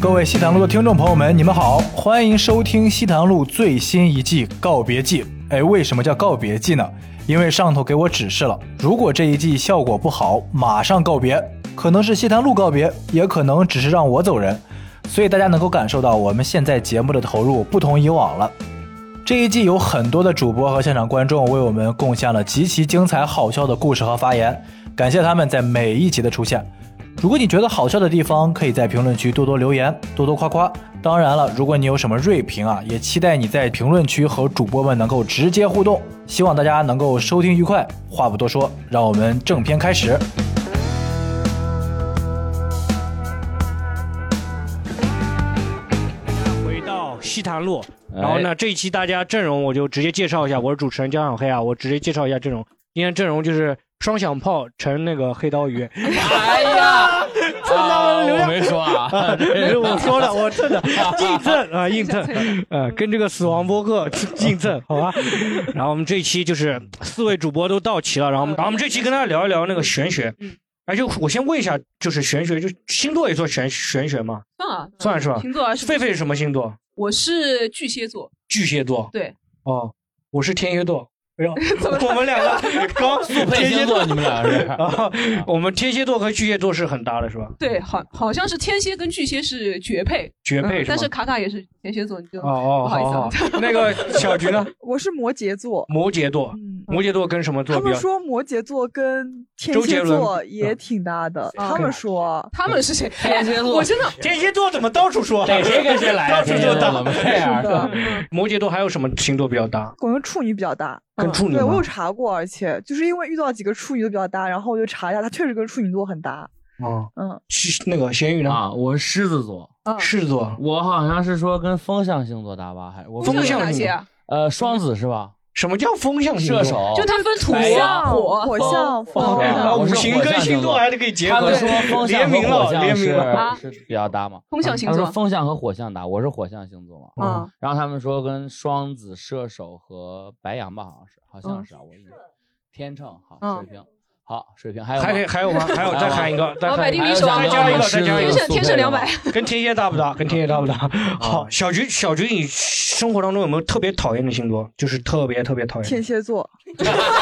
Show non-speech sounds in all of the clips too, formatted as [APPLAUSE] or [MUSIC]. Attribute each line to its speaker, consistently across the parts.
Speaker 1: 各位西塘路的听众朋友们，你们好，欢迎收听西塘路最新一季《告别季》。哎，为什么叫告别季呢？因为上头给我指示了，如果这一季效果不好，马上告别，可能是西塘路告别，也可能只是让我走人。所以大家能够感受到我们现在节目的投入不同以往了。这一季有很多的主播和现场观众为我们贡献了极其精彩好笑的故事和发言，感谢他们在每一集的出现。如果你觉得好笑的地方，可以在评论区多多留言，多多夸夸。当然了，如果你有什么锐评啊，也期待你在评论区和主播们能够直接互动。希望大家能够收听愉快。话不多说，让我们正片开始。
Speaker 2: 回到西坛路，
Speaker 3: 哎
Speaker 2: 然后呢，这一期大家阵容我就直接介绍一下，我是主持人江小黑啊，我直接介绍一下阵容。今天阵容就是双响炮乘那个黑刀鱼，
Speaker 4: 啊
Speaker 3: 哎
Speaker 5: 啊
Speaker 3: 呀，
Speaker 2: 蹭到了流量，
Speaker 3: 我没说啊
Speaker 2: [LAUGHS] 没有我说了，我蹭
Speaker 3: [LAUGHS]
Speaker 2: 的硬蹭
Speaker 4: [LAUGHS]
Speaker 2: 啊，硬蹭， [LAUGHS] 呃，跟这个死亡播客 [LAUGHS] 硬蹭，好
Speaker 4: [LAUGHS]
Speaker 2: 吧。然后我们这一期就是四位主播都到齐了，然后我
Speaker 4: 嗯
Speaker 2: 们，然后我们这期跟大家聊一聊那个玄学。而且我先问一下，就是玄学，就星座也算玄玄学吗？
Speaker 4: 算了，
Speaker 2: 算是吧。
Speaker 4: 星座是
Speaker 2: 狒狒是什么星座？
Speaker 4: 啊我是巨蟹座，
Speaker 2: 巨蟹座。
Speaker 4: 对，
Speaker 2: 哦，我是天蝎座。哎呦，
Speaker 4: [LAUGHS] 么了
Speaker 2: 我们两个 [LAUGHS]
Speaker 3: [LAUGHS]
Speaker 2: 刚
Speaker 3: 速配星座你们俩是
Speaker 2: [LAUGHS] 啊，我们天蝎座和巨蟹座是很搭的，是吧？
Speaker 4: 对，好，好像是天蝎跟巨蟹是绝配，
Speaker 2: 绝配
Speaker 4: 嗯
Speaker 2: 是吗
Speaker 4: 但是卡卡也是天蝎座，你就
Speaker 2: 哦哦，
Speaker 4: 不好意 [LAUGHS] 思啊，
Speaker 2: 好，那个小菊呢？
Speaker 6: 我是摩羯座。
Speaker 2: 摩羯座，
Speaker 4: 嗯
Speaker 2: 摩羯座跟什么座
Speaker 6: 他
Speaker 2: 比
Speaker 6: 们
Speaker 2: 较？
Speaker 6: 说摩羯座跟天
Speaker 2: 周杰
Speaker 6: 蝎
Speaker 2: 伦
Speaker 6: 座也挺搭的，
Speaker 4: 嗯
Speaker 6: 他们说
Speaker 4: [LAUGHS] 他们是谁？哎
Speaker 3: 天蝎座
Speaker 4: 我真的
Speaker 2: 天蝎座怎么到处说？
Speaker 3: 逮谁跟谁来啊
Speaker 2: 到处
Speaker 3: 天蝎
Speaker 2: 就
Speaker 3: 座
Speaker 2: 搭
Speaker 3: 怎么这
Speaker 2: [LAUGHS]
Speaker 3: 样
Speaker 6: 是的
Speaker 2: 摩羯座还有什么星座比较搭？
Speaker 6: [LAUGHS] 我跟处女比较搭，
Speaker 2: 跟
Speaker 6: 嗯
Speaker 2: 处女
Speaker 6: 对
Speaker 2: 吗
Speaker 6: 我有查过，而且就是因为遇到几个处女都比较搭，然后我就查一下，他确实跟处女座很搭。
Speaker 2: 啊，
Speaker 6: 嗯，
Speaker 2: 是那个咸鱼呢？
Speaker 3: 啊，我是狮子座，
Speaker 4: 啊
Speaker 2: 狮子座、
Speaker 3: 我好像是说跟风象星座搭吧，还我
Speaker 2: 风
Speaker 4: 有
Speaker 2: 象
Speaker 4: 哪
Speaker 2: 星
Speaker 4: 些
Speaker 2: 座
Speaker 4: 啊？
Speaker 3: 呃双子是吧？
Speaker 2: 什么叫风象星座？
Speaker 3: 射手，哎
Speaker 4: 就他分土啊
Speaker 3: 白
Speaker 4: 象、
Speaker 3: 羊
Speaker 4: 火
Speaker 6: 火象、
Speaker 3: 哦
Speaker 6: 风
Speaker 2: 啊，
Speaker 6: 象，
Speaker 3: 我
Speaker 2: 五
Speaker 3: 是
Speaker 2: 行
Speaker 3: 火
Speaker 2: 跟
Speaker 3: 象
Speaker 2: 星
Speaker 3: 星
Speaker 2: 座
Speaker 3: 座
Speaker 2: 还是可以结
Speaker 3: 他
Speaker 2: 合
Speaker 3: 们
Speaker 2: 的。
Speaker 3: 说风
Speaker 2: 联
Speaker 3: 象和
Speaker 2: 名
Speaker 3: 火
Speaker 2: 了，联
Speaker 3: 象
Speaker 2: 名了。
Speaker 4: 啊
Speaker 3: 是是比较搭嘛？啊
Speaker 4: 风象星座
Speaker 3: 他说风象和火象搭，我是火象星座嘛。
Speaker 4: 啊，
Speaker 3: 然后他们说跟双子、射手和白羊吧，好像是，好像是啊，我一
Speaker 4: 哦
Speaker 3: 天秤好
Speaker 4: 嗯
Speaker 3: 水瓶好水瓶，嗯还有
Speaker 2: 还可以
Speaker 3: 吗
Speaker 2: 还有吗？还有再喊一个，再
Speaker 4: 老百
Speaker 2: 喊一
Speaker 4: 姓
Speaker 2: 个，
Speaker 4: 必
Speaker 3: 还有像
Speaker 2: 再
Speaker 4: 须啊
Speaker 2: 加一个，再加一
Speaker 4: 天
Speaker 2: 个
Speaker 3: 狮
Speaker 4: 蝎
Speaker 3: 子，
Speaker 4: 天蝎
Speaker 3: 座
Speaker 4: 两百
Speaker 3: 嘛，
Speaker 2: 跟天蝎搭不搭？跟天蝎搭不
Speaker 3: 啊
Speaker 2: 搭？ [LAUGHS] 好，小菊，小菊，你生活当中有没有特别讨厌的星座？就是特别特别讨厌
Speaker 6: 天
Speaker 2: 的。
Speaker 6: 蝎
Speaker 2: [LAUGHS]
Speaker 6: 座，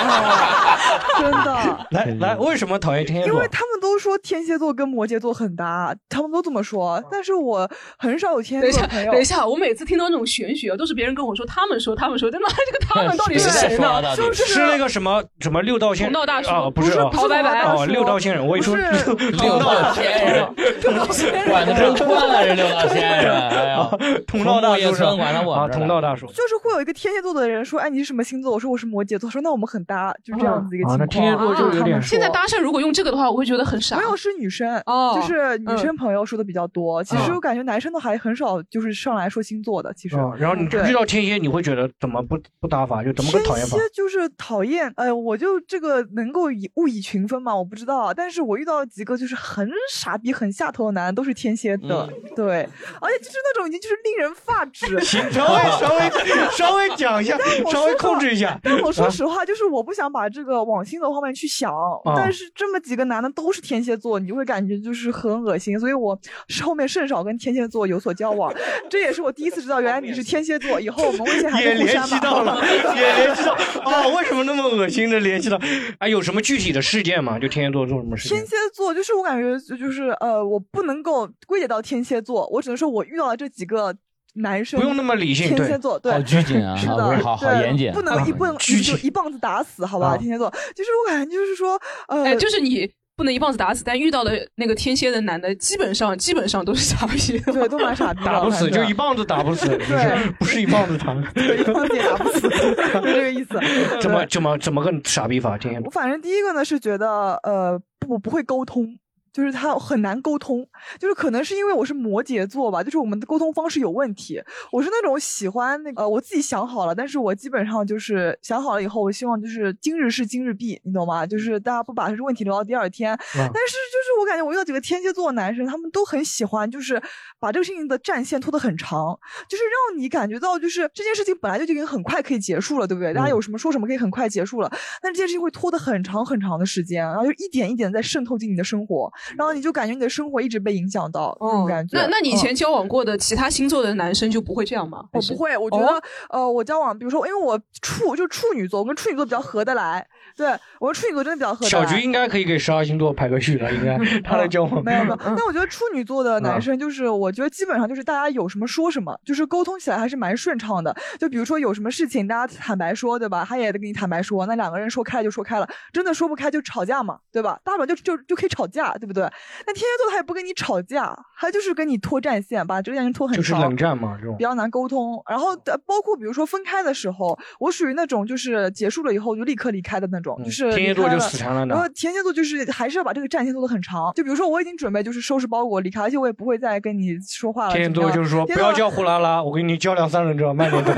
Speaker 6: 哦真的。
Speaker 2: 来
Speaker 3: [LAUGHS]
Speaker 2: 来，为什么讨厌天蝎
Speaker 6: 因
Speaker 2: 座
Speaker 6: 为？他们都说天蝎座跟摩羯座很搭，他们都这么
Speaker 2: 嗯
Speaker 6: 说，但是我很少有天
Speaker 4: 等
Speaker 6: 蝎
Speaker 4: 一
Speaker 6: 座
Speaker 4: 下
Speaker 6: 的朋，友
Speaker 4: 等一。下，我每次听到那种玄学，都是别人跟我说，他们说，他们说，真的， [LAUGHS] 这个他们到底是
Speaker 3: 在
Speaker 4: 谁
Speaker 3: 说
Speaker 4: 呢？
Speaker 3: 到底？
Speaker 2: 是那个什么什么六道仙人
Speaker 4: 同道大叔
Speaker 2: 啊？不
Speaker 6: 不
Speaker 2: 是
Speaker 6: 是
Speaker 2: 啊
Speaker 6: 不
Speaker 4: 陶
Speaker 6: 是
Speaker 4: 白白
Speaker 6: 同道大
Speaker 2: 哦，
Speaker 6: 叔
Speaker 2: 六道仙人，我一说
Speaker 6: 不是
Speaker 3: 六道仙人，管得真宽了，这六道仙
Speaker 2: [LAUGHS]
Speaker 3: 人，哎呀，
Speaker 2: 同哦道大
Speaker 3: 从木
Speaker 2: 叔
Speaker 3: 叶
Speaker 2: 是
Speaker 3: 村管到我
Speaker 2: 啊，
Speaker 3: 们这儿
Speaker 2: 同道大叔。
Speaker 6: 就是会有一个天蝎座的人说：“哎，你是什么星座？”我说我是摩羯座。他说那我们很搭，就这样子一个
Speaker 2: 啊
Speaker 6: 情况。
Speaker 2: 那天蝎座
Speaker 4: 就有
Speaker 6: 他们
Speaker 2: 点
Speaker 6: 说
Speaker 4: 现在搭讪如果用这个的话，我会觉得很傻
Speaker 6: 没。有是女生，
Speaker 4: 哦嗯
Speaker 6: 就是女生朋友说的比较多。其实我感觉男生都还很少，就是上来说星座的。其实、
Speaker 2: 啊，然后你
Speaker 6: 对
Speaker 2: 遇到天蝎，你会觉得怎么不不搭法，就怎么个
Speaker 6: 天
Speaker 2: 讨厌法。
Speaker 6: 蝎？就是讨厌，哎，我就这个能够以物以群分嘛，我不知道啊。但是我遇到几个就是很傻逼、很下头的男，都是天蝎的，对，而且就是那种已经就是令人发指
Speaker 2: 行，稍微稍微 [LAUGHS] 稍微讲一下
Speaker 6: 但，我
Speaker 2: 稍微
Speaker 6: 说
Speaker 2: 控
Speaker 6: 过
Speaker 2: 制一下。
Speaker 6: 但我说
Speaker 2: 啊
Speaker 6: 实话，就是我不想把这个往星座方面去想，
Speaker 2: 啊
Speaker 6: 但是这么几个男的都是天蝎座，你就会感觉就是很恶心，所以我是后面甚少跟天蝎座有所交往。这也是我第一次知道，原来你是天蝎座，以后我们微信还
Speaker 2: 也
Speaker 6: 是互
Speaker 2: 联
Speaker 6: 删
Speaker 2: 系
Speaker 6: 吧。
Speaker 2: 到了，也联系到啊！为什么那么恶心的联系到？哎，有什么具体的事件吗？就天蝎座做什么事
Speaker 6: [LAUGHS]
Speaker 2: 情
Speaker 6: 天？蝎座就是我感觉就就是呃，我不能够归结到天蝎座，我只能说我遇到了这几个男生，
Speaker 2: 不用那么理性，
Speaker 6: 天蝎
Speaker 2: 对，啊
Speaker 6: 座对
Speaker 3: 好。拘谨啊，
Speaker 6: 是
Speaker 3: 啊不
Speaker 6: 的，
Speaker 3: 是好好
Speaker 6: 对
Speaker 3: 严谨，
Speaker 6: 不能一不能
Speaker 2: 拘
Speaker 6: 一
Speaker 2: 谨
Speaker 6: 就一棒子打死，好
Speaker 2: 啊
Speaker 6: 吧？天蝎座就是我感觉就是说，呃，
Speaker 4: 哎，就是你不能一棒子打死，但遇到的那个天蝎的男的，基本上基本上都是傻逼。
Speaker 6: [LAUGHS] 对，都蛮傻逼的，
Speaker 2: 打不
Speaker 6: 反
Speaker 2: 死就
Speaker 6: 正
Speaker 2: 一棒子打不死，就是不是一棒
Speaker 6: [LAUGHS]
Speaker 2: 子打。
Speaker 6: 一棒子也打不死， [LAUGHS] 就这个意思。
Speaker 2: 怎么怎么怎么个傻逼法？天蝎
Speaker 6: 我
Speaker 2: 座
Speaker 6: 反正第一个呢是觉得，呃，不我不会沟通，就是他很难沟通，就是可能是因为我是摩羯座吧，就是我们的沟通方式有问题。我是那种喜欢那个，呃，我自己想好了，但是我基本上就是想好了以后，我希望就是今日事今日毕，你懂吗？就是大家不把这个问题留到第二天，但是就就是我感觉我遇到几个天蝎座的男生，他们都很喜欢，就是把这个事情的战线拖得很长，就是让你感觉到就是这件事情本来就已经很快可以结束了，对不对？大家有什么说什么可以很快结束了，但这件事情会拖得很长很长的时间，然后就一点一点在渗透进你的生活，然后你就感觉你的生活一直被影响到，这种感觉。
Speaker 4: 那那你以前
Speaker 6: 嗯
Speaker 4: 交往过的其他星座的男生就不会这样吗？
Speaker 6: 我不会，我觉
Speaker 4: 哦
Speaker 6: 得、呃，我交往，比如说，因为我处就处女座，我跟处女座比较合得来，对我跟处女座真的比较合得来。
Speaker 2: 小菊应该可以给十二星座排个序了，
Speaker 6: [LAUGHS]
Speaker 2: 应该他的交往
Speaker 6: 没有没有，但我觉得处女座的男
Speaker 2: 嗯
Speaker 6: 生就是，我觉得基本上就是大家有什么说什么，就是沟通起来还是蛮顺畅的。就比如说有什么事情，大家坦白说，对吧？他也得跟你坦白说，那两个人说开了就说开了，真的说不开就吵架嘛，对吧？大不了就就就可以吵架，对不对？那天蝎座他也不跟你吵架，他就是跟你拖战线，把这个战线拖很
Speaker 2: 就
Speaker 6: 长，
Speaker 2: 是冷战嘛，这种哦
Speaker 6: 比。较难沟通。然后呃包括比如说分开的时候，我属于那种就是结束了以后就立刻离开的那种，就是
Speaker 2: 嗯天蝎座
Speaker 6: 离开
Speaker 2: 就死缠烂打
Speaker 6: 然后天蝎座就是还是要把这个战线做得很长。就比如说我已经准备就是收拾包裹离开，而且我也不会再跟你说话了。
Speaker 2: [LAUGHS] 天蝎座
Speaker 6: 怎
Speaker 2: 就
Speaker 6: 么
Speaker 2: 是
Speaker 6: 样
Speaker 2: 说
Speaker 6: 天
Speaker 2: 不
Speaker 6: 蝎
Speaker 2: 要
Speaker 6: 座
Speaker 2: 叫呼啦啦，我给你叫两三轮车，慢点
Speaker 6: [LAUGHS]
Speaker 2: 走，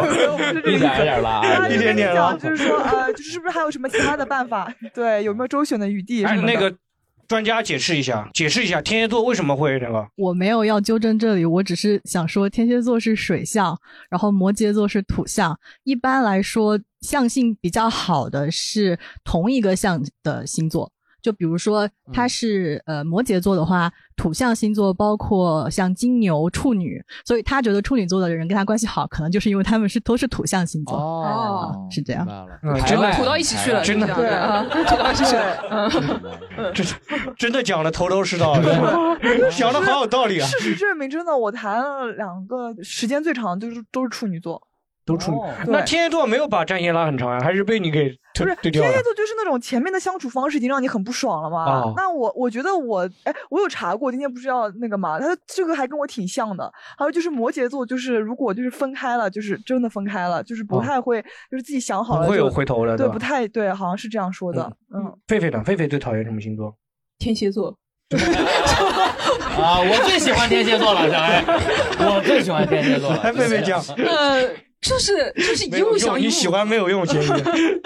Speaker 3: 一点一点拉，
Speaker 6: 他
Speaker 2: 一
Speaker 6: 就
Speaker 2: 点
Speaker 6: 跟你
Speaker 2: 点
Speaker 6: 讲，[LAUGHS]
Speaker 2: 了。
Speaker 6: 就是说，呃，就是是不是还有什么其他的办法？ [LAUGHS] 对，有没有周旋的余地什
Speaker 2: 哎，
Speaker 6: 么的？
Speaker 2: 那个专家解释一下，解释一下天蝎座为什么会那个？
Speaker 7: 我没有要纠正这里，我只是想说，天蝎座是水象，然后摩羯座是土象。一般来说，象性比较好的是同一个象的星座。就比如
Speaker 3: 嗯
Speaker 7: 说，它是、呃摩羯座的话，土象星座包括像金牛、处女，所以他觉得处女座的人跟他关系好，可能就是因为他们是都是土象星座。
Speaker 3: 哦
Speaker 7: 啊，是这样
Speaker 3: 明白了
Speaker 2: 嗯
Speaker 3: 排
Speaker 2: 真的
Speaker 3: 外
Speaker 4: 吐到一起去了，
Speaker 2: 真的
Speaker 4: 就是这样对啊，吐到一起去了。嗯
Speaker 2: 真的真的讲的头头是道的，讲的好有道理啊。
Speaker 6: 事实证明，真的，我谈了两个时间最长的，就是都是处女座。
Speaker 2: 都处女
Speaker 3: 哦
Speaker 2: 那
Speaker 6: 对
Speaker 2: 天蝎座没有把战线拉很长呀、还是被你给推
Speaker 6: 不是
Speaker 2: 推掉
Speaker 6: 天蝎
Speaker 2: 了？
Speaker 6: 座就是那种前面的相处方式已经让你很不爽了嘛。
Speaker 2: 哦
Speaker 6: 那我我觉得我哎，我有查过，今天不是要那个嘛，他这个还跟我挺像的。还有就是摩羯座，就是如果就是分开了，就是真的分开了，就是不
Speaker 2: 哦
Speaker 6: 太会，就是自己想好
Speaker 2: 不
Speaker 6: 了
Speaker 2: 会有
Speaker 6: 就
Speaker 2: 回头的，
Speaker 6: 对，
Speaker 2: 吧
Speaker 6: 不？太对，好像是这样说的。嗯，
Speaker 2: 狒狒呢？狒狒最讨厌什么星座？
Speaker 4: 天蝎座，
Speaker 3: 啊！我最喜欢天蝎座了，小艾，我最喜欢天蝎座了。啊
Speaker 2: 哎，狒狒讲，
Speaker 4: 呃，就是 [LAUGHS] 就是
Speaker 2: 没
Speaker 4: 一
Speaker 2: 有
Speaker 4: 物降
Speaker 2: 用，
Speaker 4: 一
Speaker 2: 你
Speaker 4: 物，
Speaker 2: 喜欢没有用，建议。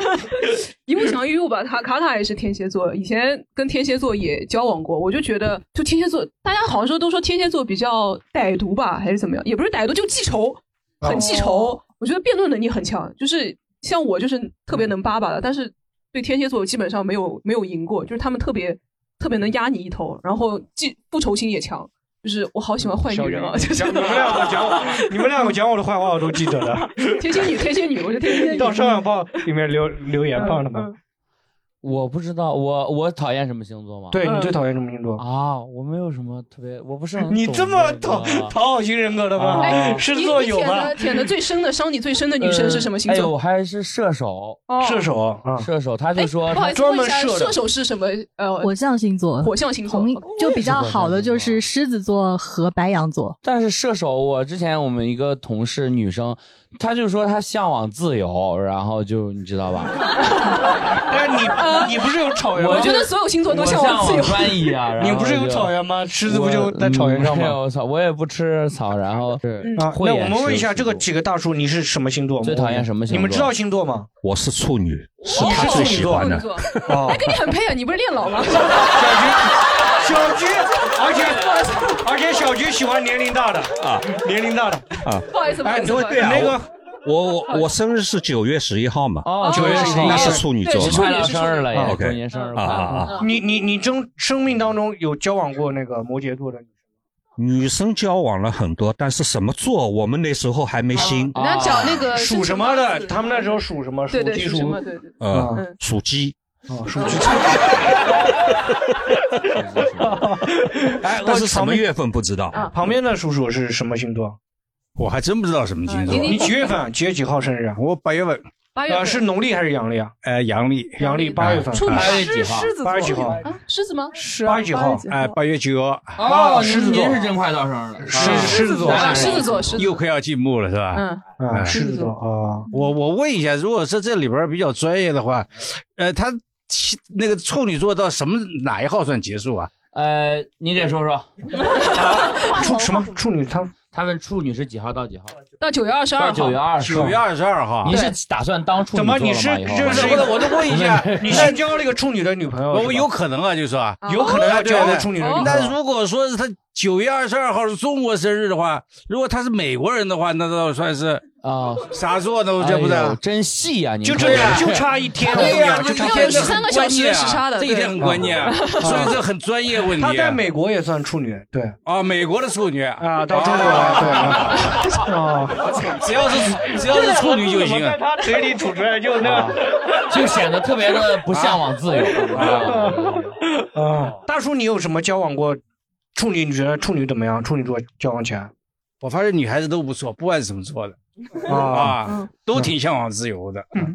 Speaker 4: [LAUGHS] 一物降一物吧。卡卡塔也是天蝎座，以前跟天蝎座也交往过，我就觉得，就天蝎座，大家好像说都说天蝎座比较歹毒吧，还是怎么样？也不是歹毒，就记仇，很记仇。我觉得辩论能力很强，就是像我就是特别能叭叭的，但是对天蝎座基本上没有没有赢过，就是他们特别特别能压你一头，然后记复仇心也强。就是我好喜欢
Speaker 2: 嗯
Speaker 4: 坏女人啊！就
Speaker 2: 讲
Speaker 4: 是
Speaker 2: 你们两个讲我，你们两个讲我的坏话，我都记得的。
Speaker 4: [LAUGHS] 天蝎女，天蝎女，我是天蝎女。
Speaker 2: 到上海报里面留留言放的吗？
Speaker 3: 我不知道，我我讨厌什么星座吗？
Speaker 2: 对你最讨厌什么星座？
Speaker 3: 啊，我没有什么特别，我不是很
Speaker 2: 你
Speaker 3: 懂啊
Speaker 2: 这么
Speaker 3: 个
Speaker 2: 讨 [LAUGHS] 讨好型人格的
Speaker 3: 哎
Speaker 2: [LAUGHS] 吗？狮子座有
Speaker 4: 你你
Speaker 2: 吗
Speaker 4: 舔的？舔的最深的、伤你最深的女生是什么星
Speaker 3: 呃哎呦，
Speaker 4: 座？
Speaker 3: 我还是射手，
Speaker 4: 哦哎
Speaker 2: 射手啊，
Speaker 3: 射手，他就说
Speaker 4: 不好意思，
Speaker 2: 专门
Speaker 4: 问一下，
Speaker 2: 射的
Speaker 4: 射手是什么？呃，
Speaker 7: 火象星座，
Speaker 4: 火象星座哦
Speaker 7: 同。就比
Speaker 3: 是
Speaker 7: 较
Speaker 3: 火象
Speaker 7: 好的
Speaker 3: 星座
Speaker 7: 就是狮子座和白羊座。
Speaker 3: 但是射手，我之前我们一个同事女生，她就说她向往自由，然后就你知道吧？
Speaker 2: 哎，你你不是有草原吗？
Speaker 4: 我觉得所有星座都
Speaker 3: 我
Speaker 4: 向
Speaker 3: 向
Speaker 4: 往自由。
Speaker 3: 专一 [LAUGHS] 啊，然
Speaker 2: 你
Speaker 3: 后
Speaker 2: 不是有
Speaker 3: 就
Speaker 2: 草原吗？狮子不
Speaker 3: 我
Speaker 2: 就在草原上
Speaker 3: 嗯没
Speaker 2: 吗？
Speaker 3: 有草，我也不吃草，然后是
Speaker 2: 啊，
Speaker 3: 慧
Speaker 2: 那
Speaker 3: 眼
Speaker 2: 我们问一
Speaker 3: 识
Speaker 2: 下
Speaker 3: 数
Speaker 2: 这个几个大叔，你是什么星座？
Speaker 3: 最讨厌什么星座
Speaker 2: 你们知道星座吗？
Speaker 8: 我是处女，是
Speaker 4: 哦
Speaker 8: 他最喜欢的。
Speaker 4: 座，
Speaker 2: 哦
Speaker 4: 哎，跟你很配啊！你不是恋老吗？
Speaker 2: 小菊， [LAUGHS] 小菊，而且而且小菊喜欢年龄大的啊，年龄大的。
Speaker 4: 不好意思，不好
Speaker 2: 哎，
Speaker 4: 意思，
Speaker 2: 对
Speaker 4: 不好意思
Speaker 2: 那个
Speaker 8: 啊我我我生日是九月十一号嘛，
Speaker 3: 哦，
Speaker 4: 九月
Speaker 3: 对
Speaker 4: 十一
Speaker 8: 那
Speaker 4: 号
Speaker 8: 是处女
Speaker 4: 对
Speaker 8: 座
Speaker 4: 是
Speaker 8: 嘛
Speaker 4: 处
Speaker 3: 快
Speaker 4: 女
Speaker 3: 到生日了
Speaker 8: 啊
Speaker 3: 也，
Speaker 8: ，OK
Speaker 3: 祝您生日
Speaker 8: 啊
Speaker 3: 快
Speaker 8: 啊
Speaker 3: 乐！
Speaker 8: 啊！
Speaker 2: 你你你真生命当中有交往过那个摩羯座的女
Speaker 8: 女生交往了很多，但是什么座我们那时候还没兴。
Speaker 4: 那讲那个
Speaker 2: 生？啊属什么的？他们那时候属什么？属
Speaker 4: 哦啊对对
Speaker 2: 鸡
Speaker 4: 属什
Speaker 2: 属
Speaker 4: 么？对哦对。
Speaker 8: 呃
Speaker 4: 嗯，
Speaker 8: 属鸡，
Speaker 2: 啊属鸡。哎，
Speaker 8: 但是什
Speaker 2: 旁
Speaker 8: 么
Speaker 2: 边啊
Speaker 8: 月份不知道，
Speaker 2: 旁边的叔叔是什么星座？啊
Speaker 8: 我还真不知道什么星座
Speaker 4: 嗯。
Speaker 2: 你几月份？几月几号生日啊？
Speaker 9: 我八月份，
Speaker 4: 八月
Speaker 2: 呃，
Speaker 4: 份
Speaker 2: 是农历还是阳历啊？
Speaker 9: 呃，阳历，
Speaker 2: 阳历八月份，
Speaker 4: 处女
Speaker 3: 八月几
Speaker 6: 狮
Speaker 3: 号？
Speaker 6: 狮子
Speaker 2: 八
Speaker 6: 座
Speaker 2: 月几号？
Speaker 4: 啊，狮子吗？
Speaker 6: 是
Speaker 2: 八月几号
Speaker 9: 哎、八月九号
Speaker 2: 哦狮子座
Speaker 3: 您是真快到生日了，
Speaker 2: 狮
Speaker 3: 啊
Speaker 2: 狮子座
Speaker 4: 啊，狮子座，狮子
Speaker 9: 哎又
Speaker 4: 座。
Speaker 9: 快要进幕了，是吧？哎
Speaker 4: 嗯，
Speaker 2: 啊，狮
Speaker 4: 狮
Speaker 2: 子
Speaker 4: 子
Speaker 2: 座
Speaker 4: 座
Speaker 2: 啊，
Speaker 9: 我我问一下，如果是这里边比较专业的话，呃，他那个处女座到什么哪一号算结束啊？
Speaker 3: 呃，你得说说
Speaker 2: 处什么处女？他
Speaker 3: 他问处女是几号到几号？
Speaker 4: 到九月二十二
Speaker 3: 到
Speaker 4: 号，
Speaker 3: 九月二十，
Speaker 9: 9月22号
Speaker 3: 你是打算当处女座
Speaker 2: 怎么
Speaker 3: 了吗？
Speaker 2: 你是
Speaker 3: 以后
Speaker 2: 这是
Speaker 9: 我我就问一下
Speaker 2: [LAUGHS] 你是交了一个处女的女朋友？
Speaker 9: 我
Speaker 2: 是吧
Speaker 9: 有可能啊，就是说
Speaker 4: 哦
Speaker 2: 有可能要交个处女的女朋友。
Speaker 9: 但如果说是他九月二十二号是中国生日的话，如果他是美国人的话，那倒算是
Speaker 3: 啊
Speaker 9: 啥座呢？这不是
Speaker 3: 哎呦真细呀，你
Speaker 2: 就
Speaker 3: 们
Speaker 2: 啊这
Speaker 9: 对呀
Speaker 2: 就差一天，
Speaker 9: 对呀、
Speaker 2: 我跟你讲就
Speaker 9: 这
Speaker 2: 差
Speaker 9: 一
Speaker 2: 一
Speaker 9: 天
Speaker 2: 天
Speaker 4: 是13个小时的时差的
Speaker 9: 这一
Speaker 4: 对
Speaker 9: 天很关键啊，所以这很专业问题。
Speaker 2: 他在美国也算处女，对
Speaker 9: 啊，美国的处女啊，
Speaker 2: 啊，到中国来，对啊。哦，
Speaker 9: 只要是只要是处女就行。啊
Speaker 2: 他嘴里吐出来就那
Speaker 3: 就显得特别的不向往自由。啊
Speaker 2: 啊。大叔，你有什么交往过处女？你觉得处女怎么样？处女座交往前
Speaker 9: 我发现女孩子都不错，不管什么座的
Speaker 2: 啊，
Speaker 4: 嗯
Speaker 9: 啊，都挺向往自由的。
Speaker 6: 嗯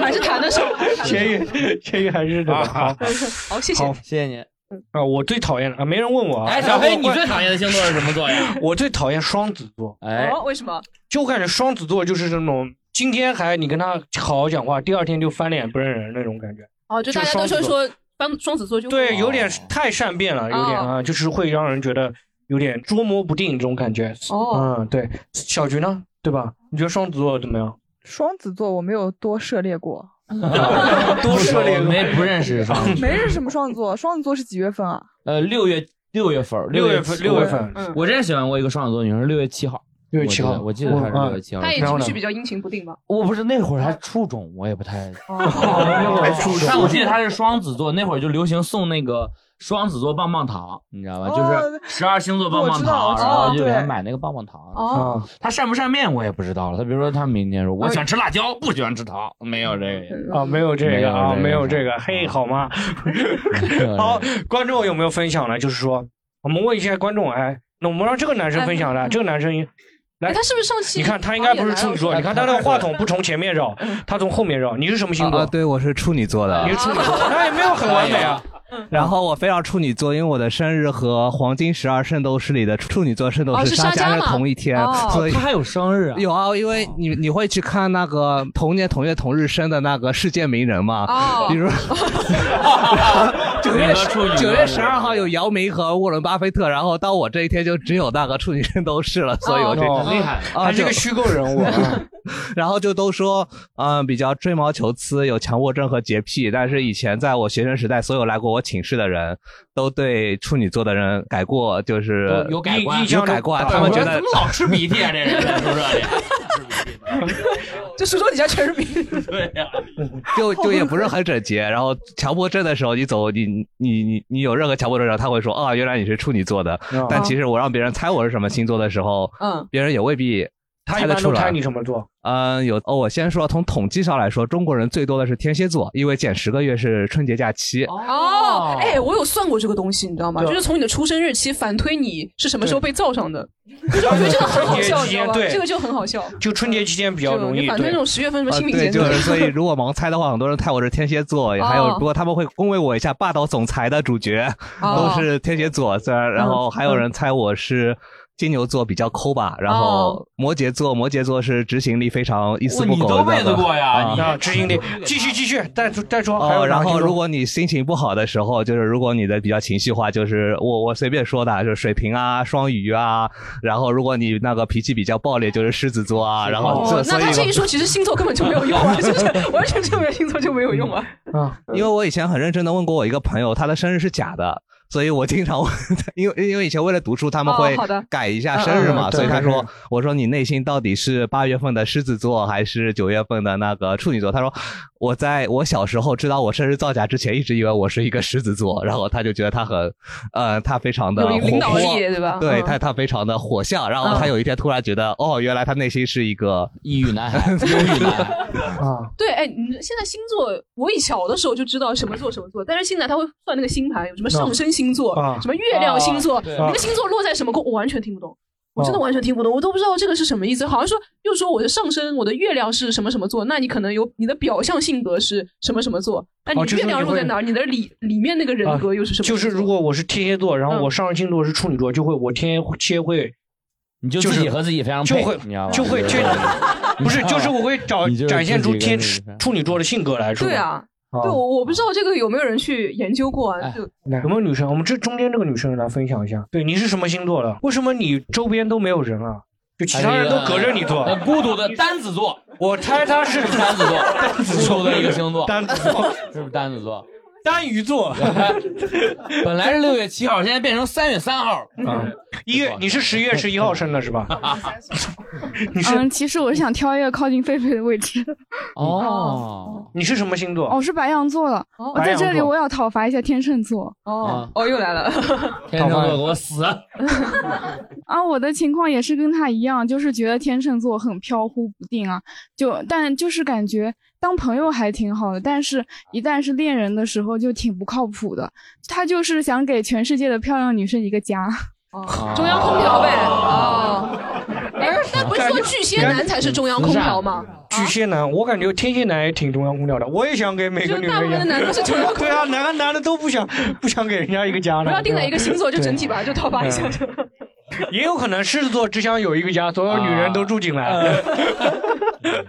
Speaker 4: 还是谈得上。
Speaker 2: [LAUGHS] 咸鱼，咸鱼还是的。
Speaker 4: 啊
Speaker 2: 好
Speaker 4: [LAUGHS] 好，谢谢。
Speaker 2: 好
Speaker 3: 谢谢你。
Speaker 2: 啊，我最讨厌的啊，没人问我啊。
Speaker 3: 哎，小
Speaker 2: 然
Speaker 3: 黑，
Speaker 2: 后
Speaker 3: 你最讨厌的星座是什么座呀？
Speaker 2: [LAUGHS] 我最讨厌双子座，
Speaker 3: 哎，
Speaker 4: 哦，为什么？
Speaker 2: 就我感觉双子座就是这种，今天还你跟他好好讲话，第二天就翻脸不认人那种感觉。
Speaker 4: 哦，就大家都
Speaker 2: 就双
Speaker 4: 说
Speaker 2: 子
Speaker 4: 说双双子座就
Speaker 2: 对，
Speaker 4: 火
Speaker 2: 有
Speaker 3: 哦
Speaker 2: 点太善变了，有点
Speaker 4: 哦
Speaker 2: 啊，就是会让人觉得有点捉摸不定这种感觉。
Speaker 4: 哦
Speaker 2: 嗯，对。小菊呢？对吧？你觉得双子座怎么样？
Speaker 6: 双子座我没有多涉猎过，
Speaker 2: 多涉猎
Speaker 3: 我们也不认识是吧？
Speaker 6: 没认识什么双子座。双子座是几月份啊？
Speaker 3: 呃，六月六月份儿，
Speaker 2: 六
Speaker 3: 月
Speaker 2: 月份，
Speaker 3: 七
Speaker 2: 六月。份，
Speaker 4: 嗯，
Speaker 3: 我真喜欢过一个双子座女生，六月七号，
Speaker 2: 六月七号，
Speaker 3: 我记得我记得她是六月
Speaker 2: 嗯
Speaker 3: 七号
Speaker 4: 他。也
Speaker 2: 然后
Speaker 4: 情
Speaker 2: 呢
Speaker 4: 绪比较阴晴不定吧？
Speaker 3: 我不是那会儿还初中，我也不太。
Speaker 2: 还初
Speaker 3: 但哦我记得她是双子座，那会儿就流行送那个双子座棒棒糖，你知道吧？就是
Speaker 6: 哦
Speaker 3: 十二星座棒
Speaker 6: 我
Speaker 3: 棒糖，
Speaker 6: 知
Speaker 3: 然
Speaker 6: 道
Speaker 3: 后就给她
Speaker 6: 对
Speaker 3: 买那个棒棒糖。
Speaker 2: 啊，
Speaker 4: 哦，
Speaker 3: 她善不善变我也不知道了。她比如说她明天说我喜欢吃辣椒，不喜欢吃糖，没有这个。
Speaker 2: 啊，
Speaker 4: 嗯
Speaker 2: 没有这个啊，没
Speaker 3: 没
Speaker 2: 有
Speaker 3: 有
Speaker 2: 这
Speaker 3: 这
Speaker 2: 个，嘿，好吗？ [LAUGHS] 好
Speaker 3: 好，，
Speaker 2: 观众有没有分享呢？就是说，我们问一下观众，哎，那我们让这个男生分享
Speaker 4: 哎
Speaker 2: 来，
Speaker 4: 嗯
Speaker 2: 这个男生，来
Speaker 4: 哎他是不是上期
Speaker 2: 你看他应该不是处女座，你看哎他那个话筒不从前面绕，他从后面绕。你是什么星
Speaker 10: 啊，
Speaker 2: 座？
Speaker 10: 对，我是处女座
Speaker 2: 你
Speaker 10: 的
Speaker 2: 是。处女座，那也没有很完美啊。
Speaker 4: 嗯
Speaker 10: 然后我非常处女座，因为我的生日和《黄金十二圣斗士》里的处女座圣斗
Speaker 4: 哦
Speaker 10: 士
Speaker 4: 是沙
Speaker 10: 家
Speaker 4: 加
Speaker 10: 是
Speaker 4: 嘛
Speaker 10: 同一天，
Speaker 4: 哦
Speaker 10: 所以
Speaker 3: 她还有生日啊？
Speaker 10: 有啊，因为你你会去看那个同年同月同日生的那个世界名人嘛，
Speaker 4: 哦
Speaker 10: 比如九
Speaker 3: 哪
Speaker 10: 月
Speaker 3: 个处女
Speaker 10: [LAUGHS]
Speaker 3: 啊
Speaker 10: 九月十二号有姚明和沃伦巴菲特，然后到我这一天就只有那个处女圣斗士了，所以我这、
Speaker 2: 哦
Speaker 3: 很厉害。
Speaker 10: 啊
Speaker 2: 他是
Speaker 10: 就
Speaker 2: 个虚构人物，啊
Speaker 10: 然后就都说，嗯，比较吹毛求疵，有强迫症和洁癖。但是以前在我学生时代，所有来过我寝室的人都对处女座的人改过，就是
Speaker 3: 有改观
Speaker 2: 印象
Speaker 10: 有改观
Speaker 2: 中
Speaker 10: 他们觉得
Speaker 3: 哎 [LAUGHS] 怎么老吃鼻涕啊？这人在宿舍里。
Speaker 4: 就说说你家全是名
Speaker 2: [LAUGHS]
Speaker 4: 人，
Speaker 3: 对呀、
Speaker 10: 就就也不是很整洁。然后强迫症的时候，你走你你你你有任何强迫症的时候，他会说啊，原来你是处女座的。但其实我让别人猜我是什么星座的时候，
Speaker 4: 嗯，
Speaker 10: 别人也未必
Speaker 2: 他一
Speaker 10: 猜得
Speaker 2: 般
Speaker 10: 出
Speaker 2: 都猜
Speaker 10: 来
Speaker 2: 你。什么座？
Speaker 10: 嗯，有哦，我先说，从统计上来说，中国人最多的是天蝎座，因为减十个月是春节假期。
Speaker 4: 哦，哎，我有算过这个东西，你知道吗？
Speaker 2: 对
Speaker 4: 就是从你的出生日期反推你是什么时候被造上的，就是我觉得这个很好笑，你知道吧？
Speaker 2: 对
Speaker 4: 这个就很好笑，
Speaker 2: 就春节期间比
Speaker 4: 就
Speaker 2: 较容易
Speaker 4: 你反推
Speaker 2: 对
Speaker 4: 那种十月份什么
Speaker 10: 啊，
Speaker 4: 清明节
Speaker 10: 对，就
Speaker 4: 那种 [LAUGHS]
Speaker 10: 是所以如果盲猜的话，很多人猜我是天蝎座，也还有
Speaker 4: 哦
Speaker 10: 不过他们会恭维我一下，霸道总裁的主角
Speaker 4: 哦嗯
Speaker 10: 都是天蝎座，虽然然后还有人猜我是。金牛座比较抠吧，然
Speaker 4: 哦
Speaker 10: 后摩羯座，摩羯座是执行力非常一丝不苟的那个。啊
Speaker 3: 你
Speaker 2: 啊，执行
Speaker 4: [LAUGHS]
Speaker 2: 力。继续继续，再说再说，还有
Speaker 10: 哦，然
Speaker 2: 哪个
Speaker 10: 后
Speaker 2: 星座
Speaker 10: 如果你心情不好的时候，就是如果你的比较情绪化，就是我我随便说的啊，就是水瓶啊、双鱼啊，然后如果你那个脾气比较暴烈，就是狮子座啊，然后
Speaker 4: 哦
Speaker 10: 这，
Speaker 4: 那
Speaker 10: 所以
Speaker 4: 他这一说，其实星座根本就没有用啊，就是完全证明星座就没有用啊。
Speaker 10: 因为我以前很认真的问过我一个朋友，他的生日是假的，所以我经常问他，因为因为以前为了读书他们
Speaker 4: 哦
Speaker 10: 会
Speaker 4: 好的
Speaker 10: 改一下生日
Speaker 2: 嗯嗯
Speaker 10: 嘛，
Speaker 2: 嗯
Speaker 10: 所以他
Speaker 2: 对
Speaker 10: 说，我说你内心到底是八月份的狮子座还是九月份的那个处女座？他说我在我小时候知道我生日造假之前，一直以为我是一个狮子座，然后他就觉得他很，呃，他非常的
Speaker 4: 有
Speaker 10: 活
Speaker 4: 领导
Speaker 10: 泼
Speaker 4: 力对吧
Speaker 10: 对
Speaker 4: 嗯
Speaker 10: 他他非常的火象，然后他
Speaker 4: 嗯
Speaker 10: 有一天突然觉得，哦，原来他内心是一个
Speaker 3: 抑郁
Speaker 10: [LAUGHS]
Speaker 3: 男孩，忧郁男，
Speaker 2: 啊，
Speaker 4: 对，哎，你现在星座，我以小的时候就知道什么座什么座，但是现在他会算那个星盘，有什么上升星座，
Speaker 2: 啊
Speaker 4: 什么月亮星座，
Speaker 3: 啊对
Speaker 4: 那个星座落在什么宫，我完全听不懂，我
Speaker 2: 啊
Speaker 4: 真的完全听不懂，我都不知道这个是什么意思。好像说又说我的上升，我的月亮是什么什么座，那你可能有你的表象性格是什么什么座，那你
Speaker 2: 哦就是
Speaker 4: 月亮
Speaker 2: 你
Speaker 4: 落在
Speaker 2: 会
Speaker 4: 哪儿，你的里里面那个人格又 [LAUGHS] 是什
Speaker 2: 啊
Speaker 4: 么
Speaker 2: 就
Speaker 4: 星座？
Speaker 2: 是如果我是天蝎座，然后
Speaker 4: 嗯
Speaker 2: 我上升星座是处女座，就会我天蝎会
Speaker 3: 你就自己和自己非常
Speaker 2: 就
Speaker 3: 配，
Speaker 2: 会
Speaker 3: 你知道吧？
Speaker 2: 就会
Speaker 3: 就 [LAUGHS]
Speaker 2: 就不是，就是我会找
Speaker 3: 你就是
Speaker 2: 展现出
Speaker 3: 自己
Speaker 2: 天
Speaker 3: 跟自己
Speaker 2: 处女座的性格来，是吧
Speaker 4: 对，啊，对，我我不知道这个有没有人去研究过
Speaker 3: 哎
Speaker 4: 啊？就
Speaker 2: 哪有没有女生？我们这中间这个女生来分享一下。对，你是什么星座的？为什么你周边都没有人啊？就 [LAUGHS] 其他人都隔着你坐。
Speaker 3: 很呃孤独的单子座。
Speaker 2: 我猜他是
Speaker 3: 单子座，单
Speaker 2: 子 [LAUGHS] 座
Speaker 3: 的一个星座，
Speaker 2: 单子座
Speaker 3: [LAUGHS] 是不是单子座？
Speaker 2: 单鱼座，
Speaker 3: [LAUGHS] 本来是六月七号，现在变成三月三号。
Speaker 2: 嗯，一月你是十一月十一号生的是吧？
Speaker 11: 嗯，其实我是想挑一个靠近狒狒的位置。
Speaker 2: 哦，你是什么星座？
Speaker 11: 哦，我是白羊座的。我在这里我要讨伐一下天秤座。
Speaker 2: 啊
Speaker 4: 哦哦，又来了，
Speaker 3: 天秤座给我死！
Speaker 11: 啊，我的情况也是跟他一样，就是觉得天秤座很飘忽不定啊，就但就是感觉当朋友还挺好的，但是一旦是恋人的时候就挺不靠谱的。他就是想给全世界的漂亮女生一个家。
Speaker 4: 中央空调呗。哦，哎，那不是说巨蟹男才是中央空调吗？
Speaker 2: 啊巨蟹男，我感觉天蝎男也挺中央空调的，我也想给每个女人一
Speaker 4: 就是大部分
Speaker 2: 样。
Speaker 4: 的男的是中央空调
Speaker 2: 对啊，哪个男的都不想 [LAUGHS] 不想给人家一个家呢。
Speaker 4: 不要定在一个星座，就
Speaker 2: 对
Speaker 4: 整体吧，就讨伐一下。就
Speaker 2: 也有可能狮子座只想有一个家，所有女人都住进来，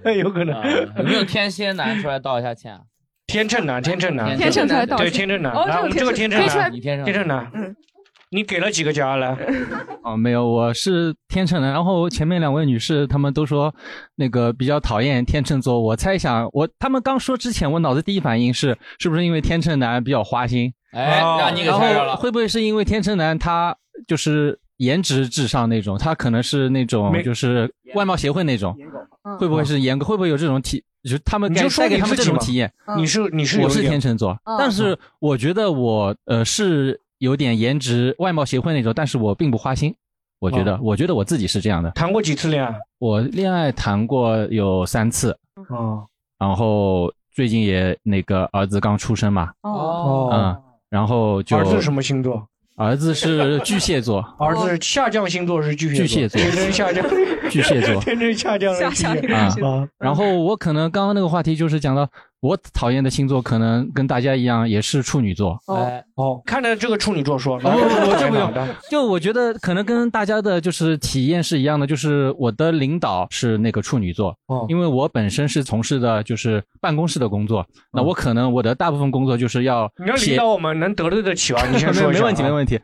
Speaker 3: 呃
Speaker 2: [LAUGHS] 有可能。
Speaker 3: 有 [LAUGHS] 没有天蝎男出来道一下歉啊？
Speaker 2: 天秤男，天秤男，
Speaker 3: 天秤出来道歉
Speaker 2: 对天秤男，
Speaker 3: 哦
Speaker 2: 来我们这个天秤
Speaker 3: 可以出来
Speaker 2: 男，
Speaker 3: 你天秤
Speaker 2: 天秤男，
Speaker 4: 嗯
Speaker 2: 你给了几个
Speaker 3: [LAUGHS]
Speaker 2: 家来？
Speaker 12: 哦，没有，我是天秤的。然后前面两位女士她们都说那个比较讨厌天秤座，我猜想我她们刚说之前，我脑子第一反应是是不是因为天秤男比较花心？
Speaker 3: 哎
Speaker 12: 哦
Speaker 3: 让你给
Speaker 12: 然
Speaker 3: 猜着了
Speaker 12: 后会不会是因为天秤男他就是颜值至上那种，他可能是那种就是外貌协会那种，会不会是严格？会不会有这种体？就是他们
Speaker 2: 你就
Speaker 12: 该
Speaker 2: 说
Speaker 12: 带给
Speaker 2: 你
Speaker 12: 他们
Speaker 2: 自
Speaker 12: 这
Speaker 2: 己
Speaker 12: 种
Speaker 2: 嘛
Speaker 12: 体验。
Speaker 2: 你是你是有
Speaker 12: 我
Speaker 2: 一
Speaker 12: 是
Speaker 2: 点
Speaker 12: 天秤座
Speaker 2: 嗯，
Speaker 12: 但是我觉得我呃是有点颜值外貌协会那种，但是我并不花心。我觉得，我觉得我自己是这样的。
Speaker 2: 哦谈过几次恋爱？
Speaker 12: 我恋爱谈过有三次，
Speaker 2: 哦，
Speaker 12: 然后最近也那个儿子刚出生嘛，
Speaker 2: 哦
Speaker 12: 嗯，然后就
Speaker 2: 儿子是什么星座？哦
Speaker 12: 儿子是巨蟹
Speaker 2: [LAUGHS]
Speaker 12: 座，啊
Speaker 2: 儿子是下降星座是巨
Speaker 12: 巨
Speaker 2: 蟹
Speaker 12: 蟹
Speaker 2: 座，
Speaker 12: 座
Speaker 2: 天秤下降， [LAUGHS]
Speaker 12: 巨蟹座
Speaker 2: 天秤下降了巨
Speaker 4: 下
Speaker 2: 蟹
Speaker 12: 啊
Speaker 2: 啊，
Speaker 12: 然后我可能刚刚那个话题就是讲到我讨厌的星座，可能跟大家一样也是处女座。
Speaker 2: 哦哦，看着这个处女座说，
Speaker 12: 哎哦，我这不
Speaker 2: 有
Speaker 12: 用， [LAUGHS] 就我觉得可能跟大家的就是体验是一样的，就是我的领导是那个处女座，
Speaker 2: 哦
Speaker 12: 因为我本身是从事的就是办公室的工作，那我可能我的大部分工作就是要
Speaker 2: 嗯你要
Speaker 12: 写
Speaker 2: 领导我们能得罪得起吧？你先
Speaker 12: 没
Speaker 2: 说
Speaker 12: 有
Speaker 2: 一
Speaker 12: 没
Speaker 2: 下
Speaker 12: 问题，
Speaker 2: 啊
Speaker 12: 没问题。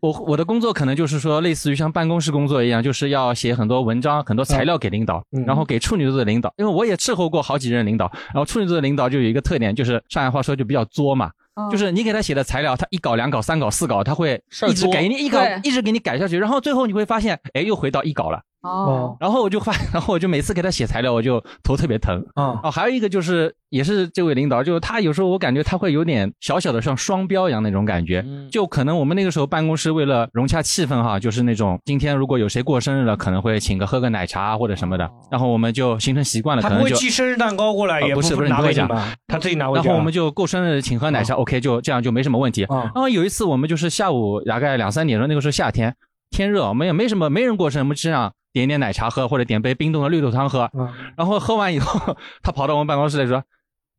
Speaker 12: 我我的工作可能就是说，类似于像办公室工作一样，就是要写很多文章、很多
Speaker 2: 嗯
Speaker 12: 材料给领导，然后给处女座的领导。因为我也伺候过好几任领导，然后处女座的领导就有一个特点，就是上海话说就比较作嘛。就是你给他写的材料，他一稿、两稿、三稿、四稿，他会
Speaker 3: 儿
Speaker 12: 一直
Speaker 3: 多
Speaker 12: 给你一稿
Speaker 3: 对，
Speaker 12: 一直给你改下去，然后最后你会发现，哎，又回到一稿了。
Speaker 4: 哦，
Speaker 12: 然后我就发， [LAUGHS] 然后我就每次给他写材料，我就头特别疼。
Speaker 2: 啊、
Speaker 12: 哦，还有一个就是，也是这位领导，就是他有时候我感觉他会有点小小的像双标一样那种感觉，就可能我们那个时候办公室为了融洽气氛哈，就是那种今天如果有谁过生日了，可能会请个喝个奶茶啊或者什么的，然后我们就形成习惯了，
Speaker 2: 他
Speaker 12: 可
Speaker 2: 不
Speaker 12: 能
Speaker 2: 会
Speaker 12: 就。
Speaker 2: 寄生日蛋糕过来，
Speaker 12: 呃
Speaker 2: 也
Speaker 12: 不是不是，你
Speaker 2: 拿
Speaker 12: 不
Speaker 2: 回
Speaker 12: 会
Speaker 2: 去
Speaker 12: 讲
Speaker 2: 吧？他自己拿回啊
Speaker 12: 然
Speaker 2: 去啊。
Speaker 12: 后我们就过生日请喝奶茶、o k 就这样就没什么问题。
Speaker 2: 啊
Speaker 12: 然后有一次我们就是下午大概两三点钟，那个时候夏天天热，我们也没什么没人过生日，我们只想点一点奶茶喝或者点杯冰冻的绿豆汤喝。
Speaker 2: 啊
Speaker 12: 然后喝完以后， [LAUGHS] 他跑到我们办公室来说。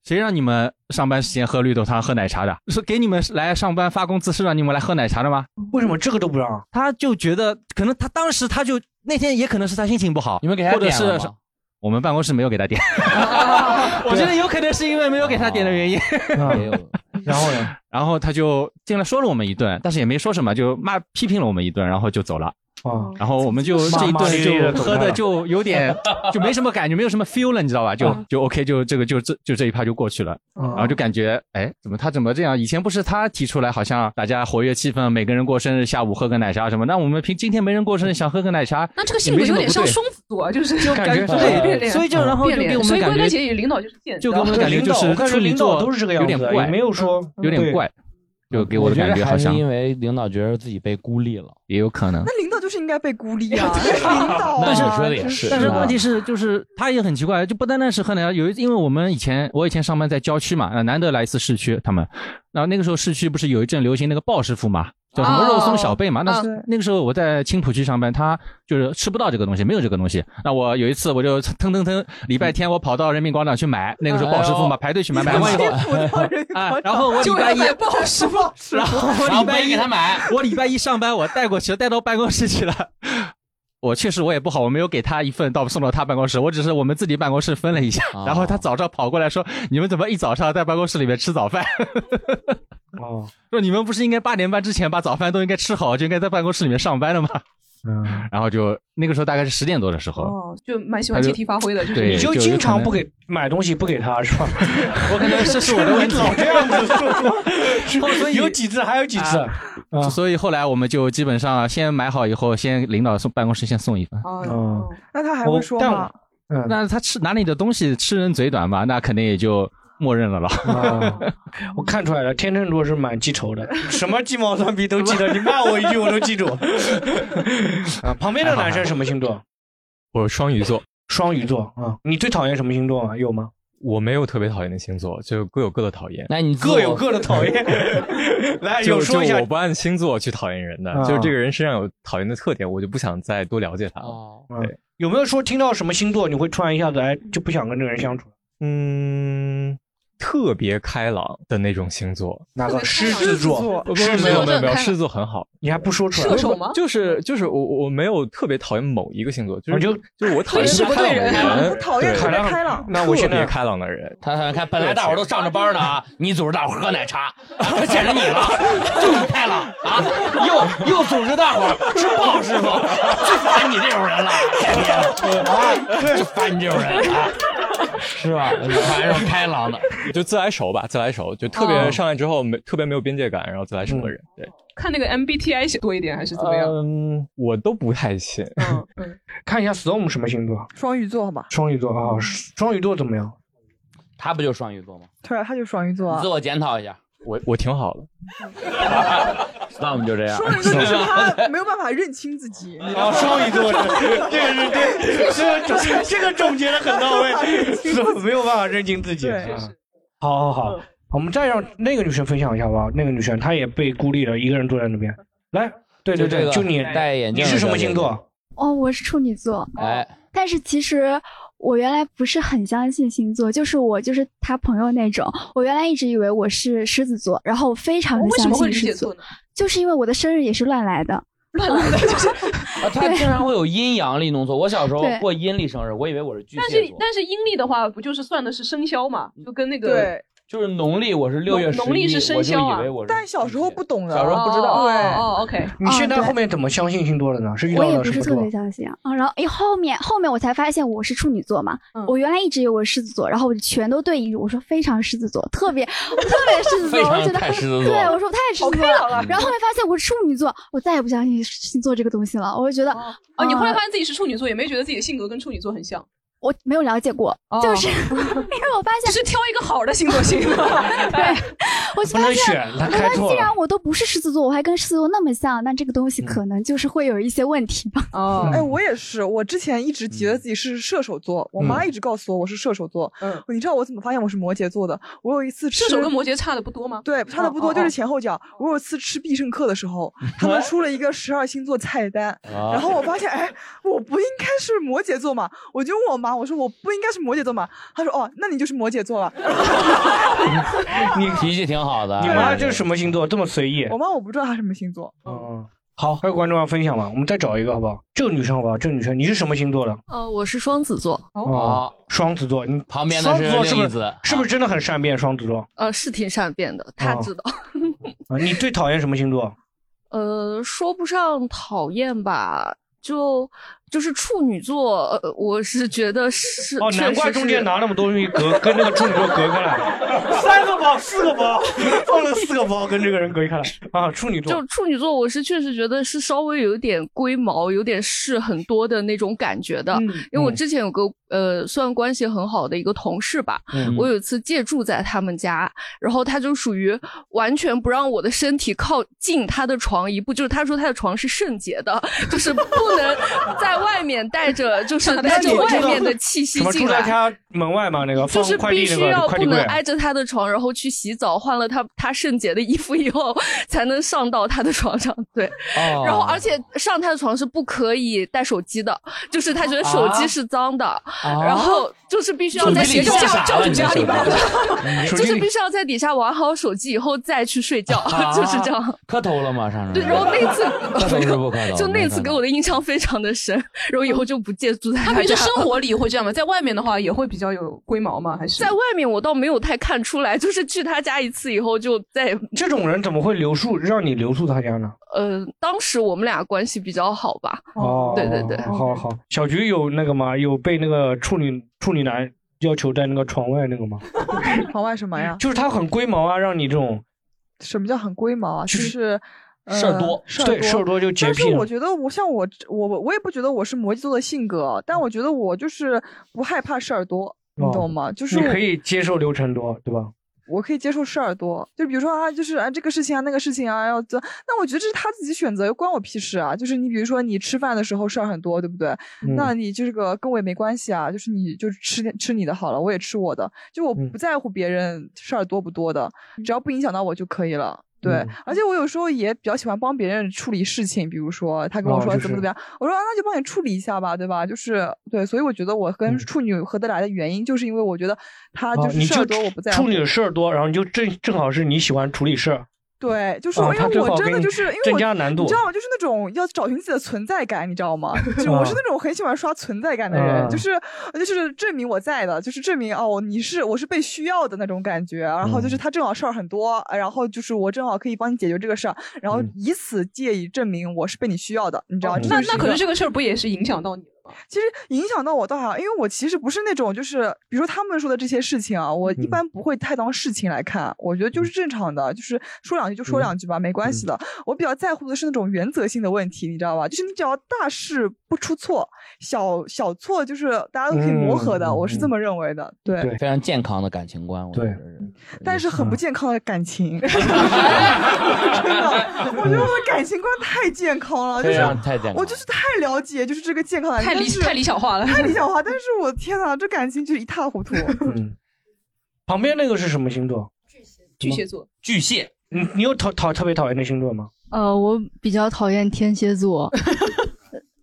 Speaker 12: 谁让你们上班时间喝绿豆汤、喝奶茶的？是给你们来上班发工资，是让你们来喝奶茶的吗？
Speaker 2: 为什么这个都不让？
Speaker 12: 他就觉得，可能他当时他就那天也可能是他心情不好，你们
Speaker 3: 给他
Speaker 12: 或者
Speaker 3: 点了
Speaker 12: 是
Speaker 3: 吗
Speaker 12: 我们办公室没有给他点。 [LAUGHS] 我觉得有可能是因为没有给他点的原因。
Speaker 5: 啊
Speaker 2: 然后 [LAUGHS] 呢？
Speaker 12: 然后他就进来说了我们一顿，但是也没说什么，就骂批评了我们一顿，然后就走了。
Speaker 2: 哦，
Speaker 12: 然后我们
Speaker 2: [LAUGHS]
Speaker 12: 就这一
Speaker 2: 骂骂咧咧地
Speaker 12: 顿
Speaker 2: 走
Speaker 12: 就
Speaker 2: 开了
Speaker 12: 喝的就有
Speaker 2: [LAUGHS]
Speaker 12: 点就没什么感觉，没有什么 feel 了，你知道吧？就就 OK，就这个就这就这一趴就过去了，
Speaker 2: 嗯
Speaker 12: 然后就感觉哎，怎么他怎么这样？以前不是他提出来，好像大家活跃气氛，每个人过生日，下午喝个奶茶什么？那我们平今天没人过生日，想喝个奶茶，
Speaker 4: 那这个性格
Speaker 12: 也没什
Speaker 4: 有
Speaker 12: 么
Speaker 4: 点
Speaker 12: 不
Speaker 4: 像
Speaker 12: 对
Speaker 4: 双子座， [LAUGHS] 就是
Speaker 12: 就感觉对
Speaker 4: 变脸，
Speaker 12: 所以就然后就
Speaker 4: 变脸
Speaker 12: 给我们
Speaker 4: 所以
Speaker 12: 感
Speaker 4: 归根
Speaker 12: 觉
Speaker 4: 结底，领导就是贱，
Speaker 12: 就
Speaker 4: 知
Speaker 12: 给
Speaker 4: 道
Speaker 12: 我
Speaker 4: 吧
Speaker 12: 们感觉就
Speaker 2: 对领导
Speaker 12: 是
Speaker 2: 我看
Speaker 12: 处女
Speaker 2: 领导
Speaker 12: 座
Speaker 2: 都
Speaker 12: [LAUGHS]
Speaker 2: 是这个样
Speaker 12: 有
Speaker 2: 子
Speaker 12: 点
Speaker 2: 的
Speaker 12: 怪，
Speaker 2: 也没有说嗯
Speaker 12: 有
Speaker 2: 对
Speaker 12: 点怪，就给我的
Speaker 3: 觉
Speaker 12: 感
Speaker 3: 得
Speaker 12: 觉
Speaker 3: 还
Speaker 12: 好
Speaker 3: 是
Speaker 12: 像
Speaker 3: 因为领导觉得自己被孤立了，
Speaker 12: 也有可能。
Speaker 6: 那领导就是应该被孤立啊，那是领导
Speaker 3: 那
Speaker 6: 啊，
Speaker 3: 你说的也
Speaker 6: 真
Speaker 3: 是
Speaker 12: 但是
Speaker 3: 吧
Speaker 12: 问题是，就是他也很奇怪，就不单单是喝奶茶，有一因为我们以前我以前上班在郊区嘛，呃难得来一次市区，他们，然后那个时候市区不是有一阵流行那个鲍师傅嘛，叫什么肉松小贝嘛，
Speaker 2: 哦
Speaker 12: 那
Speaker 2: 嗯
Speaker 12: 是那个时候我在青浦区上班，他就是吃不到这个东西，没有这个东西。那我有一次我就腾腾腾，礼拜天我跑到人民广场去买，那个时候鲍师傅嘛，排队去买，买完以后，啊，然
Speaker 5: [LAUGHS]
Speaker 12: 后我礼拜一。
Speaker 6: 不好吃不好吃
Speaker 12: [LAUGHS] 然后我礼拜一
Speaker 3: 给他买，
Speaker 12: 我礼拜一上班，我带过去了，带到办公室去了。我确实我也不好，我没有给他一份到送到他办公室，我只是我们自己办公室分了一下。 [LAUGHS] 然后他早上跑过来说：“你们怎么一早上在办公室里面吃早饭？” [LAUGHS]
Speaker 2: 哦，
Speaker 12: 说你们不是应该八点半之前把早饭都应该吃好，就应该在办公室里面上班了吗？
Speaker 2: 嗯，
Speaker 12: [LAUGHS] 然后就那个时候大概是十点多的时候，
Speaker 4: 哦，就蛮喜欢借题发挥的，就是
Speaker 12: 对
Speaker 2: 你就
Speaker 12: 就
Speaker 2: 经常
Speaker 12: 可能
Speaker 2: 不给买东西不给他是吧？
Speaker 12: [LAUGHS] 我可能这是我的
Speaker 2: [LAUGHS]
Speaker 12: 问题哦
Speaker 2: 老这样
Speaker 12: [LAUGHS]
Speaker 2: 子说，
Speaker 12: 所以啊
Speaker 2: 有几次还有几次，
Speaker 12: 所以后来我们就基本上先买好以后，先领导送办公室先送一份。
Speaker 6: 哦， [LAUGHS] 那他还
Speaker 12: 我
Speaker 6: 会说
Speaker 12: 但
Speaker 6: 吗？
Speaker 2: 嗯，
Speaker 12: 那他吃拿你的东西，吃人嘴短嘛，那肯定也就默认了 [LAUGHS] 了。
Speaker 2: 我看出来了，天秤座是蛮记仇的， [LAUGHS] 什么鸡毛蒜皮
Speaker 12: [LAUGHS]
Speaker 2: 都记得，你骂我一句我都记住。
Speaker 13: [LAUGHS]
Speaker 2: 啊，旁边的男生什么星座？
Speaker 13: 我是双鱼座，
Speaker 2: 双鱼座啊，你最讨厌什么星座啊？有吗？
Speaker 13: 我没有特别讨厌的星座，就各有各的讨厌。
Speaker 12: 那你
Speaker 2: 各有各的讨
Speaker 3: [LAUGHS]
Speaker 2: 厌。
Speaker 12: [LAUGHS]
Speaker 2: 来，
Speaker 13: 就
Speaker 2: 有说一
Speaker 13: 就
Speaker 2: 下
Speaker 13: 我不按星座去讨厌人的，
Speaker 2: 啊
Speaker 13: 就是这个人身上有讨厌的特点，我就不想再多了解他了。
Speaker 12: 哦
Speaker 13: 对，
Speaker 2: 有没有说听到什么星座你会突然一下子哎就不想跟这个人相处？
Speaker 13: 嗯，特别开朗的那种星座，
Speaker 2: 哪个狮子座
Speaker 13: 不不
Speaker 2: 狮子座
Speaker 13: 没有没有没
Speaker 2: 开
Speaker 13: 有，
Speaker 2: 朗
Speaker 13: 狮子座很好。
Speaker 2: 你还不说出来射手吗
Speaker 13: 就是就是我我我没有特别讨厌某一个星座，就是
Speaker 2: 我就
Speaker 13: 就是我讨厌
Speaker 2: 对
Speaker 13: 开朗的
Speaker 2: 对人
Speaker 13: 人，
Speaker 2: 讨厌
Speaker 13: 对
Speaker 2: 特别开朗那我
Speaker 13: 特
Speaker 2: 现在
Speaker 13: 别开朗的人，
Speaker 3: 他看看，本来大伙儿都上着班呢啊，你组织大伙儿喝奶茶，显 [LAUGHS]
Speaker 4: [LAUGHS]
Speaker 3: 着你
Speaker 12: 哎
Speaker 3: 了，就是开朗啊，又又组织大伙儿吃鲍师傅，就烦你这种人了，天天啊，就烦你这种人啊，是吧？烦这种开朗的，
Speaker 13: [LAUGHS] 就自来熟吧，自来熟，就特别
Speaker 4: 哦
Speaker 13: 上来之后没特别没有边界感，然后自来熟的人，对。
Speaker 4: 看那个 MBTI 写多一点还是怎
Speaker 12: 呃
Speaker 4: 么样？
Speaker 13: 嗯，我都不太信。
Speaker 14: 嗯
Speaker 2: 看一下 Storm 什么星座？
Speaker 6: 双鱼座吧，
Speaker 2: 双鱼座啊，双鱼座怎么样？
Speaker 3: 他不就双鱼座吗？
Speaker 6: 对，他就双鱼座啊。
Speaker 3: 自我检讨一下，
Speaker 13: 我我挺好的，
Speaker 3: 那我们就这样。
Speaker 6: 双鱼座
Speaker 2: [LAUGHS]
Speaker 6: 就是他没有办法认清自己。你知道
Speaker 2: 啊，
Speaker 6: 吗
Speaker 2: 双鱼座的，这个是对，这个总这个总结的很
Speaker 6: [LAUGHS]
Speaker 2: 到位，是没有办法认清自己。
Speaker 6: 对
Speaker 2: 啊好好
Speaker 14: 嗯
Speaker 2: 好，我们再让那个女生分享一下吧。那个女生她也被孤立了，一个人坐在那边。来，对对
Speaker 3: 就这
Speaker 2: 对，
Speaker 3: 个
Speaker 2: 就你
Speaker 3: 戴眼镜
Speaker 2: 你
Speaker 3: 的
Speaker 2: 是什么
Speaker 3: 小姐
Speaker 2: 星
Speaker 3: 姐
Speaker 2: 座？
Speaker 14: 哦，我是处女座，
Speaker 3: 哎，
Speaker 14: 但是其实我原来不是很相信星座，就是我就是他朋友那种，我原来一直以为我是狮子座，然后我非常的
Speaker 4: 为什
Speaker 14: 相
Speaker 4: 么
Speaker 14: 信
Speaker 4: 会理
Speaker 14: 狮
Speaker 4: 解
Speaker 14: 子座
Speaker 4: 错呢，
Speaker 14: 就是因为我的生日也是乱来的，
Speaker 4: 乱来的就是。
Speaker 3: 啊，他经常会有阴阳历弄错。我小时候
Speaker 4: 对
Speaker 3: 过阴历生日，我以为我是巨
Speaker 4: 但
Speaker 3: 蟹
Speaker 4: 是
Speaker 3: 座，
Speaker 4: 但是阴历的话，不就是算的是生肖嘛？就跟那个
Speaker 3: 就是农历我是六月十一，
Speaker 4: 农农历是生肖啊
Speaker 3: 我就以为我是
Speaker 6: 但小时候不懂
Speaker 2: 啊
Speaker 6: 的，
Speaker 3: 小时候不知道
Speaker 6: 对，
Speaker 4: 哦，OK。
Speaker 2: 你现在后面怎么相信星座的呢？是遇
Speaker 14: 我
Speaker 2: 到
Speaker 14: 也
Speaker 2: 了
Speaker 14: 不
Speaker 2: 什
Speaker 14: 是
Speaker 2: 么
Speaker 14: 特别
Speaker 2: 座？
Speaker 14: 相信啊。然后哎，后面后面我才发现我是处女座嘛，
Speaker 4: 嗯
Speaker 14: 我原来一直以为我是狮子座，然后我就全都对应着，我说非常狮子座，特别特别狮子座，
Speaker 3: 非常
Speaker 14: 我觉得
Speaker 3: 太狮子座
Speaker 14: 对
Speaker 3: 了
Speaker 14: 我说我太狮子
Speaker 4: 好
Speaker 14: 座
Speaker 4: 开朗啊
Speaker 14: 然后后面发现我是处女座，我再也不相信星座这个东西了，我就觉得
Speaker 4: 哦，你后来
Speaker 14: 呃
Speaker 4: 发现自己是处女座，也没觉得自己的性格跟处女座很像，
Speaker 14: 我没有了解过，
Speaker 4: 哦
Speaker 14: 哦就是 [LAUGHS] 因为我发现
Speaker 4: 是挑一个好的星座星 [LAUGHS]
Speaker 14: 对，我就
Speaker 2: 不能
Speaker 14: 发现
Speaker 2: 选他
Speaker 14: 我
Speaker 2: 开
Speaker 14: 说
Speaker 2: 错
Speaker 14: 既然
Speaker 2: 了嗯
Speaker 14: 我都不是狮子座，我还跟狮子座那么像，那这个东西可能就是会有一些问题吧。
Speaker 4: 哦
Speaker 6: 哎，我也是，我之前一直觉得自己是射手座，我
Speaker 2: 嗯
Speaker 6: 妈一直告诉我我是射手座。
Speaker 4: 嗯，
Speaker 6: 你知道我怎么发现我是摩羯座的？我有一次吃
Speaker 4: 射手跟摩羯差的不多吗？
Speaker 6: 对，差的不多，
Speaker 4: 哦
Speaker 6: 就是前后脚。我有一次吃必胜客的时候，他们出了一个十二星座菜
Speaker 2: [LAUGHS]
Speaker 6: 单，
Speaker 4: 啊
Speaker 6: 然后我发现，哎，我不应该是摩羯座嘛，我就问我妈，我说我不应该是摩羯座嘛，她说哦，那你就是摩羯座了。
Speaker 2: [LAUGHS] 你
Speaker 3: 脾气挺好的。哦
Speaker 2: 你妈这是什么星座？这么随意？
Speaker 6: 我妈我不知道她什么星座，
Speaker 2: 嗯，好，还有观众要分享吗？我们再找一个好不好？这个女生好不好？这个女生，你是什么星座的？
Speaker 15: 呃，我是双子座。
Speaker 2: 哦，双子座，你
Speaker 3: 旁边
Speaker 2: 双
Speaker 3: 的
Speaker 2: 子
Speaker 3: 是
Speaker 2: 座是不
Speaker 3: 另一
Speaker 2: 是
Speaker 3: 子
Speaker 2: 是不是真的很善变？双子座，
Speaker 15: 呃，是挺善变的，
Speaker 2: 哦
Speaker 15: 他知道。 [LAUGHS]
Speaker 2: 啊你最讨厌什么星座？
Speaker 15: 呃，说不上讨厌吧，就就是处女座，呃，我是觉得是
Speaker 2: 哦，难怪中间拿那么多东西隔 [LAUGHS] 跟那个处女座隔
Speaker 15: [LAUGHS]
Speaker 2: 开来，三个包，四个包，放了四个包跟这个人隔开来啊，处女座
Speaker 15: 就。处女座，我是确实觉得是稍微有点龟毛，有点事很多的那种感觉的。
Speaker 2: 嗯
Speaker 15: 因为我
Speaker 2: 嗯
Speaker 15: 之前有个呃，算关系很好的一个同事吧，
Speaker 2: 嗯
Speaker 15: 我有一次借住在他们家，然后他就属于完全不让我的身体靠近他的床一步，就是他说他的床是圣洁的，就是不能在外面带着，
Speaker 2: [LAUGHS]
Speaker 15: 就是带着外面的气息
Speaker 2: 什么
Speaker 15: 进
Speaker 2: 住在
Speaker 15: 来。
Speaker 2: 他门外嘛？那个
Speaker 15: 就
Speaker 2: 放
Speaker 15: 是
Speaker 2: 快
Speaker 15: 必
Speaker 2: 递
Speaker 15: 须
Speaker 2: 那个
Speaker 15: 要
Speaker 2: 快
Speaker 15: 不
Speaker 2: 递
Speaker 15: 能
Speaker 2: 柜，
Speaker 15: 挨着他的床，然后去洗澡，换了他他圣洁的衣服以后，才能上到他的床上。对，
Speaker 3: 哦
Speaker 2: 啊
Speaker 15: 然后而且上他的床是不可以带手机的，就是他觉得手机是脏的。然后就是必须要在底下教主家里吧， [LAUGHS]
Speaker 2: 嗯
Speaker 15: 就是必须要在底下玩好手机以后再去睡
Speaker 2: [LAUGHS]
Speaker 15: 觉， [LAUGHS] 就是这样。
Speaker 3: 啊磕头了吗？上
Speaker 15: 对，然后那次
Speaker 4: [LAUGHS]
Speaker 3: 磕头是不磕头
Speaker 15: [LAUGHS] 就那
Speaker 3: 没
Speaker 15: 次
Speaker 3: 磕
Speaker 15: 给
Speaker 3: 头
Speaker 15: 我的印象非常的深，然后以后就不借住在
Speaker 4: 嗯他平
Speaker 15: 家
Speaker 4: 时
Speaker 15: 了
Speaker 4: 生活里会这样吗？在外面的话也会比较有龟毛吗？还是
Speaker 15: 在外面我倒没有太看出来，就是去他家一次以后就再也
Speaker 2: 这种人怎么会留住让你留住他家呢？
Speaker 15: 呃，当时我们俩关系比较好吧？
Speaker 2: 哦，
Speaker 15: 对对对，
Speaker 2: 好好。小菊有那个吗？有被那个处女处女男要求在那个床外那个吗？
Speaker 6: 床外什么哎呀？
Speaker 2: 就是他很龟毛啊，让你这种
Speaker 6: 什么叫很龟毛啊？就是。呃
Speaker 2: 事儿多
Speaker 6: 事儿
Speaker 2: 对事儿多就洁
Speaker 6: 但
Speaker 2: 癖
Speaker 6: 是
Speaker 2: 了
Speaker 6: 我觉得我像我我我也不觉得我是摩羯座的性格，但我觉得我就是不害怕事儿多，你懂吗？就是
Speaker 2: 哦你
Speaker 6: 我
Speaker 2: 可以接受流程多，对吧？
Speaker 6: 我可以接受事儿多，就比如说啊，就是啊这个事情啊那个事情啊要这，那我觉得这是他自己选择，关我屁事啊。就是你比如说你吃饭的时候事儿很多，对不对？
Speaker 16: 嗯
Speaker 6: 那你这个跟我也没关系啊，就是你就吃吃你的好了，我也吃我的，就我
Speaker 16: 嗯
Speaker 6: 不在乎别人事儿多不多的，只要不影响到我就可以了。对，
Speaker 16: 嗯
Speaker 6: 而且我有时候也比较喜欢帮别人处理事情，比如说他跟我
Speaker 16: 哦
Speaker 6: 说
Speaker 16: 就
Speaker 6: 怎么
Speaker 16: 是
Speaker 6: 怎么样，我说、啊、那就帮你处理一下吧，对吧？就是对，所以我觉得我
Speaker 16: 嗯
Speaker 6: 跟处女合得来的原因，就是因为我觉得他
Speaker 16: 哦
Speaker 6: 就
Speaker 2: 啊
Speaker 6: 是
Speaker 2: 你
Speaker 6: 事
Speaker 2: 就
Speaker 6: 儿多，我不在乎。
Speaker 2: 处女事儿多，然后你就正正好是你喜欢处理事儿。
Speaker 6: 对，就是
Speaker 2: 啊
Speaker 6: 因
Speaker 2: 他
Speaker 6: 为
Speaker 2: 最
Speaker 6: 我
Speaker 2: 后
Speaker 6: 真
Speaker 2: 给
Speaker 6: 的
Speaker 2: 你
Speaker 6: 就是因为
Speaker 2: 增
Speaker 6: 我
Speaker 2: 加难度
Speaker 6: 你知道吗？就是那种要找寻自己的存在感，你知道吗？就是
Speaker 2: 哦
Speaker 6: 我是那种很喜欢刷存在感的人，
Speaker 16: 嗯
Speaker 6: 就是就是证明我在的，就是证明哦，你是我是被需要的那种感觉。然后
Speaker 2: 嗯
Speaker 6: 就是他正好事儿很多，然后就是我正好可以帮你解决这个事儿，然
Speaker 2: 嗯
Speaker 6: 后以此借以证明我是被你需要的，你知道
Speaker 2: 哦
Speaker 6: 吗？这
Speaker 4: 那
Speaker 6: 就是
Speaker 4: 那
Speaker 6: 一
Speaker 4: 可能这
Speaker 6: 个
Speaker 4: 个事儿不也是影响到你了吗？
Speaker 6: 其实影响到我倒还好，因为我其实不是那种就是，比如说他们说的这些事情啊，我
Speaker 3: 嗯
Speaker 6: 一般不会太当事情来看，我觉得就是正常的，就是说两句就
Speaker 3: 嗯
Speaker 6: 说两句吧，没关系的。我比较在乎的是那种原则性的问题，你知道吧？就是你只要大事不出错，小小错就是大家都可以磨合的，
Speaker 3: 嗯
Speaker 6: 我是这么认为的。对，
Speaker 3: 非常健康的感情观，我觉得是。
Speaker 6: 但是很不健康的感
Speaker 3: [LAUGHS]
Speaker 6: 情，真的，我觉得我的感情观太健康了，就
Speaker 3: 非
Speaker 6: 是
Speaker 3: 常太健康
Speaker 6: 我就是太了解，就是这个健康的，
Speaker 4: 太理
Speaker 6: 但是
Speaker 4: 太理想化了
Speaker 6: 太理想化。但是我天哪，这感情就是一塌糊涂。
Speaker 2: 嗯旁边那个是什么星座？嗯
Speaker 4: 巨蟹座，
Speaker 3: 巨蟹。
Speaker 2: 你你有讨讨特别讨厌的星座吗？
Speaker 16: 呃，我比较讨厌天蝎
Speaker 2: [LAUGHS]
Speaker 16: 座，